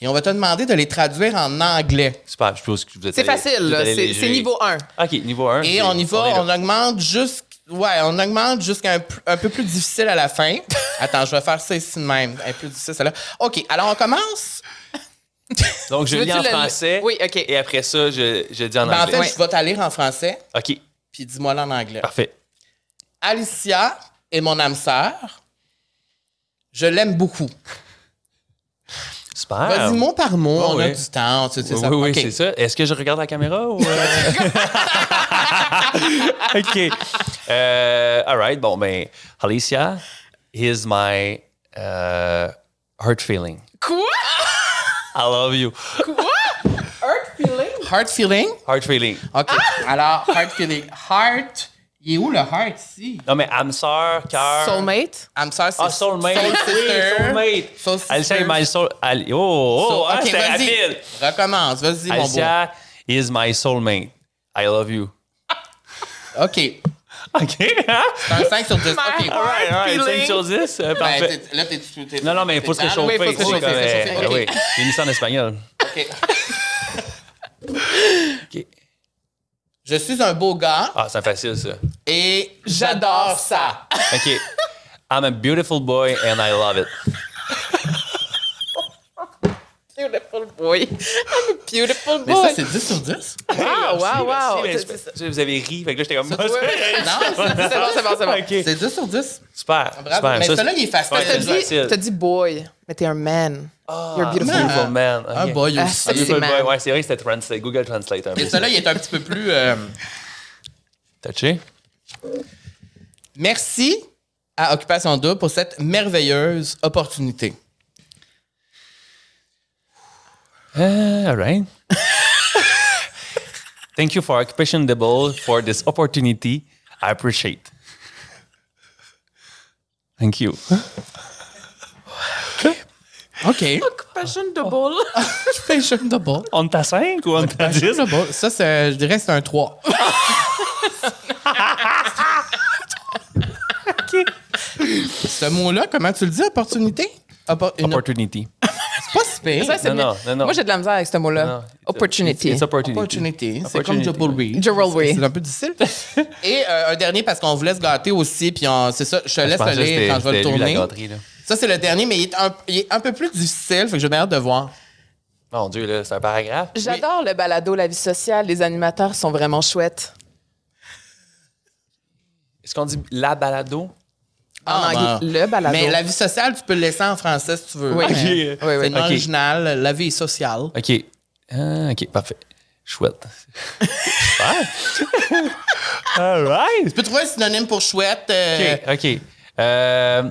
[SPEAKER 1] et on va te demander de les traduire en anglais.
[SPEAKER 3] Super. Je suppose que vous êtes.
[SPEAKER 2] C'est
[SPEAKER 3] allé-
[SPEAKER 2] facile,
[SPEAKER 3] vous êtes
[SPEAKER 2] là.
[SPEAKER 3] allé
[SPEAKER 2] C'est
[SPEAKER 3] léger.
[SPEAKER 2] c'est niveau 1.
[SPEAKER 3] OK, niveau 1.
[SPEAKER 1] Et on y va, on, augmente jusqu'- Ouais, on augmente jusqu'à un, p- un peu plus difficile à la fin. Attends, je vais faire ça ici de même. Un peu difficile, celle-là. OK, alors on commence.
[SPEAKER 3] Donc, je
[SPEAKER 2] Tu
[SPEAKER 3] lis en
[SPEAKER 2] veux-tu le-
[SPEAKER 3] français.
[SPEAKER 2] Oui, OK.
[SPEAKER 3] Et après ça, je, je dis en
[SPEAKER 1] Ben, en fait,
[SPEAKER 3] anglais.
[SPEAKER 1] je vais t'aller en français,
[SPEAKER 3] OK,
[SPEAKER 1] puis dis-moi là en anglais.
[SPEAKER 3] parfait.
[SPEAKER 1] Alicia est mon âme sœur. Je l'aime beaucoup.
[SPEAKER 3] Super.
[SPEAKER 1] Vas-y, mot par mot,
[SPEAKER 3] Ah
[SPEAKER 1] on a
[SPEAKER 3] ouais.
[SPEAKER 1] du temps, c'est
[SPEAKER 3] Oui,
[SPEAKER 1] ça.
[SPEAKER 3] oui,
[SPEAKER 1] OK.
[SPEAKER 3] c'est ça. Est-ce que je regarde la caméra ou. euh? OK. Euh, all right. Bon, ben, Alicia is my uh, heart feeling.
[SPEAKER 2] Quoi?
[SPEAKER 3] I love you.
[SPEAKER 2] Earth feeling?
[SPEAKER 1] Heart feeling.
[SPEAKER 3] Heart feeling.
[SPEAKER 1] OK.
[SPEAKER 3] Ah.
[SPEAKER 1] Alors, heart feeling. Heart. Il est où le heart ici?
[SPEAKER 3] Non, mais âme sœur, cœur.
[SPEAKER 2] Soulmate?
[SPEAKER 1] I'm sorry, c'est
[SPEAKER 3] Ah, soulmate.
[SPEAKER 1] Soul
[SPEAKER 3] Oui,
[SPEAKER 1] sister.
[SPEAKER 3] soulmate.
[SPEAKER 1] Soul sister.
[SPEAKER 3] Alicia is my soul. Ali- Oh, oh,
[SPEAKER 1] So-
[SPEAKER 3] ah,
[SPEAKER 1] OK,
[SPEAKER 3] c'était
[SPEAKER 1] vas-y.
[SPEAKER 3] rapide.
[SPEAKER 1] Recommence, vas-y, mon beau.
[SPEAKER 3] Alicia is my soulmate. I love you.
[SPEAKER 1] OK.
[SPEAKER 3] OK, hein?
[SPEAKER 1] Un 5 sur 10. OK.
[SPEAKER 3] All right, all right.
[SPEAKER 2] feeling.
[SPEAKER 3] 5 sur 10. euh,
[SPEAKER 1] Ben,
[SPEAKER 3] parfait.
[SPEAKER 1] t'es- là, t'es tout.
[SPEAKER 3] Non, non, mais il faut
[SPEAKER 1] er
[SPEAKER 3] se
[SPEAKER 2] oui,
[SPEAKER 3] réchauffer.
[SPEAKER 2] faut se
[SPEAKER 3] c'est
[SPEAKER 2] réchauffer,
[SPEAKER 3] comme,
[SPEAKER 1] faut se
[SPEAKER 3] euh,
[SPEAKER 1] réchauffer,
[SPEAKER 3] Oui, j'ai mis ça en espagnol. Ben
[SPEAKER 1] Je suis un beau gars
[SPEAKER 3] Ah, c'est facile, ça.
[SPEAKER 1] et j'adore ça.
[SPEAKER 3] OK. I'm a beautiful boy and I love it.
[SPEAKER 2] Beautiful boy. I'm a beautiful
[SPEAKER 1] Mais ça,
[SPEAKER 2] boy.
[SPEAKER 1] c'est 10 sur 10?
[SPEAKER 2] Ah, wow, wow.
[SPEAKER 3] Merci,
[SPEAKER 2] C'est-
[SPEAKER 3] merci. Vous avez ri, fait que là, j'étais comme...
[SPEAKER 2] er-
[SPEAKER 1] Non,
[SPEAKER 2] C'est bon, c'est bon, c'est bon.
[SPEAKER 3] OK.
[SPEAKER 1] c'est 10 sur 10.
[SPEAKER 3] Super,
[SPEAKER 2] er
[SPEAKER 1] Bravo.
[SPEAKER 3] super.
[SPEAKER 1] mais
[SPEAKER 3] Ça,
[SPEAKER 1] celui-là, il est facile.
[SPEAKER 3] Ouais,
[SPEAKER 2] T'as
[SPEAKER 3] c'est
[SPEAKER 1] Déjà.
[SPEAKER 2] dit,
[SPEAKER 3] facile. Ah.
[SPEAKER 2] t'as dit boy, mais t'es un man. You're a beautiful
[SPEAKER 1] man.
[SPEAKER 2] boy.
[SPEAKER 3] Beautiful man. OK.
[SPEAKER 1] Un boy
[SPEAKER 2] Ah,
[SPEAKER 1] aussi.
[SPEAKER 2] ça, c'est
[SPEAKER 3] Beautiful boy.
[SPEAKER 2] man.
[SPEAKER 3] Ouais, c'est vrai que c'était translate, Google Translate. Un peu.
[SPEAKER 1] Mais celui-là, il est un petit peu plus. euh,
[SPEAKER 3] Touché?
[SPEAKER 1] Merci à Occupation Double pour cette merveilleuse opportunité.
[SPEAKER 3] Uh, all right. Thank you for Occupation Double for this opportunity. I appreciate. Thank you.
[SPEAKER 1] OK.
[SPEAKER 2] Fashion double.
[SPEAKER 1] Occupation Double.
[SPEAKER 3] On eh? t'a 5 ou on t'a 10?
[SPEAKER 1] Double. Ça, c'est- je dirais que c'est un 3. Ce mot-là, comment tu le dis, opportunité? Oppor- une-
[SPEAKER 3] Opportunity.
[SPEAKER 1] C'est pas si pire.
[SPEAKER 2] Ça, c'est
[SPEAKER 3] Non,
[SPEAKER 2] bien.
[SPEAKER 3] non, non, non.
[SPEAKER 2] Moi, j'ai de la misère avec ce
[SPEAKER 3] Non,
[SPEAKER 2] mot-là.
[SPEAKER 3] it's-
[SPEAKER 2] Opportunity.
[SPEAKER 3] It's, it's opportunity.
[SPEAKER 1] Opportunité. C'est comme
[SPEAKER 3] Opportunity.
[SPEAKER 1] jewelry.
[SPEAKER 2] Jewelry.
[SPEAKER 1] C'est un peu difficile. Et euh, un dernier parce qu'on voulait se gâter aussi. Puis on- c'est ça, je te laisse
[SPEAKER 3] pensais
[SPEAKER 1] le
[SPEAKER 3] que c'était-
[SPEAKER 1] lire quand je vais le
[SPEAKER 3] c'était lui, la
[SPEAKER 1] tourner.
[SPEAKER 3] gâterie, là.
[SPEAKER 1] Ça, c'est le dernier, mais il est un, il est un peu plus difficile. Fait que j'ai bien hâte de voir.
[SPEAKER 3] Mon Dieu, là, c'est un paragraphe.
[SPEAKER 2] J'adore le balado, la vie sociale. Les animateurs sont vraiment chouettes.
[SPEAKER 3] Est-ce qu'on dit la balado?
[SPEAKER 2] En
[SPEAKER 1] Ah,
[SPEAKER 2] anglais,
[SPEAKER 1] ben.
[SPEAKER 2] le balado.
[SPEAKER 1] Mais la vie sociale, tu peux le laisser en français si tu veux.
[SPEAKER 2] Oui.
[SPEAKER 1] Mais
[SPEAKER 3] Ok.
[SPEAKER 2] Oui,
[SPEAKER 1] C'est
[SPEAKER 2] oui.
[SPEAKER 1] non
[SPEAKER 3] Ok.
[SPEAKER 1] original. La vie est sociale.
[SPEAKER 3] OK. Ah, OK, parfait. Chouette. Super. All right.
[SPEAKER 1] Tu peux trouver un synonyme pour chouette.
[SPEAKER 3] Eh.
[SPEAKER 1] euh,
[SPEAKER 3] OK, OK. Euh,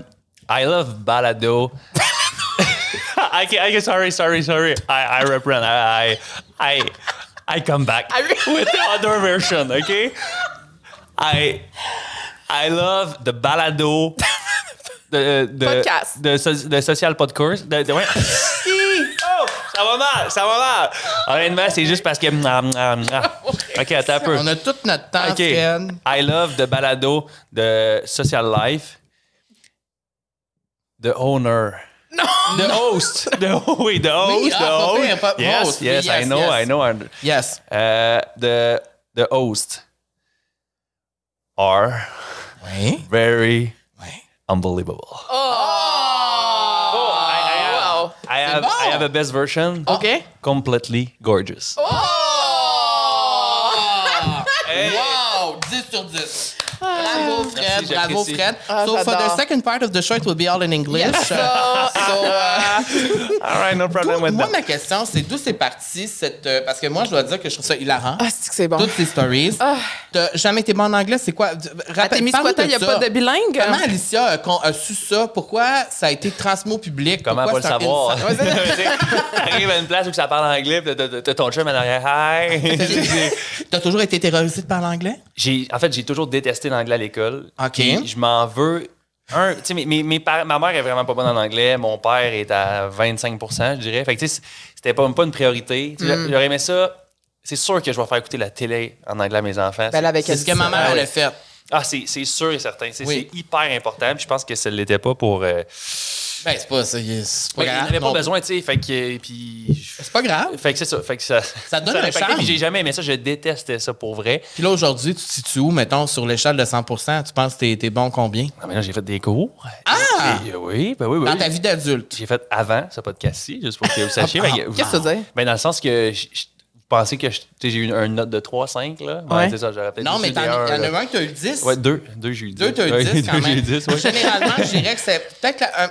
[SPEAKER 3] I love balado. I can, I can, sorry, sorry, sorry. I, I reprend. I, I, I, I come back with the other version, okay? I, I love the balado. De, de,
[SPEAKER 2] Podcast.
[SPEAKER 3] De, so- de social podcast. De, de- ouais. oh, ça va mal, ça va mal. Honnêtement, c'est juste parce que. mm, mm, mm. Ok, attends un peu.
[SPEAKER 1] On a tout notre temps,
[SPEAKER 3] OK.
[SPEAKER 1] Fred.
[SPEAKER 3] I love the balado de Social Life. The owner. No. The host. The, oui, the host.
[SPEAKER 1] Oui,
[SPEAKER 3] the
[SPEAKER 1] ah, pas
[SPEAKER 3] host.
[SPEAKER 1] pire, pas-
[SPEAKER 3] yes,
[SPEAKER 1] host. Oui,
[SPEAKER 3] Yes, I
[SPEAKER 1] yes,
[SPEAKER 3] know,
[SPEAKER 1] yes.
[SPEAKER 3] I know. And,
[SPEAKER 1] Yes.
[SPEAKER 3] uh, the, the host are
[SPEAKER 1] Oui.
[SPEAKER 3] very
[SPEAKER 1] Oui.
[SPEAKER 3] unbelievable. Oh! I, I,
[SPEAKER 2] Wow.
[SPEAKER 3] I have,
[SPEAKER 1] bon.
[SPEAKER 3] I have a best version.
[SPEAKER 2] OK.
[SPEAKER 3] Completely gorgeous.
[SPEAKER 1] Oh! Wow! 10 sur 10. Bravo, Fred.
[SPEAKER 3] Merci,
[SPEAKER 1] Bravo,
[SPEAKER 3] j'apprécie.
[SPEAKER 1] Fred.
[SPEAKER 2] Ah,
[SPEAKER 1] so, for the
[SPEAKER 2] j'adore.
[SPEAKER 1] second part of the show, it will be all in English.
[SPEAKER 2] So,
[SPEAKER 1] So,
[SPEAKER 2] Ah.
[SPEAKER 1] uh,
[SPEAKER 3] All right, no problem with
[SPEAKER 1] moi,
[SPEAKER 3] that.
[SPEAKER 1] ma question, c'est d'où c'est parti cette. euh, parce que moi, je dois dire que je trouve ça hilarant.
[SPEAKER 2] ah, c'est que c'est bon. Ah.
[SPEAKER 1] Toutes ces stories. T'as jamais été bon en anglais, c'est quoi? D-
[SPEAKER 2] À
[SPEAKER 1] Rappelle,
[SPEAKER 2] Témis
[SPEAKER 1] parle-nous
[SPEAKER 2] il n'y a
[SPEAKER 1] ça.
[SPEAKER 2] pas de bilingue.
[SPEAKER 1] Comment Alicia a, con- a su ça? Pourquoi ça a été transmis au public?
[SPEAKER 3] Comment
[SPEAKER 1] Pourquoi
[SPEAKER 3] pas le
[SPEAKER 1] c'est un
[SPEAKER 3] savoir?
[SPEAKER 1] insight? Ouais,
[SPEAKER 3] Tu sais, T'arrives à une place où ça parle anglais, pis t'as- t'as t'as ton chum en arrière. Hi!
[SPEAKER 1] c'est- c'est- T'as toujours été terrorisé de parler anglais?
[SPEAKER 3] J'ai- en fait, j'ai toujours détesté l'anglais à l'école.
[SPEAKER 1] OK.
[SPEAKER 3] Puis Je m'en veux. Un, tu sais, mes, mes- mes parents- ma mère est vraiment pas bonne en anglais. Mon père est à 25 je dirais. Fait que, tu sais, c'était pas, pas une priorité. Tu sais,
[SPEAKER 1] Mm.
[SPEAKER 3] J'aurais aimé ça. C'est sûr que je vais faire écouter la télé en anglais à mes enfants.
[SPEAKER 2] Ben, là, avec
[SPEAKER 1] C'est ce que
[SPEAKER 2] Alicia.
[SPEAKER 1] ma mère
[SPEAKER 3] Ah
[SPEAKER 1] elle
[SPEAKER 3] ouais.
[SPEAKER 1] a fait.
[SPEAKER 3] ah, c'est c'est sûr et certain. C'est
[SPEAKER 1] Oui.
[SPEAKER 3] c'est hyper important. Puis je pense que ça ne l'était pas pour. euh,
[SPEAKER 1] Ben, c'est pas ça. C'est pas
[SPEAKER 3] ben, il
[SPEAKER 1] grave.
[SPEAKER 3] n'avait pas
[SPEAKER 1] non.
[SPEAKER 3] besoin, tu sais. Fait que. euh, Puis.
[SPEAKER 1] C'est pas grave.
[SPEAKER 3] Fait que c'est ça. Fait que ça,
[SPEAKER 1] Ça donne
[SPEAKER 3] a
[SPEAKER 1] un
[SPEAKER 3] impacté,
[SPEAKER 1] charme.
[SPEAKER 3] puis J'ai jamais aimé ça. Je détestais ça pour vrai.
[SPEAKER 1] Puis là, aujourd'hui, tu te situes où, mettons, sur l'échelle de 100 Tu penses que t'es- t'es bon combien?
[SPEAKER 3] Ah, mais là, j'ai fait des cours.
[SPEAKER 1] Ah!
[SPEAKER 3] Et, euh, oui, ben oui, oui.
[SPEAKER 1] Dans ta vie d'adulte.
[SPEAKER 3] J'ai fait avant ce podcast-ci, juste pour que vous sachiez. Fait que-
[SPEAKER 2] Ah, Qu'est-ce que ça veut dire?
[SPEAKER 3] Ben, dans le sens que je- je- vous pensez que je- tu sais, j'ai eu une, une note de 3-5, là. Ben,
[SPEAKER 2] Ouais.
[SPEAKER 3] c'est ça, j'aurais peut-être
[SPEAKER 1] Non,
[SPEAKER 3] juste
[SPEAKER 1] mais
[SPEAKER 3] eu
[SPEAKER 1] t'en-
[SPEAKER 3] des
[SPEAKER 1] il y en
[SPEAKER 3] un, là.
[SPEAKER 1] a un que t'as eu 10.
[SPEAKER 3] euh, Ouais, deux. Deux, j'ai eu 10.
[SPEAKER 1] Deux, t'as eu 10 quand
[SPEAKER 3] Deux, j'ai eu
[SPEAKER 1] même.
[SPEAKER 3] 10, ouais.
[SPEAKER 1] Généralement, je dirais que c'est peut-être la- un-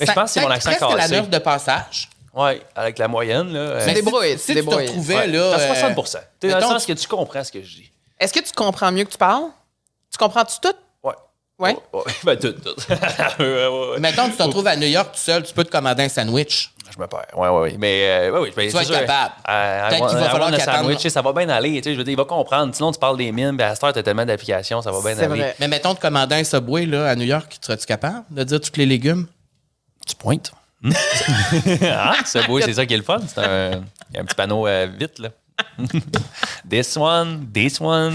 [SPEAKER 3] Mais je pense que c'est mon
[SPEAKER 1] peut-être
[SPEAKER 3] accent
[SPEAKER 1] presque la
[SPEAKER 3] cassé.
[SPEAKER 1] neuf de passage.
[SPEAKER 3] Ouais, avec la moyenne, là. euh,
[SPEAKER 1] Mais si- Si
[SPEAKER 2] débrouilles, tu
[SPEAKER 1] tu te
[SPEAKER 2] débrouilles.
[SPEAKER 1] retrouvais,
[SPEAKER 3] ouais,
[SPEAKER 1] là.
[SPEAKER 3] T'as
[SPEAKER 1] euh,
[SPEAKER 3] 60 T'es dans le
[SPEAKER 1] mettons,
[SPEAKER 3] sens que tu comprends ce que je dis.
[SPEAKER 2] Est-ce que tu comprends mieux que tu parles? Tu comprends-tu tout?
[SPEAKER 3] Ouais.
[SPEAKER 2] Ouais.
[SPEAKER 3] Ouais, Ben, tout, tout. Ouais, ouais, ouais.
[SPEAKER 1] Mettons, tu te retrouves à New York tout seul, tu peux te commander un sandwich.
[SPEAKER 3] Je me perds. Oui, oui, oui. Mais euh, ouais, oui, ben,
[SPEAKER 1] Tu vas être
[SPEAKER 3] c'est sûr.
[SPEAKER 1] capable.
[SPEAKER 3] Euh,
[SPEAKER 1] Peut-être
[SPEAKER 3] I
[SPEAKER 1] qu'il
[SPEAKER 3] want-
[SPEAKER 1] va
[SPEAKER 3] I
[SPEAKER 1] falloir
[SPEAKER 3] want a
[SPEAKER 1] qu'il attende.
[SPEAKER 3] sandwich, tu sais, ça va bien aller. tu sais, Je veux dire, il va comprendre. Sinon, tu parles des mimes. Ben, à cette heure, tu as tellement d'applications, ça va bien
[SPEAKER 2] C'est
[SPEAKER 3] aller.
[SPEAKER 2] vrai.
[SPEAKER 1] Mais mettons, de commander un Subway là, à New York, serais-tu capable de dire tous les légumes?
[SPEAKER 3] Tu pointes. ah, c'est beau, c'est ça qui est le fun. C'est un, il y a un petit panneau euh, vite, là. this one, this one.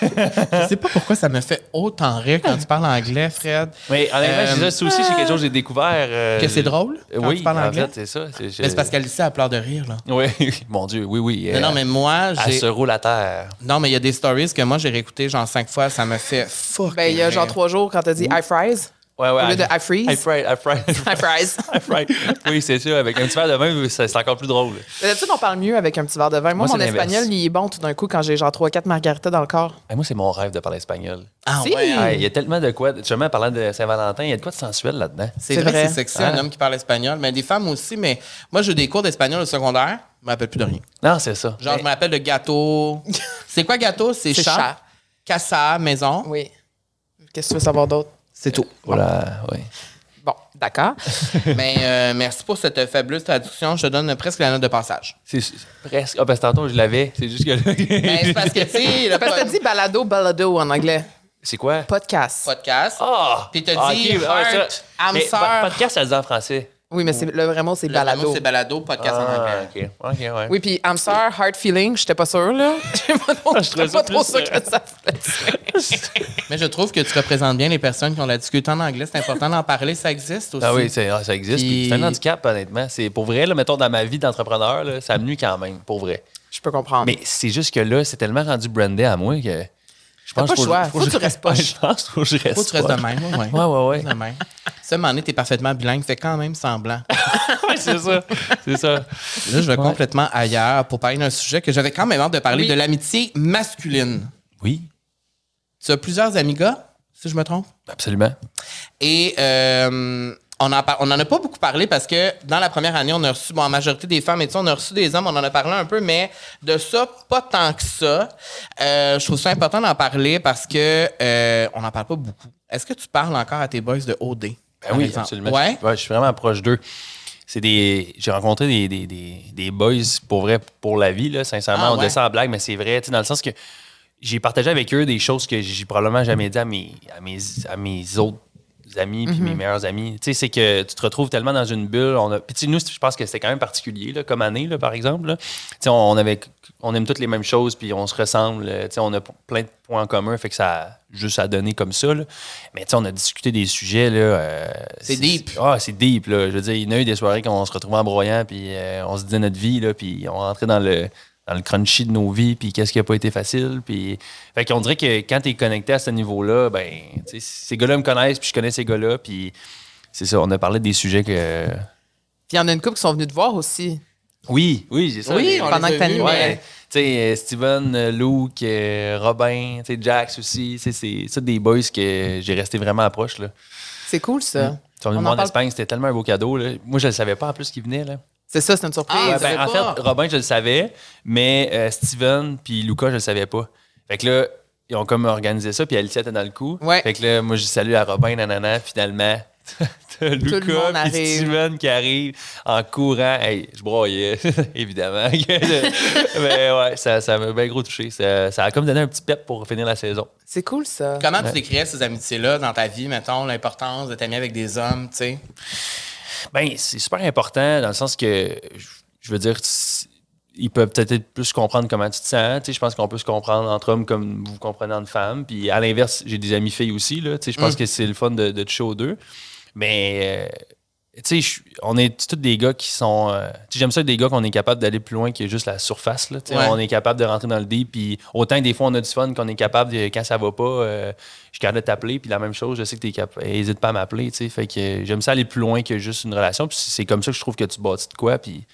[SPEAKER 1] Je sais pas pourquoi ça me fait autant rire quand tu parles anglais, Fred.
[SPEAKER 3] Mais honnêtement,
[SPEAKER 1] Euh,
[SPEAKER 3] c'est ça, ça aussi, c'est quelque chose que j'ai découvert. euh,
[SPEAKER 1] Que c'est drôle quand
[SPEAKER 3] oui,
[SPEAKER 1] tu parles
[SPEAKER 3] en
[SPEAKER 1] anglais?
[SPEAKER 3] fait, c'est ça. C'est, je-
[SPEAKER 1] Mais c'est parce qu'Alicia a pleure de rire, là.
[SPEAKER 3] Oui, mon Dieu, oui, oui. euh,
[SPEAKER 1] Non, non, mais moi,
[SPEAKER 3] Elle
[SPEAKER 1] j'ai.
[SPEAKER 3] se roule à terre.
[SPEAKER 1] Non, mais il y a des stories que moi, j'ai réécoutées genre cinq fois, ça me fait fuck. Mm.
[SPEAKER 2] Ben, il y a genre trois jours quand t'as dit I fries.
[SPEAKER 3] Ouais, ouais.
[SPEAKER 2] Au lieu
[SPEAKER 3] I-
[SPEAKER 2] de I freeze.
[SPEAKER 3] I fry, I fry.
[SPEAKER 2] I fries.
[SPEAKER 3] I fry. Oui, c'est sûr. Avec un petit verre de vin, ça- c'est encore plus drôle.
[SPEAKER 2] Mais D'habitude, on parle mieux avec un petit verre de vin. Moi,
[SPEAKER 3] Moi,
[SPEAKER 2] mon
[SPEAKER 3] c'est l'inverse.
[SPEAKER 2] espagnol, il est bon tout d'un coup quand j'ai genre 3-4 margaritas dans le corps.
[SPEAKER 3] Et moi, c'est mon rêve de parler espagnol.
[SPEAKER 1] Ah
[SPEAKER 2] Si.
[SPEAKER 1] ouais,
[SPEAKER 3] Ah, Il y a tellement de quoi. Justement, en parlant de Saint-Valentin, il y a de quoi de sensuel là-dedans.
[SPEAKER 1] C'est
[SPEAKER 2] C'est
[SPEAKER 1] vrai,
[SPEAKER 2] vrai.
[SPEAKER 1] c'est sexy, un homme qui parle espagnol, mais des femmes aussi. Mais moi, j'ai eu des cours d'espagnol au secondaire, je me rappelle plus de rien.
[SPEAKER 3] Non, c'est ça.
[SPEAKER 1] Genre, je me rappelle de gâteau. c'est quoi gâteau? C'est
[SPEAKER 2] C'est
[SPEAKER 1] chat,
[SPEAKER 2] chat.
[SPEAKER 1] casa, maison.
[SPEAKER 2] Oui. Qu'est-ce que tu veux savoir d'autre?
[SPEAKER 1] C'est tout.
[SPEAKER 3] Voilà, oui.
[SPEAKER 2] Bon, d'accord.
[SPEAKER 1] mais euh, merci pour cette fabuleuse traduction. Je te donne presque la note de passage.
[SPEAKER 3] C'est presque. Ah, parce que tantôt, je l'avais. C'est juste que
[SPEAKER 1] Ben, c'est parce que, tu sais, le
[SPEAKER 2] Parce que t'as dit balado, balado en anglais.
[SPEAKER 3] C'est quoi?
[SPEAKER 2] Podcast.
[SPEAKER 1] podcast,
[SPEAKER 2] Oh,
[SPEAKER 3] Ah!
[SPEAKER 1] Puis t'as
[SPEAKER 3] Ah,
[SPEAKER 1] dit
[SPEAKER 3] ok, ah,
[SPEAKER 1] heart,
[SPEAKER 3] ça-
[SPEAKER 1] âme
[SPEAKER 3] Mais
[SPEAKER 1] sœur.
[SPEAKER 3] pa- Podcast, ça le dit en français. Ah,
[SPEAKER 2] Oui, mais c'est- le vrai mot, c'est
[SPEAKER 1] le balado.
[SPEAKER 2] balado.
[SPEAKER 1] c'est balado, podcast en anglais.
[SPEAKER 3] ok. Ok, ouais.
[SPEAKER 2] Oui, puis I'm sorry, hard feeling, j'étais pas sûre, là. J'étais pas, non-
[SPEAKER 3] je
[SPEAKER 2] j'étais
[SPEAKER 3] trouvais
[SPEAKER 2] pas
[SPEAKER 3] ça
[SPEAKER 2] trop
[SPEAKER 3] plus,
[SPEAKER 2] sûre
[SPEAKER 3] euh,
[SPEAKER 2] que ça faisait.
[SPEAKER 3] Ah.
[SPEAKER 1] Mais je trouve que tu représentes bien les personnes qui ont la difficulté en anglais. C'est important d'en parler, ça existe aussi.
[SPEAKER 3] Ah oui, c'est- ah, ça existe.
[SPEAKER 1] Puis-
[SPEAKER 3] puis C'est un handicap, honnêtement. C'est pour vrai, là, mettons, dans ma vie d'entrepreneur, là, ça me nuit quand même, pour vrai.
[SPEAKER 2] Je peux comprendre.
[SPEAKER 3] Mais c'est juste que là, c'est tellement rendu brandé à moi que je pense
[SPEAKER 2] pas le
[SPEAKER 3] faut-
[SPEAKER 2] choix.
[SPEAKER 3] faut
[SPEAKER 2] Faut
[SPEAKER 3] je
[SPEAKER 2] que tu
[SPEAKER 3] reste
[SPEAKER 2] restes poche.
[SPEAKER 3] Je pense faut que je reste.
[SPEAKER 1] Faut que tu restes de
[SPEAKER 3] poche.
[SPEAKER 1] même. Ouais,
[SPEAKER 3] Ouais, ouais, ouais.
[SPEAKER 1] De même. Ce moment donné, t'es parfaitement bilingue, fais quand même semblant.
[SPEAKER 3] Ouais, c'est ça. C'est ça.
[SPEAKER 1] Là, je vais complètement ailleurs pour parler d'un sujet que j'avais quand même hâte de parler,
[SPEAKER 2] Oui.
[SPEAKER 1] de l'amitié masculine.
[SPEAKER 3] Oui,
[SPEAKER 1] Tu as plusieurs amigas, si je me trompe.
[SPEAKER 3] absolument.
[SPEAKER 1] Et euh, on n'en on en a pas beaucoup parlé parce que dans la première année, on a reçu, bon, en majorité des femmes et tout ça, on a reçu des hommes, on en a parlé un peu, mais de ça, pas tant que ça. Euh, je trouve ça important d'en parler parce que euh, on n'en parle pas beaucoup. Est-ce que tu parles encore à tes boys de OD?
[SPEAKER 3] Ben
[SPEAKER 1] par
[SPEAKER 3] oui,
[SPEAKER 1] exemple?
[SPEAKER 3] absolument.
[SPEAKER 1] Ah Ouais?
[SPEAKER 3] Je, ouais, je suis vraiment proche d'eux. C'est- c'est des. J'ai rencontré des, des, des, des boys pour vrai pour la vie, là, sincèrement.
[SPEAKER 1] Ah,
[SPEAKER 3] on
[SPEAKER 1] ouais.
[SPEAKER 3] descend en blague, mais c'est vrai, tu sais, dans le sens que j'ai partagé avec eux des choses que j'ai probablement jamais dit à mes, à mes, à mes autres amis puis mes meilleurs amis. Tu sais, c'est que tu te retrouves tellement dans une bulle. On a... Puis tu sais, nous, je pense que c'était quand même particulier, là, comme année, là, par exemple. là. Tu sais, on, on avait, on aime toutes les mêmes choses, puis on se ressemble. euh, Tu sais, on a p- plein de points en commun, fait que ça a juste à donner comme ça. là. Mais tu sais, on a discuté des sujets, là... euh,
[SPEAKER 1] C'est deep.
[SPEAKER 3] ah, c'est deep, là. Je veux dire, il y en a eu des soirées qu'on se retrouvait en broyant, puis euh, on se disait notre vie, là, puis on rentrait dans le, dans le crunchy de nos vies, puis qu'est-ce qui a pas été facile, puis... Fait qu'on dirait que quand t'es connecté à ce niveau-là, ben, tu sais, ces gars-là me connaissent, puis je connais ces gars-là, puis c'est ça, on a parlé des sujets que...
[SPEAKER 2] Puis il y en a une couple qui sont venus te voir aussi.
[SPEAKER 3] Oui, oui, j'ai ça.
[SPEAKER 1] Oui,
[SPEAKER 3] mais-
[SPEAKER 1] on
[SPEAKER 2] pendant
[SPEAKER 1] les a
[SPEAKER 2] que t'animais.
[SPEAKER 1] vus,
[SPEAKER 3] Ouais.
[SPEAKER 1] mais-
[SPEAKER 3] Tu sais, euh, Steven, euh, Luke, euh, Robin, tu sais, Jax aussi, tu sais, c'est ça des boys que j'ai resté vraiment proche, là.
[SPEAKER 2] C'est cool, ça.
[SPEAKER 3] Tu en
[SPEAKER 2] On en
[SPEAKER 3] en
[SPEAKER 2] parle-
[SPEAKER 3] Espagne, c'était tellement un beau cadeau, là. Moi, je le savais pas, en plus, qu'ils venaient, là.
[SPEAKER 2] C'est ça, c'est une surprise.
[SPEAKER 1] Ah,
[SPEAKER 3] Ouais,
[SPEAKER 1] le
[SPEAKER 3] ben,
[SPEAKER 1] savais pas.
[SPEAKER 3] en fait, Robin, je le savais, mais euh, Steven puis Luca, je le savais pas. Fait que là, ils ont comme organisé ça, puis Alicia était dans le coup.
[SPEAKER 2] Ouais.
[SPEAKER 3] Fait que là, moi, je salue à Robin, nanana, finalement. t'as
[SPEAKER 2] le monde
[SPEAKER 3] Luca puis
[SPEAKER 2] arrive.
[SPEAKER 3] Steven qui arrive en courant. Hey, je broyais, évidemment. mais ouais, ça ça m'a bien gros touché. Ça, ça a comme donné un petit pep pour finir la saison.
[SPEAKER 2] C'est cool, ça.
[SPEAKER 1] Comment tu décrirais ces amitiés-là dans ta vie, mettons, l'importance de t'aimer avec des hommes, tu sais?
[SPEAKER 3] Ben, c'est super important dans le sens que, je- je veux dire, tu- ils peuvent peut-être plus comprendre comment tu te sens. Tu sais, je pense qu'on peut se comprendre entre hommes comme vous vous comprenez entre femmes. Puis à l'inverse, j'ai des amis filles aussi. Là, Tu sais, je pense que c'est le fun de, de toucher aux deux. Mais, euh, tu sais, je- on est tous des gars qui sont. euh, tu sais, j'aime ça des gars qu'on est capable d'aller plus loin que juste la surface. Là, Tu sais,
[SPEAKER 1] Ouais.
[SPEAKER 3] On est capable de rentrer dans le deep. Puis autant que des fois, on a du fun qu'on est capable, de, quand ça va pas, euh, je suis capable de t'appeler. Puis la même chose, je sais que tu es capable. Hésite pas à m'appeler. Tu sais, fait que euh, j'aime ça aller plus loin que juste une relation. Puis c'est comme ça que je trouve que tu bâtis de quoi. Puis.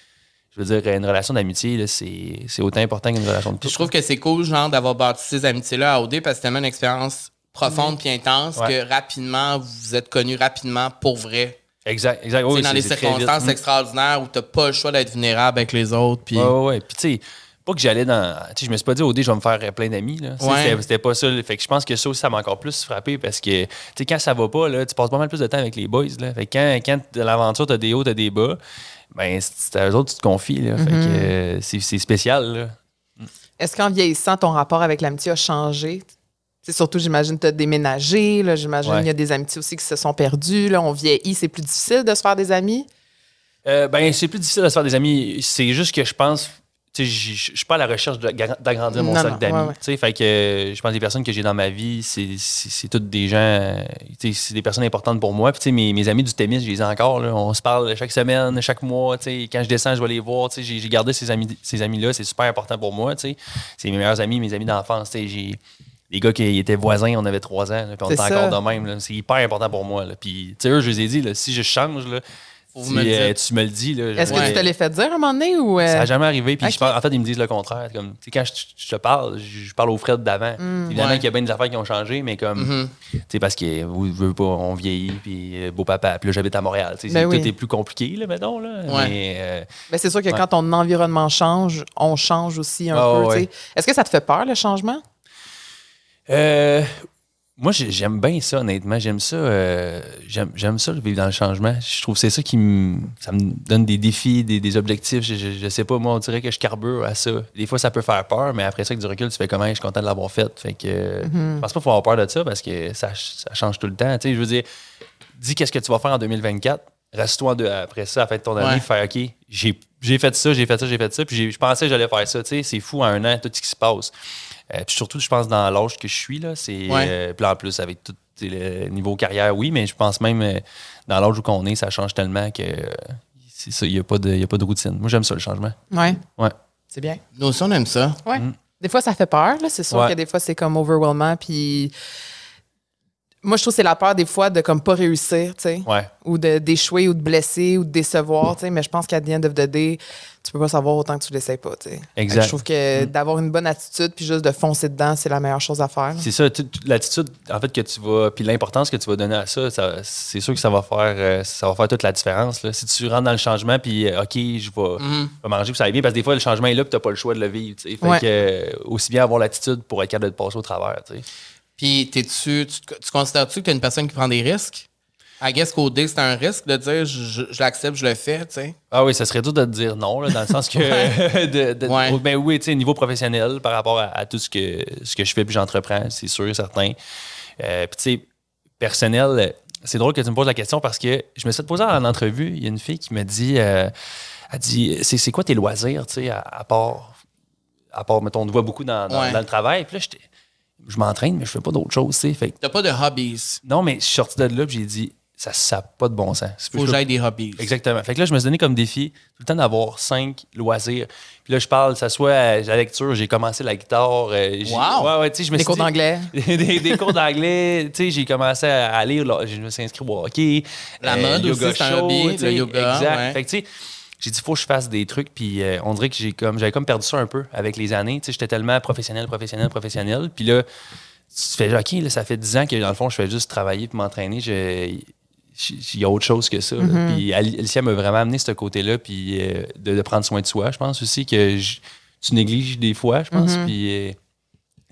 [SPEAKER 3] Je veux dire, une relation d'amitié, là, c'est c'est autant important qu'une relation de
[SPEAKER 1] Puis
[SPEAKER 3] couple.
[SPEAKER 1] je trouve que c'est cool, genre, d'avoir bâti ces amitiés-là à OD parce que c'est tellement une expérience profonde puis intense
[SPEAKER 3] Ouais.
[SPEAKER 1] que rapidement, vous vous êtes connus rapidement pour vrai.
[SPEAKER 3] Exact, exact.
[SPEAKER 1] Tu
[SPEAKER 3] Oui,
[SPEAKER 1] sais, dans
[SPEAKER 3] c'est-
[SPEAKER 1] des
[SPEAKER 3] c'est très vite.
[SPEAKER 1] circonstances
[SPEAKER 3] Mm.
[SPEAKER 1] extraordinaires où t'as pas le choix d'être vulnérable avec les autres. Puis
[SPEAKER 3] Ouais, ouais, ouais. Puis, tu sais, pas que j'allais dans. Tu sais, je me suis pas dit, au dé, je vais me faire euh, plein d'amis. là. Tu sais,
[SPEAKER 1] Ouais.
[SPEAKER 3] C'était c'était pas ça. là. Fait que je pense que ça aussi, ça m'a encore plus frappé parce que, tu sais, quand ça va pas, là, tu passes pas mal plus de temps avec les boys. Là. Fait que quand, quand de l'aventure, t'as des hauts, t'as des bas, ben, c'est c'est à eux autres, tu te confies. Là. Fait que
[SPEAKER 1] Mm-hmm.
[SPEAKER 3] euh, c'est c'est spécial. Là.
[SPEAKER 2] Est-ce qu'en vieillissant, ton rapport avec l'amitié a changé? C'est surtout, j'imagine, tu as déménagé. là, J'imagine
[SPEAKER 3] Ouais.
[SPEAKER 2] qu'il y a des amitiés aussi qui se sont perdues. Là, on vieillit, c'est plus difficile de se faire des amis.
[SPEAKER 3] Euh, ben, c'est plus difficile de se faire des amis. C'est juste que je pense. Tu sais, j- j- je suis pas à la recherche de- d'agrandir mon
[SPEAKER 2] Non,
[SPEAKER 3] cercle
[SPEAKER 2] non,
[SPEAKER 3] d'amis.
[SPEAKER 2] ouais, ouais.
[SPEAKER 3] Tu sais, Fait que euh, je pense que les personnes que j'ai dans ma vie, c'est- c'est c'est toutes des gens. euh, tu sais, C'est des personnes importantes pour moi. Puis, tu sais, mes, mes amis du tennis, je les ai encore. là. On se parle chaque semaine, chaque mois. tu sais. Quand je descends, je vais les voir. tu sais. J'ai j'ai gardé ces amis-là. Ces amis c'est super important pour moi. tu sais. C'est mes meilleurs amis, mes amis d'enfance. tu sais. J'ai les gars qui étaient voisins, on avait trois ans. là, puis on
[SPEAKER 2] C'est
[SPEAKER 3] était
[SPEAKER 2] ça.
[SPEAKER 3] encore de même. là. C'est hyper important pour moi. là. Puis, tu sais, eux, je les ai dit, là, si je change, là,
[SPEAKER 1] Faut
[SPEAKER 3] si,
[SPEAKER 1] me le
[SPEAKER 3] euh,
[SPEAKER 1] dire.
[SPEAKER 3] tu me le dis. Là,
[SPEAKER 2] Est-ce
[SPEAKER 3] genre,
[SPEAKER 2] que
[SPEAKER 1] Ouais.
[SPEAKER 2] tu te l'es fait dire à un moment donné? Ou, euh,
[SPEAKER 3] ça n'a jamais arrivé. Puis je
[SPEAKER 2] Ok.
[SPEAKER 3] pense- en fait, ils me disent le contraire. Comme, tu sais, quand je, je te parle, je, je parle aux frais d'avant.
[SPEAKER 2] Mm,
[SPEAKER 3] Évidemment
[SPEAKER 1] Ouais.
[SPEAKER 3] qu'il y a bien des affaires qui ont changé, mais comme,
[SPEAKER 2] Mm-hmm.
[SPEAKER 1] Mhm.
[SPEAKER 3] tu sais, parce que vous veux pas, on vieillit, puis euh, beau-papa, puis là, j'habite à Montréal. tu sais,
[SPEAKER 2] Ben
[SPEAKER 3] c'est-
[SPEAKER 2] oui.
[SPEAKER 3] Tout est plus compliqué, là, mettons. Là,
[SPEAKER 1] Ouais.
[SPEAKER 3] Mais, euh,
[SPEAKER 2] ben, c'est sûr que
[SPEAKER 3] Ouais.
[SPEAKER 2] quand ton environnement change, on change aussi un
[SPEAKER 3] Ah,
[SPEAKER 2] peu.
[SPEAKER 3] ouais.
[SPEAKER 2] tu sais. Est-ce que ça te fait peur, le changement?
[SPEAKER 3] Euh, moi, j'ai- j'aime bien ça, honnêtement. J'aime ça. euh, j'aime j'aime ça, vivre dans le changement. Je trouve que c'est ça qui me. Ça me donne des défis, des, des objectifs. Je, je- je sais pas, moi, on dirait que je carbure à ça. Des fois, ça peut faire peur, mais après ça, avec du recul, tu fais comment? Je suis content de l'avoir fait. Fait que. euh, Je pense pas qu'il faut avoir peur de ça parce que ça, ch- ça change tout le temps. Tu sais, je veux dire, dis qu'est-ce que tu vas faire en 2024. Reste-toi en deux- après ça, à la fin de ton année,
[SPEAKER 1] Ouais.
[SPEAKER 3] faire OK, j'ai j'ai fait ça, j'ai fait ça, j'ai fait ça, puis j'ai- je pensais que j'allais faire ça. Tu sais, c'est fou, à un an, tout ce qui se passe. Euh, puis surtout, je pense, dans l'âge que je suis, là, c'est.
[SPEAKER 1] Ouais.
[SPEAKER 3] euh, puis en plus, avec tout tu sais, le niveau carrière, oui, mais je pense même euh, dans l'âge où on est, ça change tellement que. euh, c'est ça, il n'y a, pas de- il y a pas de routine. Moi, j'aime ça, le changement.
[SPEAKER 2] Oui.
[SPEAKER 3] Ouais.
[SPEAKER 2] C'est bien.
[SPEAKER 1] Nous aussi, on aime ça.
[SPEAKER 2] Ouais. Des fois, ça fait peur. là. C'est sûr
[SPEAKER 3] Mm. Ouais.
[SPEAKER 2] que des fois, c'est comme overwhelmant. Puis moi, je trouve que c'est la peur des fois de comme pas réussir, tu sais.
[SPEAKER 3] Ouais.
[SPEAKER 2] ou de- d'échouer ou de blesser ou de décevoir, tu sais, mais je pense qu'à the end of the day, tu peux pas savoir autant que tu l'essayes pas, tu sais.
[SPEAKER 3] Exact. Mm.
[SPEAKER 2] Fait que Je trouve que d'avoir une bonne attitude puis juste de foncer dedans, c'est la meilleure chose à faire.
[SPEAKER 3] C'est ça, toute- toute l'attitude en fait que tu vas, puis l'importance que tu vas donner à ça, ça- c'est sûr que ça va faire, euh, ça va faire toute la différence. là. Si tu rentres dans le changement, puis euh, ok, je vais, je vais manger, puis ça va bien, parce que des fois le changement est là, puis t'as pas le choix de le vivre. tu sais. Fait
[SPEAKER 2] Ouais.
[SPEAKER 3] que, euh, aussi bien avoir l'attitude pour être capable de te passer au travers. tu sais.
[SPEAKER 1] Puis t'es-tu, tu, tu considères-tu que t'es une personne qui prend des risques? I guess qu'au dé, c'est un risque de dire je, je- je l'accepte, je le fais, tu sais.
[SPEAKER 3] Ah oui, ça serait dur de te dire non, là, dans le sens que. de, de-
[SPEAKER 1] Ouais.
[SPEAKER 3] ben oui, tu sais, niveau professionnel, par rapport à, à tout ce que, ce que je fais puis j'entreprends, c'est sûr, certain. Euh, puis, tu sais, personnel, euh, c'est drôle que tu me poses la question parce que je me suis fait poser en entrevue, il y a une fille qui me dit euh, elle dit, c'est c'est quoi tes loisirs, tu sais, à, à part. À part, mettons, on te voit beaucoup dans, dans-
[SPEAKER 1] Ouais.
[SPEAKER 3] dans le travail. Puis là, j'étais- je m'entraîne, mais je fais pas d'autre chose, tu sais. Fait que-
[SPEAKER 1] T'as pas de hobbies.
[SPEAKER 3] non, mais je suis sorti de là, puis j'ai dit, ça n'a pas de bon sens. C'est
[SPEAKER 1] Faut que j'aille des hobbies.
[SPEAKER 3] Exactement. Fait que là, je me suis donné comme défi tout le temps d'avoir cinq loisirs. Puis là, je parle, ça soit à la lecture, j'ai commencé la guitare. euh, j'ai-
[SPEAKER 1] Wow!
[SPEAKER 3] Ouais, ouais, tu sais, je me
[SPEAKER 2] Des
[SPEAKER 3] suis
[SPEAKER 2] cours
[SPEAKER 3] dit-
[SPEAKER 2] d'anglais.
[SPEAKER 3] des, des cours d'anglais. Tu sais, j'ai commencé à, à lire, là, je me suis inscrit au hockey. euh,
[SPEAKER 1] La mode
[SPEAKER 3] yoga
[SPEAKER 1] aussi, c'est un
[SPEAKER 3] show,
[SPEAKER 1] hobby,
[SPEAKER 3] tu sais,
[SPEAKER 1] le yoga,
[SPEAKER 3] Exact.
[SPEAKER 1] ouais.
[SPEAKER 3] Fait que tu sais, j'ai dit, faut que je fasse des trucs, puis euh, on dirait que j'ai comme, j'avais comme perdu ça un peu avec les années. Tu sais, j'étais tellement professionnel, professionnel, professionnel. Puis là, tu te fais OK, là, ça fait 10 ans que dans le fond, je fais juste travailler puis m'entraîner. Je- je- Il y a autre chose que ça. là.
[SPEAKER 2] Mm-hmm.
[SPEAKER 3] Puis Ali- Alicia m'a vraiment amené ce côté-là, puis euh, de, de prendre soin de soi. Je pense aussi que je- tu négliges des fois, je
[SPEAKER 2] Mm-hmm.
[SPEAKER 3] pense. Puis, euh, tu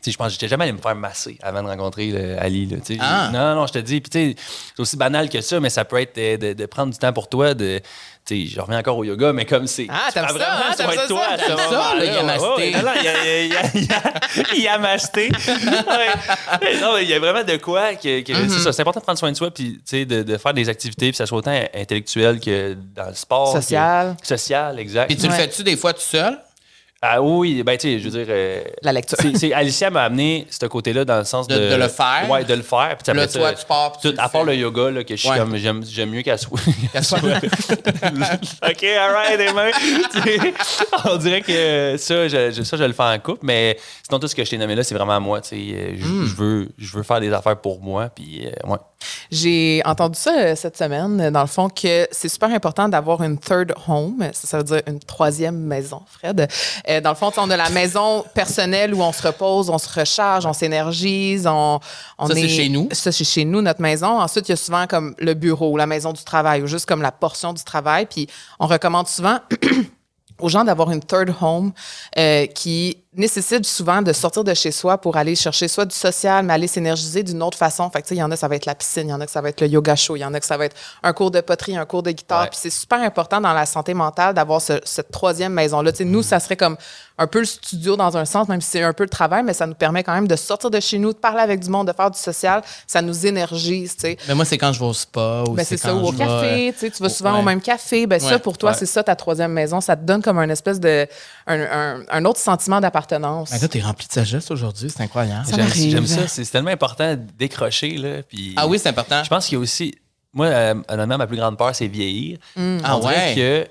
[SPEAKER 3] sais, je pense que j'étais jamais allé me faire masser avant de rencontrer là, Ali. là, tu sais.
[SPEAKER 1] Ah.
[SPEAKER 3] Non, non, je te dis. Puis, tu sais, c'est aussi banal que ça, mais ça peut être euh, de, de prendre du temps pour toi. De, tu sais, je reviens encore au yoga, mais comme c'est.
[SPEAKER 2] Ah,
[SPEAKER 3] tu
[SPEAKER 2] t'aimes
[SPEAKER 3] prends
[SPEAKER 2] ça,
[SPEAKER 3] vraiment
[SPEAKER 2] hein,
[SPEAKER 3] soin
[SPEAKER 2] t'aimes
[SPEAKER 3] de
[SPEAKER 2] ça,
[SPEAKER 3] toi
[SPEAKER 2] ça?
[SPEAKER 3] à ce
[SPEAKER 2] T'aimes
[SPEAKER 1] ça,
[SPEAKER 3] moment-là.
[SPEAKER 1] le yamasté.
[SPEAKER 3] Ouais, ouais, non, non, il y a- il y a- il y a- il y a masté. Ouais. Non, mais il y a vraiment de quoi que, que-
[SPEAKER 1] Mhm.
[SPEAKER 3] c'est ça. C'est important de prendre soin de soi, puis tu sais, de, de faire des activités, puis ça soit autant intellectuel que dans le sport. que-
[SPEAKER 2] Social.
[SPEAKER 3] Social, exact.
[SPEAKER 1] Puis tu le
[SPEAKER 2] Ouais.
[SPEAKER 1] fais-tu des fois tout seul?
[SPEAKER 3] Ah oui, ben tu sais, je veux dire. euh,
[SPEAKER 2] La lecture.
[SPEAKER 3] c'est- c'est- Alicia m'a amené ce côté-là dans le sens
[SPEAKER 1] De-
[SPEAKER 3] de.
[SPEAKER 1] de le faire.
[SPEAKER 3] Ouais, de le faire. Puis
[SPEAKER 1] Là,
[SPEAKER 3] après ça,
[SPEAKER 1] toi, tu pars, puis tu
[SPEAKER 3] tout-
[SPEAKER 1] le
[SPEAKER 3] à part
[SPEAKER 1] fais.
[SPEAKER 3] le yoga, là, que je suis
[SPEAKER 1] Ouais.
[SPEAKER 3] comme, j'aime j'aime mieux qu'elle soit.
[SPEAKER 1] Qu'elle soit-
[SPEAKER 3] OK, all right, Emma. Tu sais, on dirait que ça je, je- ça, je le fais en couple, mais sinon, tout ce que je t'ai nommé là, c'est vraiment à moi. Tu sais, euh, je,
[SPEAKER 1] Hmm.
[SPEAKER 3] je veux, je veux faire des affaires pour moi, puis euh, ouais.
[SPEAKER 2] J'ai entendu ça euh, cette semaine, euh, dans le fond, que c'est super important d'avoir une third home. Ça, ça veut dire une troisième maison, Fred. Euh, dans le fond, tu sais, on a la maison personnelle où on se repose, on se recharge, on s'énergise, on, on
[SPEAKER 1] Ça, c'est
[SPEAKER 2] est-
[SPEAKER 1] chez nous.
[SPEAKER 2] Ça, c'est chez nous, notre maison. Ensuite, il y a souvent comme le bureau, la maison du travail, ou juste comme la portion du travail. Puis on recommande souvent aux gens d'avoir une third home euh, qui nécessite souvent de sortir de chez soi pour aller chercher soit du social, mais aller s'énergiser d'une autre façon. Fait que, tu sais, il y en a, ça va être la piscine, il y en a que ça va être le yoga show, il y en a que ça va être un cours de poterie, un cours de guitare.
[SPEAKER 3] Ouais.
[SPEAKER 2] Puis c'est super important dans la santé mentale d'avoir ce- cette troisième maison-là. Tu sais, nous, ça serait comme un peu le studio dans un sens, même si c'est un peu le travail, mais ça nous permet quand même de sortir de chez nous, de parler avec du monde, de faire du social. Ça nous énergise, tu sais.
[SPEAKER 1] Mais moi, c'est quand je vais au spa ou
[SPEAKER 2] Ben, c'est ça,
[SPEAKER 1] quand
[SPEAKER 2] ou au
[SPEAKER 1] je vais-
[SPEAKER 2] café, tu sais, tu vas
[SPEAKER 1] au-
[SPEAKER 2] souvent
[SPEAKER 1] ouais.
[SPEAKER 2] au même café. Ben,
[SPEAKER 1] Ouais,
[SPEAKER 2] ça, pour toi,
[SPEAKER 3] ouais.
[SPEAKER 2] c'est ça ta troisième maison. Ça te donne comme un espèce de. un, un- un autre sentiment d'appartenance.
[SPEAKER 1] Mais là, Ben, t'es rempli de sagesse aujourd'hui, c'est incroyable.
[SPEAKER 2] Ça
[SPEAKER 3] J'aime-
[SPEAKER 2] m'arrive.
[SPEAKER 3] J'aime ça. C'est tellement important de décrocher. Là, puis
[SPEAKER 1] Ah oui, c'est important.
[SPEAKER 3] Je pense qu'il y a aussi. Moi, euh, honnêtement, ma plus grande peur, c'est vieillir.
[SPEAKER 1] Ah
[SPEAKER 3] On dirait
[SPEAKER 1] ouais?
[SPEAKER 3] que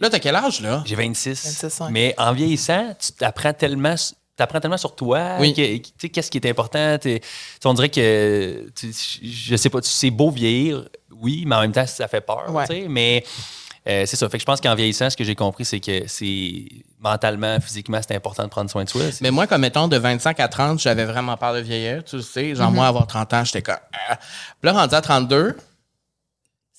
[SPEAKER 1] Là, t'as quel âge, là?
[SPEAKER 3] j'ai 26.
[SPEAKER 2] 26, ouais.
[SPEAKER 3] Mais en vieillissant, tu t'apprends tellement. T'apprends tellement sur toi,
[SPEAKER 1] Oui.
[SPEAKER 3] que- tu sais, qu'est-ce qui est important. t'es- tu sais, on dirait que, tu- je sais pas, tu- c'est beau vieillir, oui, mais en même temps, ça fait peur.
[SPEAKER 2] Ouais.
[SPEAKER 3] tu sais, Mais euh, c'est ça. Fait que je pense qu'en vieillissant, ce que j'ai compris, c'est que c'est mentalement, physiquement, c'est important de prendre soin de soi. C'est-
[SPEAKER 1] Mais moi, comme étant de 25 à 30, j'avais vraiment peur de vieillir, tu le sais. Genre,
[SPEAKER 3] Mhm.
[SPEAKER 1] moi, avoir 30 ans, j'étais comme. Ah. Puis là, rendu à 32,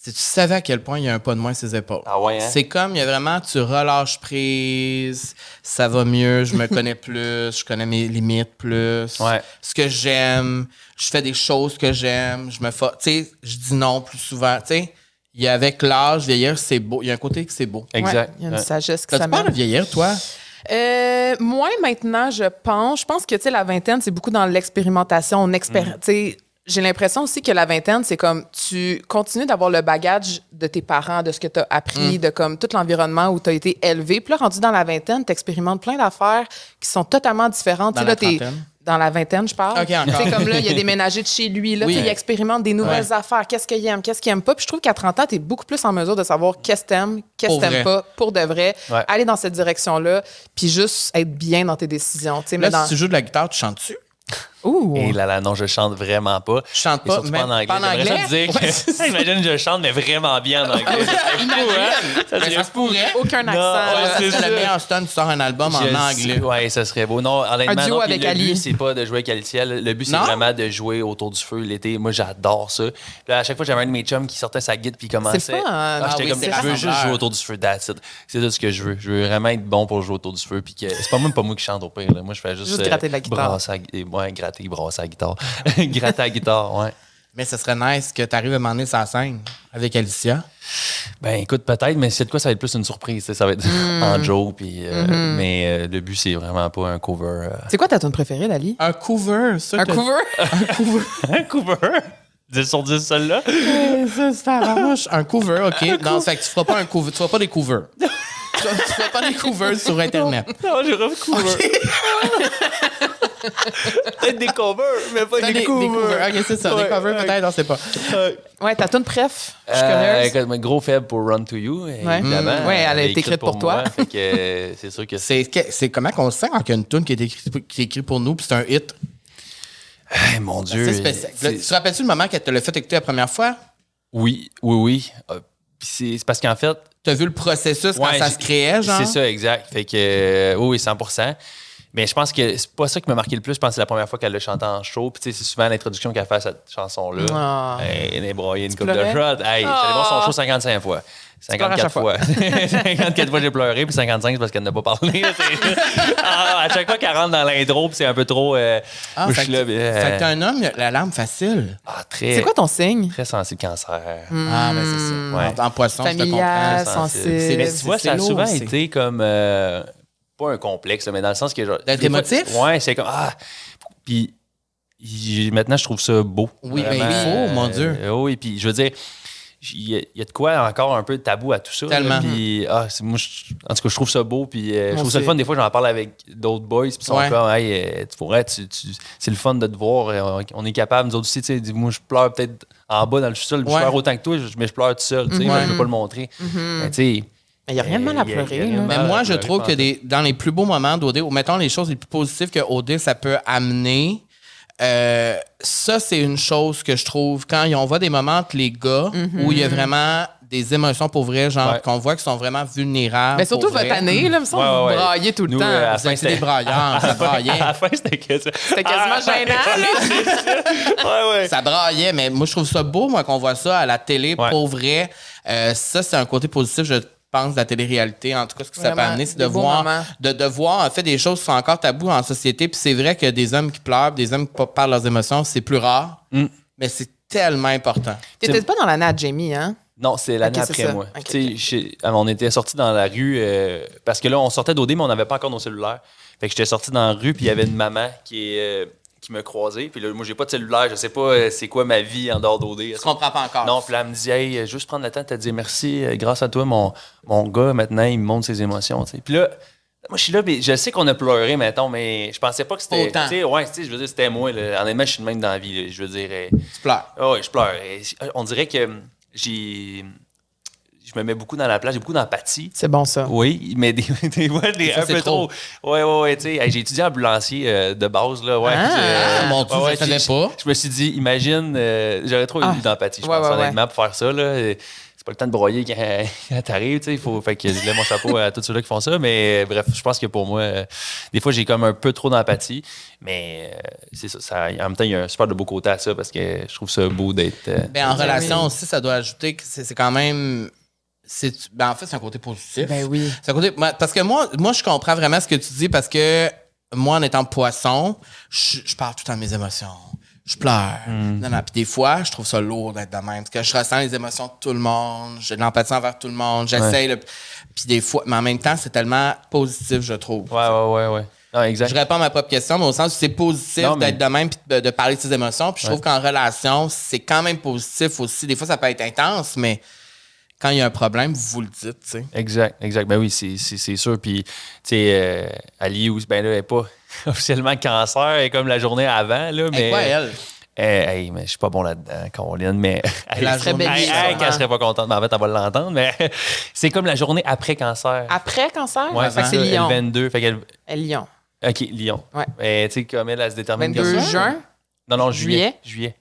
[SPEAKER 1] si tu savais à quel point il y a un pas de moins ses épaules.
[SPEAKER 3] Ah ouais, hein?
[SPEAKER 1] C'est comme, il y a vraiment, tu relâches prise, ça va mieux, je me connais plus, je connais mes limites plus,
[SPEAKER 3] Ouais.
[SPEAKER 1] ce que j'aime, je fais des choses que j'aime, je me fa... tu sais, je dis non plus souvent, tu sais. Il y a avec l'âge, vieillir, c'est beau. Il y a un côté que c'est beau.
[SPEAKER 3] Exact.
[SPEAKER 2] Ouais, Il y a une
[SPEAKER 3] Ouais.
[SPEAKER 2] sagesse qui
[SPEAKER 1] T'as-tu peur
[SPEAKER 2] s'amène.
[SPEAKER 1] de vieillir, toi?
[SPEAKER 2] Euh, moi, maintenant, je pense. Je pense que, tu sais, la vingtaine, c'est beaucoup dans l'expérimentation. On expér-
[SPEAKER 1] Mm.
[SPEAKER 2] tu sais, J'ai l'impression aussi que la vingtaine, c'est comme tu continues d'avoir le bagage de tes parents, de ce que tu as appris,
[SPEAKER 1] Mm.
[SPEAKER 2] de comme tout l'environnement où tu as été élevé. Puis là, rendu dans la vingtaine, tu expérimentes plein d'affaires qui sont totalement différentes.
[SPEAKER 1] Dans
[SPEAKER 2] Tu sais, là,
[SPEAKER 1] la
[SPEAKER 2] t'es-
[SPEAKER 1] trentaine?
[SPEAKER 2] Dans la vingtaine, je parle.
[SPEAKER 1] Ok, encore.
[SPEAKER 2] Tu sais, comme là, il a déménagé de chez lui. Là,
[SPEAKER 1] Oui.
[SPEAKER 2] tu sais, il expérimente des nouvelles
[SPEAKER 1] Ouais.
[SPEAKER 2] affaires. Qu'est-ce qu'il aime, qu'est-ce qu'il aime pas. Puis je trouve qu'à 30 ans, tu es beaucoup plus en mesure de savoir qu'est-ce que t'aimes, qu'est-ce
[SPEAKER 1] Pour
[SPEAKER 2] que
[SPEAKER 1] vrai.
[SPEAKER 2] t'aimes pas, pour de vrai.
[SPEAKER 3] Ouais.
[SPEAKER 2] Aller dans cette direction-là, puis juste être bien dans tes décisions. tu sais, mais
[SPEAKER 1] Là,
[SPEAKER 2] dans...
[SPEAKER 1] si tu joues de la guitare, tu chantes-tu?
[SPEAKER 2] Ouh!
[SPEAKER 3] Et là, là, non, je chante vraiment pas.
[SPEAKER 1] Je chante
[SPEAKER 3] Et
[SPEAKER 1] pas,
[SPEAKER 3] surtout
[SPEAKER 1] mais
[SPEAKER 3] pas en anglais.
[SPEAKER 1] pas en
[SPEAKER 3] J'aimerais ça
[SPEAKER 1] anglais.
[SPEAKER 3] te dire que- Imagine, je chante, mais vraiment bien en anglais. C'est fou, hein?
[SPEAKER 1] Ben,
[SPEAKER 3] Ça serait
[SPEAKER 1] ça se pourrait.
[SPEAKER 2] Aucun
[SPEAKER 3] Non,
[SPEAKER 2] accent.
[SPEAKER 3] ouais,
[SPEAKER 2] là.
[SPEAKER 1] Ça,
[SPEAKER 3] c'est
[SPEAKER 1] c'est
[SPEAKER 3] ça.
[SPEAKER 1] le meilleur stun, tu sors un album
[SPEAKER 3] Je-
[SPEAKER 1] en anglais.
[SPEAKER 3] Ouais, ça serait beau. Non, honnêtement,
[SPEAKER 2] Un duo
[SPEAKER 3] non, puis
[SPEAKER 2] avec
[SPEAKER 3] le
[SPEAKER 2] Ali.
[SPEAKER 3] but, c'est pas de jouer avec Alicia. Le le but, c'est
[SPEAKER 1] Non?
[SPEAKER 3] vraiment de jouer autour du feu l'été. Moi, j'adore ça. Puis Là, à chaque fois, j'avais un de mes chums qui sortait sa guide puis il commençait.
[SPEAKER 2] C'est le fun.
[SPEAKER 3] Ah,
[SPEAKER 2] Ah
[SPEAKER 3] j'étais
[SPEAKER 1] oui,
[SPEAKER 3] comme,
[SPEAKER 1] c'est
[SPEAKER 3] je veux
[SPEAKER 1] rassembleur.
[SPEAKER 3] juste jouer autour du feu. That's it. C'est tout ce que je veux. Je veux vraiment être bon pour jouer autour du feu. Puis que c'est pas même pas moi qui chante au pire. là. Moi, je fais juste, euh,
[SPEAKER 2] Juste gratter de la guitare.
[SPEAKER 3] brasser la gui- ouais, gratter, brasser la guitare. gratter la guitare, ouais.
[SPEAKER 1] Mais ce serait nice que tu arrives à m'emmener sa scène avec Alicia.
[SPEAKER 3] Ben écoute, peut-être, mais c'est de quoi ça va être plus une surprise. tu sais, Ça va être
[SPEAKER 2] Hmm.
[SPEAKER 3] en Joe. Puis, euh,
[SPEAKER 2] Mm-hmm.
[SPEAKER 3] Mais euh, le but, c'est vraiment pas un cover. euh,
[SPEAKER 2] C'est quoi ta tune préférée, Dali?
[SPEAKER 1] Un cover, ça.
[SPEAKER 3] Ah,
[SPEAKER 2] Un
[SPEAKER 1] t'as-
[SPEAKER 2] cover?
[SPEAKER 1] Un cover.
[SPEAKER 3] Un cover? 10 sur 10, celle-là?
[SPEAKER 1] Ça, c'est à la roche. Un cover, OK. non, fait que tu feras pas un cover. Tu feras pas des covers. tu, feras- tu feras pas des covers sur Internet.
[SPEAKER 3] Non, j'ai refait cover. peut-être des covers, mais pas
[SPEAKER 1] T'as Des, des covers. OK, c'est ça.
[SPEAKER 3] Ouais,
[SPEAKER 1] des covers,
[SPEAKER 3] ouais.
[SPEAKER 1] peut-être. On sait pas.
[SPEAKER 3] Euh,
[SPEAKER 2] Ouais, ta tune préf. Je suis
[SPEAKER 3] euh,
[SPEAKER 2] curieuse.
[SPEAKER 3] écoute, moi, gros faible pour Run to You, évidemment.
[SPEAKER 2] Mm. Ouais, elle a été écrite pour toi.
[SPEAKER 3] moi, fait que, euh, c'est sûr que c'est.
[SPEAKER 1] C'est que- c'est comment qu'on sent quand il y a une tune qui est écrite qui est écrite pour nous puis c'est un hit.
[SPEAKER 3] Eh, mon Dieu.
[SPEAKER 1] C'est spécial. Là,
[SPEAKER 3] c'est-
[SPEAKER 1] tu te rappelles-tu le moment qu'elle te l'a fait écouter la première fois?
[SPEAKER 3] Oui, oui, oui. Euh, puis c'est c'est parce qu'en fait,
[SPEAKER 1] T'as vu le processus quand
[SPEAKER 3] Ouais,
[SPEAKER 1] ça
[SPEAKER 3] j'ai-
[SPEAKER 1] se créait, genre?
[SPEAKER 3] C'est ça, exact. Fait que, euh, oui, oui, 100 Mais je pense que c'est pas ça qui m'a marqué le plus. Je pense que c'est la première fois qu'elle l'a chanté en show. Puis, tu sais, c'est souvent l'introduction qu'elle fait à cette chanson-là.
[SPEAKER 2] Ah.
[SPEAKER 3] Hey, elle est broyée une coupe de
[SPEAKER 2] pleurais?
[SPEAKER 3] shot. Hey, j'allais voir
[SPEAKER 2] Ah.
[SPEAKER 3] son show 55 fois.
[SPEAKER 2] pleures à chaque
[SPEAKER 3] 54 fois. 54 fois, j'ai pleuré. Puis 55, c'est parce qu'elle n'a pas parlé. C'est- Ah, à chaque fois qu'elle rentre dans l'intro, puis c'est un peu trop. euh,
[SPEAKER 1] Ah,
[SPEAKER 3] je
[SPEAKER 1] fait
[SPEAKER 3] suis
[SPEAKER 1] que-
[SPEAKER 3] là, mais, euh,
[SPEAKER 1] fait que t'es un homme, il a la larme facile.
[SPEAKER 3] ah, très,
[SPEAKER 2] C'est quoi ton signe?
[SPEAKER 3] très sensible cancer.
[SPEAKER 1] Ah, ben c'est ça.
[SPEAKER 3] Ouais.
[SPEAKER 1] En, en poisson, je
[SPEAKER 2] Mm. Familial,
[SPEAKER 1] te comprends.
[SPEAKER 2] sensible.
[SPEAKER 3] C'est- Mais
[SPEAKER 1] C'est-
[SPEAKER 3] tu vois, ça a
[SPEAKER 1] c'est
[SPEAKER 3] souvent
[SPEAKER 1] lourd,
[SPEAKER 3] été comme. euh, pas un complexe, là, mais dans le sens que. genre,
[SPEAKER 1] D'être
[SPEAKER 3] des fois-
[SPEAKER 1] émotif?
[SPEAKER 3] Ouais, c'est comme. Ah! Puis. j'ai- Maintenant, je trouve ça beau.
[SPEAKER 1] Oui, ben,
[SPEAKER 3] Vraiment,
[SPEAKER 1] il faut, mon
[SPEAKER 3] euh,
[SPEAKER 1] Dieu.
[SPEAKER 3] euh, oui, puis je veux dire, il y, a- il y a de quoi encore un peu de tabou à tout ça. là,
[SPEAKER 1] Tellement.
[SPEAKER 3] puis, ah, c'est- moi, je- en tout cas, je trouve ça beau. Puis euh, je
[SPEAKER 1] On
[SPEAKER 3] trouve ça le
[SPEAKER 1] sait.
[SPEAKER 3] fun. Des fois, j'en parle avec d'autres boys. Puis ils sont
[SPEAKER 1] Ouais.
[SPEAKER 3] comme, hey, euh, tu pourrais, tu- tu- c'est le fun de te voir. euh, On est capable. Nous autres aussi, tu sais, dis, moi, je pleure peut-être en bas dans le sol.
[SPEAKER 1] Ouais. Mhm.
[SPEAKER 3] Je pleure autant que toi, je- mais je pleure tout seul. tu sais, mais Je veux pas le montrer. Mais tu sais,
[SPEAKER 2] Il n'y a rien de mal à
[SPEAKER 3] Il y a- il y a
[SPEAKER 2] pleurer.
[SPEAKER 3] rien de
[SPEAKER 2] là.
[SPEAKER 3] mal.
[SPEAKER 1] Mais
[SPEAKER 3] Ah,
[SPEAKER 1] moi,
[SPEAKER 3] ouais,
[SPEAKER 1] je
[SPEAKER 3] ouais,
[SPEAKER 1] trouve
[SPEAKER 3] je
[SPEAKER 1] que
[SPEAKER 3] pense.
[SPEAKER 1] des- dans les plus beaux moments d'OD, ou mettons les choses les plus positives que OD, ça peut amener, euh, ça, c'est une chose que je trouve quand y- on voit des moments entre les gars où
[SPEAKER 2] Mm-hmm.
[SPEAKER 1] il y a vraiment des émotions pour vrai, genre
[SPEAKER 3] Ouais.
[SPEAKER 1] qu'on voit qu'ils sont vraiment vulnérables.
[SPEAKER 2] Mais surtout
[SPEAKER 1] pour vrai.
[SPEAKER 2] votre année, là, il me semble
[SPEAKER 3] Ouais,
[SPEAKER 2] que vous
[SPEAKER 3] ouais, ouais.
[SPEAKER 2] braillez tout le
[SPEAKER 3] Nous,
[SPEAKER 2] temps.
[SPEAKER 3] euh, à la
[SPEAKER 1] Vous
[SPEAKER 3] fin,
[SPEAKER 1] étiez des
[SPEAKER 3] c'était-
[SPEAKER 1] braillards, ça braillait.
[SPEAKER 3] à la fin, c'était quasiment.
[SPEAKER 2] C'était quasiment
[SPEAKER 3] Ah!
[SPEAKER 2] gênant. là.
[SPEAKER 3] Ouais, ouais.
[SPEAKER 1] Ça braillait, mais moi, je trouve ça beau, moi, qu'on voit ça à la télé,
[SPEAKER 3] Ouais.
[SPEAKER 1] pour vrai. Euh, ça, c'est un côté positif, je pense, de la télé-réalité. En tout cas, ce que ça peut
[SPEAKER 2] Vraiment,
[SPEAKER 1] amener, c'est de
[SPEAKER 2] des beaux
[SPEAKER 1] voir,
[SPEAKER 2] moments.
[SPEAKER 1] de, de voir, en fait, des choses qui sont encore taboues en société. Puis c'est vrai que des hommes qui pleurent, des hommes qui pa- parlent leurs émotions, c'est plus rare, mais c'est tellement important.
[SPEAKER 2] T'étais pas dans l'année à Jamie, hein?
[SPEAKER 3] Non, c'est l'année
[SPEAKER 2] Ok, c'est
[SPEAKER 3] après
[SPEAKER 2] ça.
[SPEAKER 3] moi.
[SPEAKER 2] Ok,
[SPEAKER 3] Tu sais, j'ai- ah, on était sortis dans la rue euh, parce que là, on sortait d'OD, mais on n'avait pas encore nos cellulaires. Fait que j'étais sorti dans la rue, puis il y avait une maman qui, est, euh, qui me croisait. Puis là, moi, j'ai pas de cellulaire, je sais pas euh, c'est quoi ma vie en dehors d'OD.
[SPEAKER 1] Je comprends pas encore.
[SPEAKER 3] Non, puis là, elle me dit, hey, euh, juste prendre le temps de te dire merci. euh, Grâce à toi, mon, mon gars, maintenant, il me montre ses émotions. tu sais. Puis là, moi, je suis là, puis je sais qu'on a pleuré, mettons, mais je pensais pas que c'était.
[SPEAKER 1] Autant.
[SPEAKER 3] tu sais, Ouais, tu sais, je veux dire, c'était moi. là. Honnêtement, je suis le même dans la vie. là. Je veux dire. euh,
[SPEAKER 1] tu pleures.
[SPEAKER 3] ah ouais, je pleure. Et j- On dirait que hum, j'ai. Je me mets beaucoup dans la place, j'ai beaucoup d'empathie.
[SPEAKER 2] C'est bon, ça.
[SPEAKER 3] Oui, mais des, des fois, des-
[SPEAKER 1] fois,
[SPEAKER 3] un
[SPEAKER 1] c'est
[SPEAKER 3] peu trop. Ouais, ouais, ouais, tu sais. hey, j'ai étudié ambulancier euh, de base, là. Ouais,
[SPEAKER 2] Ah!
[SPEAKER 1] Ah, mon Dieu, je savais
[SPEAKER 3] puis
[SPEAKER 1] pas.
[SPEAKER 3] Je me suis dit, imagine, euh, j'aurais trop eu
[SPEAKER 2] Ah.
[SPEAKER 3] d'empathie, je
[SPEAKER 2] Ouais,
[SPEAKER 3] pense,
[SPEAKER 2] ouais,
[SPEAKER 3] honnêtement, pour faire ça, là. Euh, C'est pas le temps de broyer quand, quand t'arrives, tu sais. il Faut, fait que je lève mon chapeau à tous ceux-là qui font ça. Mais euh, bref, je pense que pour moi, euh, des fois, j'ai comme un peu trop d'empathie. Mais euh, c'est ça, ça- En même temps, il y a un super de beau côté à ça parce que je trouve ça beau d'être. euh,
[SPEAKER 1] Ben, en
[SPEAKER 2] Ben
[SPEAKER 1] relation
[SPEAKER 2] oui.
[SPEAKER 1] aussi, ça doit ajouter que c'est c'est quand même. c'est- Ben, en fait, c'est un côté positif.
[SPEAKER 2] Ben oui.
[SPEAKER 1] C'est un côté- moi- parce que moi, moi, je comprends vraiment ce que tu dis parce que moi, en étant poisson, je, je parle tout le temps de mes émotions. Je pleure.
[SPEAKER 3] Mhm.
[SPEAKER 1] Non, non. Puis des fois, je trouve ça lourd d'être de même. Parce que je ressens les émotions de tout le monde. J'ai de l'empathie envers tout le monde. J'essaye. le- Puis des fois, mais en même temps, c'est tellement positif, je trouve.
[SPEAKER 3] Ouais, ouais, ouais, ouais. Non, exact.
[SPEAKER 1] Je réponds à ma propre question, mais au sens où c'est positif
[SPEAKER 3] Non, mais-
[SPEAKER 1] d'être de même puis de, de parler de ses émotions. Puis je trouve qu'en relation, c'est quand même positif aussi. Des fois, ça peut être intense, mais quand il y a un problème, vous le dites, tu sais.
[SPEAKER 3] Exact, exact. Ben oui, c'est- c'est c'est sûr. Puis, tu sais, euh, Ali, Ous- ben là, elle n'est pas officiellement cancer, elle est comme la journée avant, là.
[SPEAKER 1] Mais
[SPEAKER 3] Mais,
[SPEAKER 1] quoi, elle?
[SPEAKER 3] Eh, hey, mais je suis pas bon là-dedans, Caroline, mais. Elle
[SPEAKER 1] La journée
[SPEAKER 3] elle,
[SPEAKER 1] avant.
[SPEAKER 3] elle, qu'elle serait pas contente, mais en fait, elle va l'entendre. Mais c'est comme la journée après cancer.
[SPEAKER 2] Après cancer,
[SPEAKER 3] Ouais,
[SPEAKER 2] fait que
[SPEAKER 3] ça,
[SPEAKER 2] c'est Lyon.
[SPEAKER 3] Le 22. Fait qu'elle.
[SPEAKER 2] Elle Lyon.
[SPEAKER 3] OK, Lyon.
[SPEAKER 2] Ouais.
[SPEAKER 3] Mais tu sais, comme elle, elle se détermine.
[SPEAKER 2] 22
[SPEAKER 3] comme ça.
[SPEAKER 2] juin.
[SPEAKER 3] Non, non, juillet. Juillet.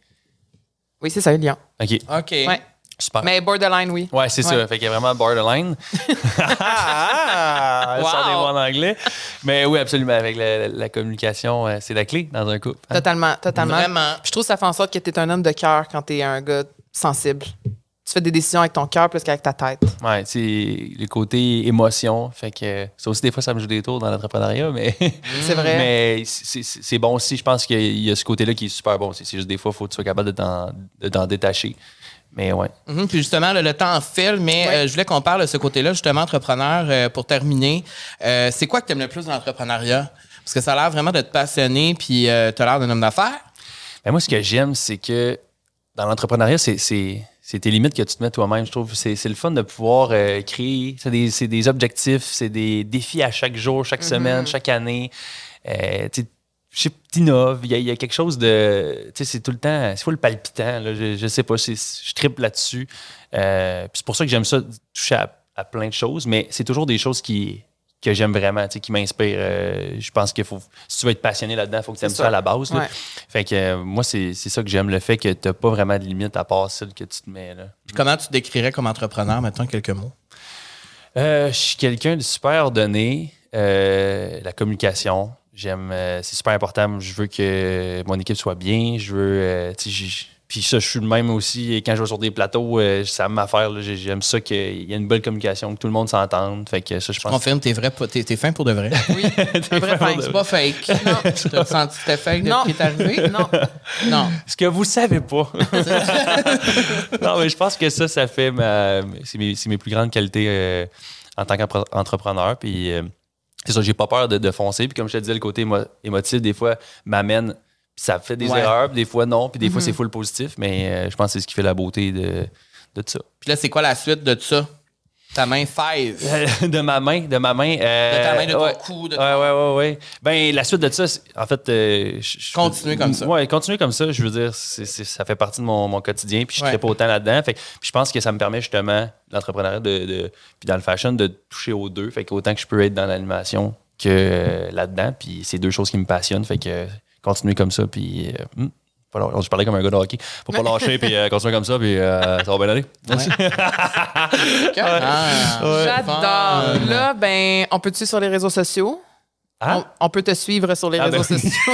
[SPEAKER 2] Oui, c'est ça, Lyon.
[SPEAKER 3] OK,
[SPEAKER 1] OK.
[SPEAKER 2] Ouais.
[SPEAKER 3] super.
[SPEAKER 2] Mais borderline, oui.
[SPEAKER 3] Ouais, c'est
[SPEAKER 2] Ouais.
[SPEAKER 3] ça. Fait qu'il y a vraiment borderline. Ah, Elle sort des
[SPEAKER 2] Wow.
[SPEAKER 3] mots en anglais. Mais oui, absolument. Avec la, la communication, euh, c'est la clé dans un couple. hein.
[SPEAKER 2] Totalement, totalement.
[SPEAKER 1] Vraiment.
[SPEAKER 2] Puis Je trouve que ça fait en sorte que tu es un homme de cœur quand tu es un gars sensible. tu fais des décisions avec ton cœur plus qu'avec ta tête.
[SPEAKER 3] Ouais, c'est le côté émotion. Fait que ça aussi, des fois, ça me joue des tours dans l'entrepreneuriat, mais.
[SPEAKER 2] C'est vrai.
[SPEAKER 3] Mais c'est- c'est c'est bon aussi. Je pense qu'il y a- il y a ce côté-là qui est super bon. C'est c'est juste des fois, il faut que tu sois capable de t'en- de t'en détacher. Mais ouais.
[SPEAKER 1] Mhm, puis justement, là, le temps file, mais
[SPEAKER 2] Ouais.
[SPEAKER 1] euh, je voulais qu'on parle de ce côté-là, justement, entrepreneur, euh, pour terminer. Euh, c'est quoi que tu aimes le plus dans l'entrepreneuriat? Parce que ça a l'air vraiment de te passionner, puis tu as l'air d'un homme d'affaires.
[SPEAKER 3] Ben, moi, ce que j'aime, c'est que dans l'entrepreneuriat, c'est- c'est c'est tes limites que tu te mets toi-même. Je trouve c'est c'est le fun de pouvoir euh, créer. C'est des, c'est des objectifs, c'est des défis à chaque jour, chaque
[SPEAKER 2] Mm-hmm.
[SPEAKER 3] semaine, chaque année. Euh, tu sais, je sais, t'innoves. Il y, a- il y a quelque chose de. Tu sais, c'est tout le temps. C'est pas le palpitant. là. je, je sais pas. c'est- Je tripe là-dessus. Euh, puis c'est pour ça que j'aime ça, toucher à, à plein de choses, mais c'est toujours des choses qui que j'aime vraiment, tu sais, qui m'inspirent. Euh, je pense qu'il faut. Si tu veux être passionné là-dedans, il faut que tu aimes
[SPEAKER 2] C'est
[SPEAKER 3] ça.
[SPEAKER 2] ça.
[SPEAKER 3] à la base. là.
[SPEAKER 2] Ouais.
[SPEAKER 3] Fait que euh, moi, c'est c'est ça que j'aime, le fait que t'as pas vraiment de limite à part celle que tu te mets. Là.
[SPEAKER 1] Puis comment tu te décrirais comme entrepreneur, maintenant quelques mots?
[SPEAKER 3] Euh, je suis quelqu'un de super ordonné. Euh, la communication, j'aime, euh, c'est super important. Je veux que mon équipe soit bien. Je veux, euh, tu sais, j'ai- puis ça, je suis le même aussi. Et quand je vais sur des plateaux, euh, ça m'affaire. là. J'ai- J'aime ça qu'il y a une belle communication, que tout le monde s'entende. Fait que ça, je
[SPEAKER 1] Je
[SPEAKER 3] pense.
[SPEAKER 1] confirme, t'es vrai, pas- t'es, t'es fin pour de vrai.
[SPEAKER 2] Oui, un vrai
[SPEAKER 3] vraiment
[SPEAKER 2] fan.
[SPEAKER 1] C'est pas fake. Non. Tu as senti que c'était fake depuis
[SPEAKER 2] Non.
[SPEAKER 1] qu'il est arrivé?
[SPEAKER 2] Non,
[SPEAKER 1] Non.
[SPEAKER 3] Ce que vous savez pas. non, mais je pense que ça, ça fait ma. C'est mes, c'est mes plus grandes qualités euh, en tant qu'entrepreneur. Puis euh, c'est ça, j'ai pas peur de, de foncer. Puis comme je te disais, le côté émo- émotif, des fois, m'amène. Puis ça fait des
[SPEAKER 1] Ouais.
[SPEAKER 3] erreurs, puis des fois non, puis des fois c'est full positif. Mais euh, je pense que c'est ce qui fait la beauté de, de ça.
[SPEAKER 1] Puis là, c'est quoi la suite de ça? Ta main five.
[SPEAKER 3] de ma main, de ma main. euh,
[SPEAKER 1] De ta main, de ton
[SPEAKER 3] ouais.
[SPEAKER 1] cou, de
[SPEAKER 3] Ouais, ouais, ouais, ouais. Ben, la suite de ça, c'est- en fait. euh, je- je-
[SPEAKER 1] Continuer comme ça.
[SPEAKER 3] Ouais, continuer comme ça, je veux dire, c'est- c'est- ça fait partie de mon, mon quotidien, puis je ne
[SPEAKER 1] Ouais.
[SPEAKER 3] pas autant là-dedans. Fait que- puis je pense que ça me permet justement, l'entrepreneuriat, de, de- puis dans le fashion, de toucher aux deux. Fait qu'autant que je peux être dans l'animation que euh, là-dedans, puis c'est deux choses qui me passionnent. Fait que euh, continuer comme ça, puis. euh, hmm, pas lâ- je parlais comme un gars de hockey. Faut pas lâcher, puis euh, continuer comme ça, puis euh, ça va bien aller.
[SPEAKER 1] Ah,
[SPEAKER 2] j'adore.
[SPEAKER 3] Euh,
[SPEAKER 1] fun.
[SPEAKER 2] Là, ben, on peut te suivre sur les réseaux sociaux.
[SPEAKER 3] Hein?
[SPEAKER 2] On, on peut te suivre sur les
[SPEAKER 3] Ah, ben
[SPEAKER 2] réseaux
[SPEAKER 3] oui.
[SPEAKER 2] sociaux.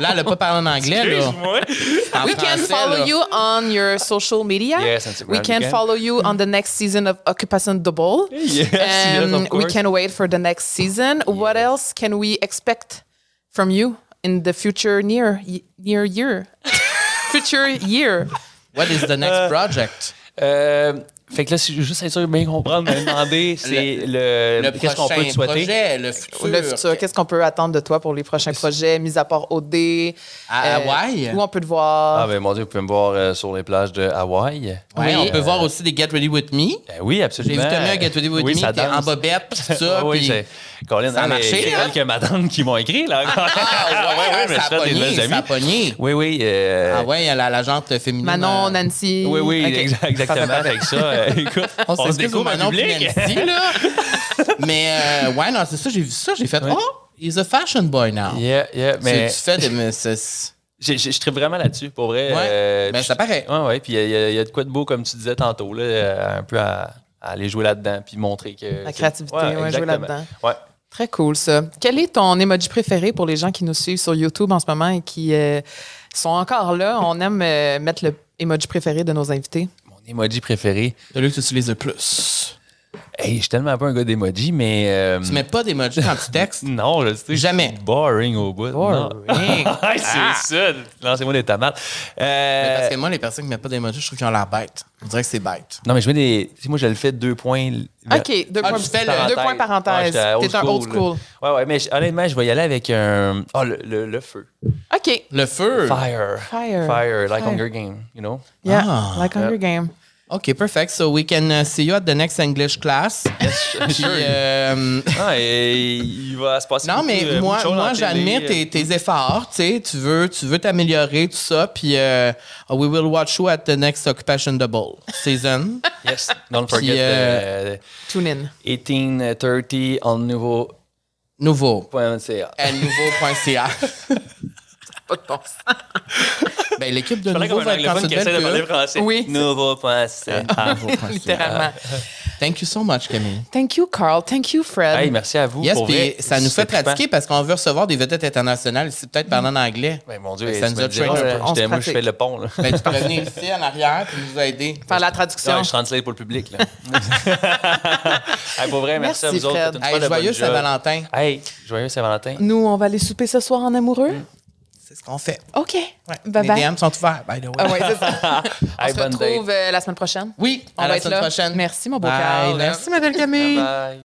[SPEAKER 1] Là, elle a pas parlé en anglais, là.
[SPEAKER 3] Excuse-moi.
[SPEAKER 1] En
[SPEAKER 2] We can
[SPEAKER 1] français,
[SPEAKER 2] follow
[SPEAKER 1] là.
[SPEAKER 2] you on your social media.
[SPEAKER 3] uh, Yes, Instagram,
[SPEAKER 2] we
[SPEAKER 3] we
[SPEAKER 2] can
[SPEAKER 3] can.
[SPEAKER 2] follow you on the next season of Occupation Double.
[SPEAKER 3] Yes, yes, of
[SPEAKER 2] we
[SPEAKER 3] course.
[SPEAKER 2] can wait for the next season. What else can we expect from you in the future near y- near year? future year.
[SPEAKER 1] What is the next project?
[SPEAKER 3] Euh, fait que là, si je veux juste être sûr de bien comprendre, me demander, c'est le,
[SPEAKER 1] Le
[SPEAKER 3] qu'est-ce qu'on peut
[SPEAKER 1] prochain
[SPEAKER 3] te souhaiter.
[SPEAKER 1] projet, le futur.
[SPEAKER 2] Le futur, qu'est-ce qu'on peut attendre de toi pour les prochains projets, mis à part OD?
[SPEAKER 1] À
[SPEAKER 2] euh,
[SPEAKER 1] Hawaï?
[SPEAKER 2] Où on peut te voir?
[SPEAKER 3] Ah ben mon Dieu, vous pouvez me voir euh, sur les plages de Hawaï.
[SPEAKER 1] Ouais,
[SPEAKER 2] Oui.
[SPEAKER 1] on peut voir aussi des Get Ready With Me.
[SPEAKER 3] Ben oui,
[SPEAKER 1] J'ai
[SPEAKER 3] absolument.
[SPEAKER 1] vu Tommy à Get Ready With
[SPEAKER 3] Oui,
[SPEAKER 1] Me,
[SPEAKER 3] ça
[SPEAKER 1] t'es en
[SPEAKER 3] danse.
[SPEAKER 1] bobette, pis tout ça.
[SPEAKER 3] Ah oui,
[SPEAKER 1] puis-
[SPEAKER 3] c'est- Colin,
[SPEAKER 1] Ça a
[SPEAKER 3] hein, mais
[SPEAKER 1] marché,
[SPEAKER 3] j'ai
[SPEAKER 1] là?
[SPEAKER 3] quelques madames qui m'ont écrit, là. encore.
[SPEAKER 1] Ah ouais,
[SPEAKER 3] Ouais,
[SPEAKER 1] ça
[SPEAKER 3] ouais, je
[SPEAKER 1] a
[SPEAKER 3] me suis fait des
[SPEAKER 1] pogné,
[SPEAKER 3] belles
[SPEAKER 1] ça a
[SPEAKER 3] amies.
[SPEAKER 1] pogné.
[SPEAKER 3] Oui, oui. euh,
[SPEAKER 1] Ah ouais, il y a la, la jante féminine.
[SPEAKER 2] Manon,
[SPEAKER 1] euh,
[SPEAKER 2] Nancy.
[SPEAKER 3] Oui, oui,
[SPEAKER 2] Ok.
[SPEAKER 3] exa- exactement. Avec ça, euh, écoute, on, se
[SPEAKER 1] s'excuse au
[SPEAKER 3] découvre en
[SPEAKER 1] Manon puis
[SPEAKER 3] public.
[SPEAKER 1] Nancy, là. Mais euh, ouais, non, c'est ça, j'ai vu ça, j'ai fait Oh, he's a fashion boy now.
[SPEAKER 3] Yeah, yeah, mais...
[SPEAKER 1] C'est- Tu fais des. mais c'est-
[SPEAKER 3] J'ai- j'ai- Je tripe vraiment là-dessus, pour vrai.
[SPEAKER 1] Ouais,
[SPEAKER 3] Euh,
[SPEAKER 1] ben,
[SPEAKER 3] puis
[SPEAKER 1] ça
[SPEAKER 3] je-
[SPEAKER 1] paraît.
[SPEAKER 3] Ouais, ouais. Puis il y, a- il y a- il y a de quoi de beau, comme tu disais tantôt, là, euh, un peu à, à aller jouer là-dedans, puis montrer que.
[SPEAKER 2] La créativité, ouais, jouer
[SPEAKER 3] exactement.
[SPEAKER 2] là-dedans.
[SPEAKER 3] Ouais.
[SPEAKER 2] Très cool, ça. Quel est ton emoji préféré pour les gens qui nous suivent sur YouTube en ce moment et qui euh, sont encore là? On aime euh, mettre le emoji préféré de nos invités.
[SPEAKER 1] Ah,
[SPEAKER 3] Mon emoji préféré.
[SPEAKER 1] Celui que tu utilises le plus.
[SPEAKER 3] Hey, je suis tellement pas un gars d'emoji, mais. euh,
[SPEAKER 1] Tu mets pas d'emoji quand tu textes.
[SPEAKER 3] Non, je le sais.
[SPEAKER 1] Jamais.
[SPEAKER 3] je suis Boring au bout. non.
[SPEAKER 1] Hey,
[SPEAKER 3] Ouais, c'est ça. Lancez-moi des tomates. Euh,
[SPEAKER 1] Parce que moi, les personnes qui mettent pas d'emoji, je trouve qu'ils ont l'air bêtes. On dirait que c'est bête.
[SPEAKER 3] Non, mais je mets des. tu sais, moi, je le fais deux points.
[SPEAKER 2] OK, deux,
[SPEAKER 1] Ah,
[SPEAKER 2] points,
[SPEAKER 1] tu fais le-
[SPEAKER 2] deux points
[SPEAKER 3] Ouais,
[SPEAKER 2] parenthèses.
[SPEAKER 3] Ah, j'étais à
[SPEAKER 2] T'es un old
[SPEAKER 3] là.
[SPEAKER 2] school.
[SPEAKER 3] Ouais, ouais, mais j- honnêtement, je vais y aller avec un. Ah, le- le- le feu.
[SPEAKER 2] OK.
[SPEAKER 1] Le feu.
[SPEAKER 3] Fire.
[SPEAKER 2] Fire.
[SPEAKER 3] Fire, like
[SPEAKER 2] Fire.
[SPEAKER 3] Hunger Game, you know?
[SPEAKER 2] Yeah,
[SPEAKER 1] Ah.
[SPEAKER 2] like Hunger Game.
[SPEAKER 1] Okay, perfect. So we can uh, see you at the next English class. Puis, euh,
[SPEAKER 3] Ah, et il va se passer.
[SPEAKER 1] non,
[SPEAKER 3] beaucoup,
[SPEAKER 1] mais
[SPEAKER 3] euh, beaucoup
[SPEAKER 1] moi,
[SPEAKER 3] de choses
[SPEAKER 1] moi
[SPEAKER 3] en
[SPEAKER 1] j'admire
[SPEAKER 3] télé, euh.
[SPEAKER 1] tes, tes efforts. Tu sais, tu veux tu veux t'améliorer, tout ça. Puis, euh, we will watch you at the next Occupation Double season.
[SPEAKER 3] euh, Yes, don't forget
[SPEAKER 1] Puis,
[SPEAKER 3] euh,
[SPEAKER 2] Tune in.
[SPEAKER 3] 1830 en nouveau.
[SPEAKER 1] Nouveau.
[SPEAKER 3] point CA.
[SPEAKER 1] À nouveau.ca.
[SPEAKER 2] Pas de bon sens.
[SPEAKER 1] ben, l'équipe de
[SPEAKER 3] Je parlais
[SPEAKER 1] nouveau
[SPEAKER 3] comme un
[SPEAKER 1] va être quand c'est
[SPEAKER 3] anglophone qui essaie de parler français.
[SPEAKER 2] Oui.
[SPEAKER 3] Nouveau.ca.
[SPEAKER 2] Littéralement.
[SPEAKER 1] Thank you so much, Camille.
[SPEAKER 2] Thank you, Carl. Thank you, Fred.
[SPEAKER 3] Hey, merci à vous.
[SPEAKER 1] Yes,
[SPEAKER 3] pour
[SPEAKER 1] puis
[SPEAKER 3] vrai.
[SPEAKER 1] ça nous fait
[SPEAKER 3] C'était
[SPEAKER 1] pratiquer
[SPEAKER 3] trippant.
[SPEAKER 1] parce qu'on veut recevoir des vedettes internationales ici, peut-être parlant en anglais.
[SPEAKER 3] Ben, mon Dieu,
[SPEAKER 1] Ça
[SPEAKER 3] tu
[SPEAKER 1] nous a
[SPEAKER 3] me le diras,
[SPEAKER 1] traîné un
[SPEAKER 3] là.
[SPEAKER 1] peu.
[SPEAKER 2] On se
[SPEAKER 3] J'étais- Moi, je
[SPEAKER 2] pratique.
[SPEAKER 3] fais le pont. Là.
[SPEAKER 1] Ben, tu pourrais venir ici en arrière et nous aider.
[SPEAKER 2] Faire la
[SPEAKER 3] Non,
[SPEAKER 2] traduction.
[SPEAKER 3] je translate pour le public. Là. Hey, pour vrai,
[SPEAKER 2] Merci,
[SPEAKER 3] merci, à vous autres.
[SPEAKER 2] Fred.
[SPEAKER 3] Faites une
[SPEAKER 1] Hey,
[SPEAKER 3] fois de bonne
[SPEAKER 1] joyeux
[SPEAKER 3] job.
[SPEAKER 1] Saint-Valentin.
[SPEAKER 3] Hey, joyeux Saint-Valentin.
[SPEAKER 2] Nous, on va aller souper ce soir en amoureux.
[SPEAKER 1] C'est ce qu'on fait.
[SPEAKER 2] OK.
[SPEAKER 1] Ouais.
[SPEAKER 2] Bye
[SPEAKER 1] Les
[SPEAKER 2] bye.
[SPEAKER 1] DM sont ouverts, by the way.
[SPEAKER 2] Ah ouais, c'est ça. on
[SPEAKER 3] Hey,
[SPEAKER 2] se
[SPEAKER 3] bonne
[SPEAKER 2] retrouve euh, la semaine prochaine.
[SPEAKER 1] Oui,
[SPEAKER 2] On
[SPEAKER 1] à
[SPEAKER 2] va
[SPEAKER 1] la
[SPEAKER 2] être
[SPEAKER 1] semaine
[SPEAKER 2] là.
[SPEAKER 1] prochaine.
[SPEAKER 2] Merci, mon beau
[SPEAKER 1] Bye.
[SPEAKER 2] Carl.
[SPEAKER 1] Merci, ma belle Camille.
[SPEAKER 3] Bye.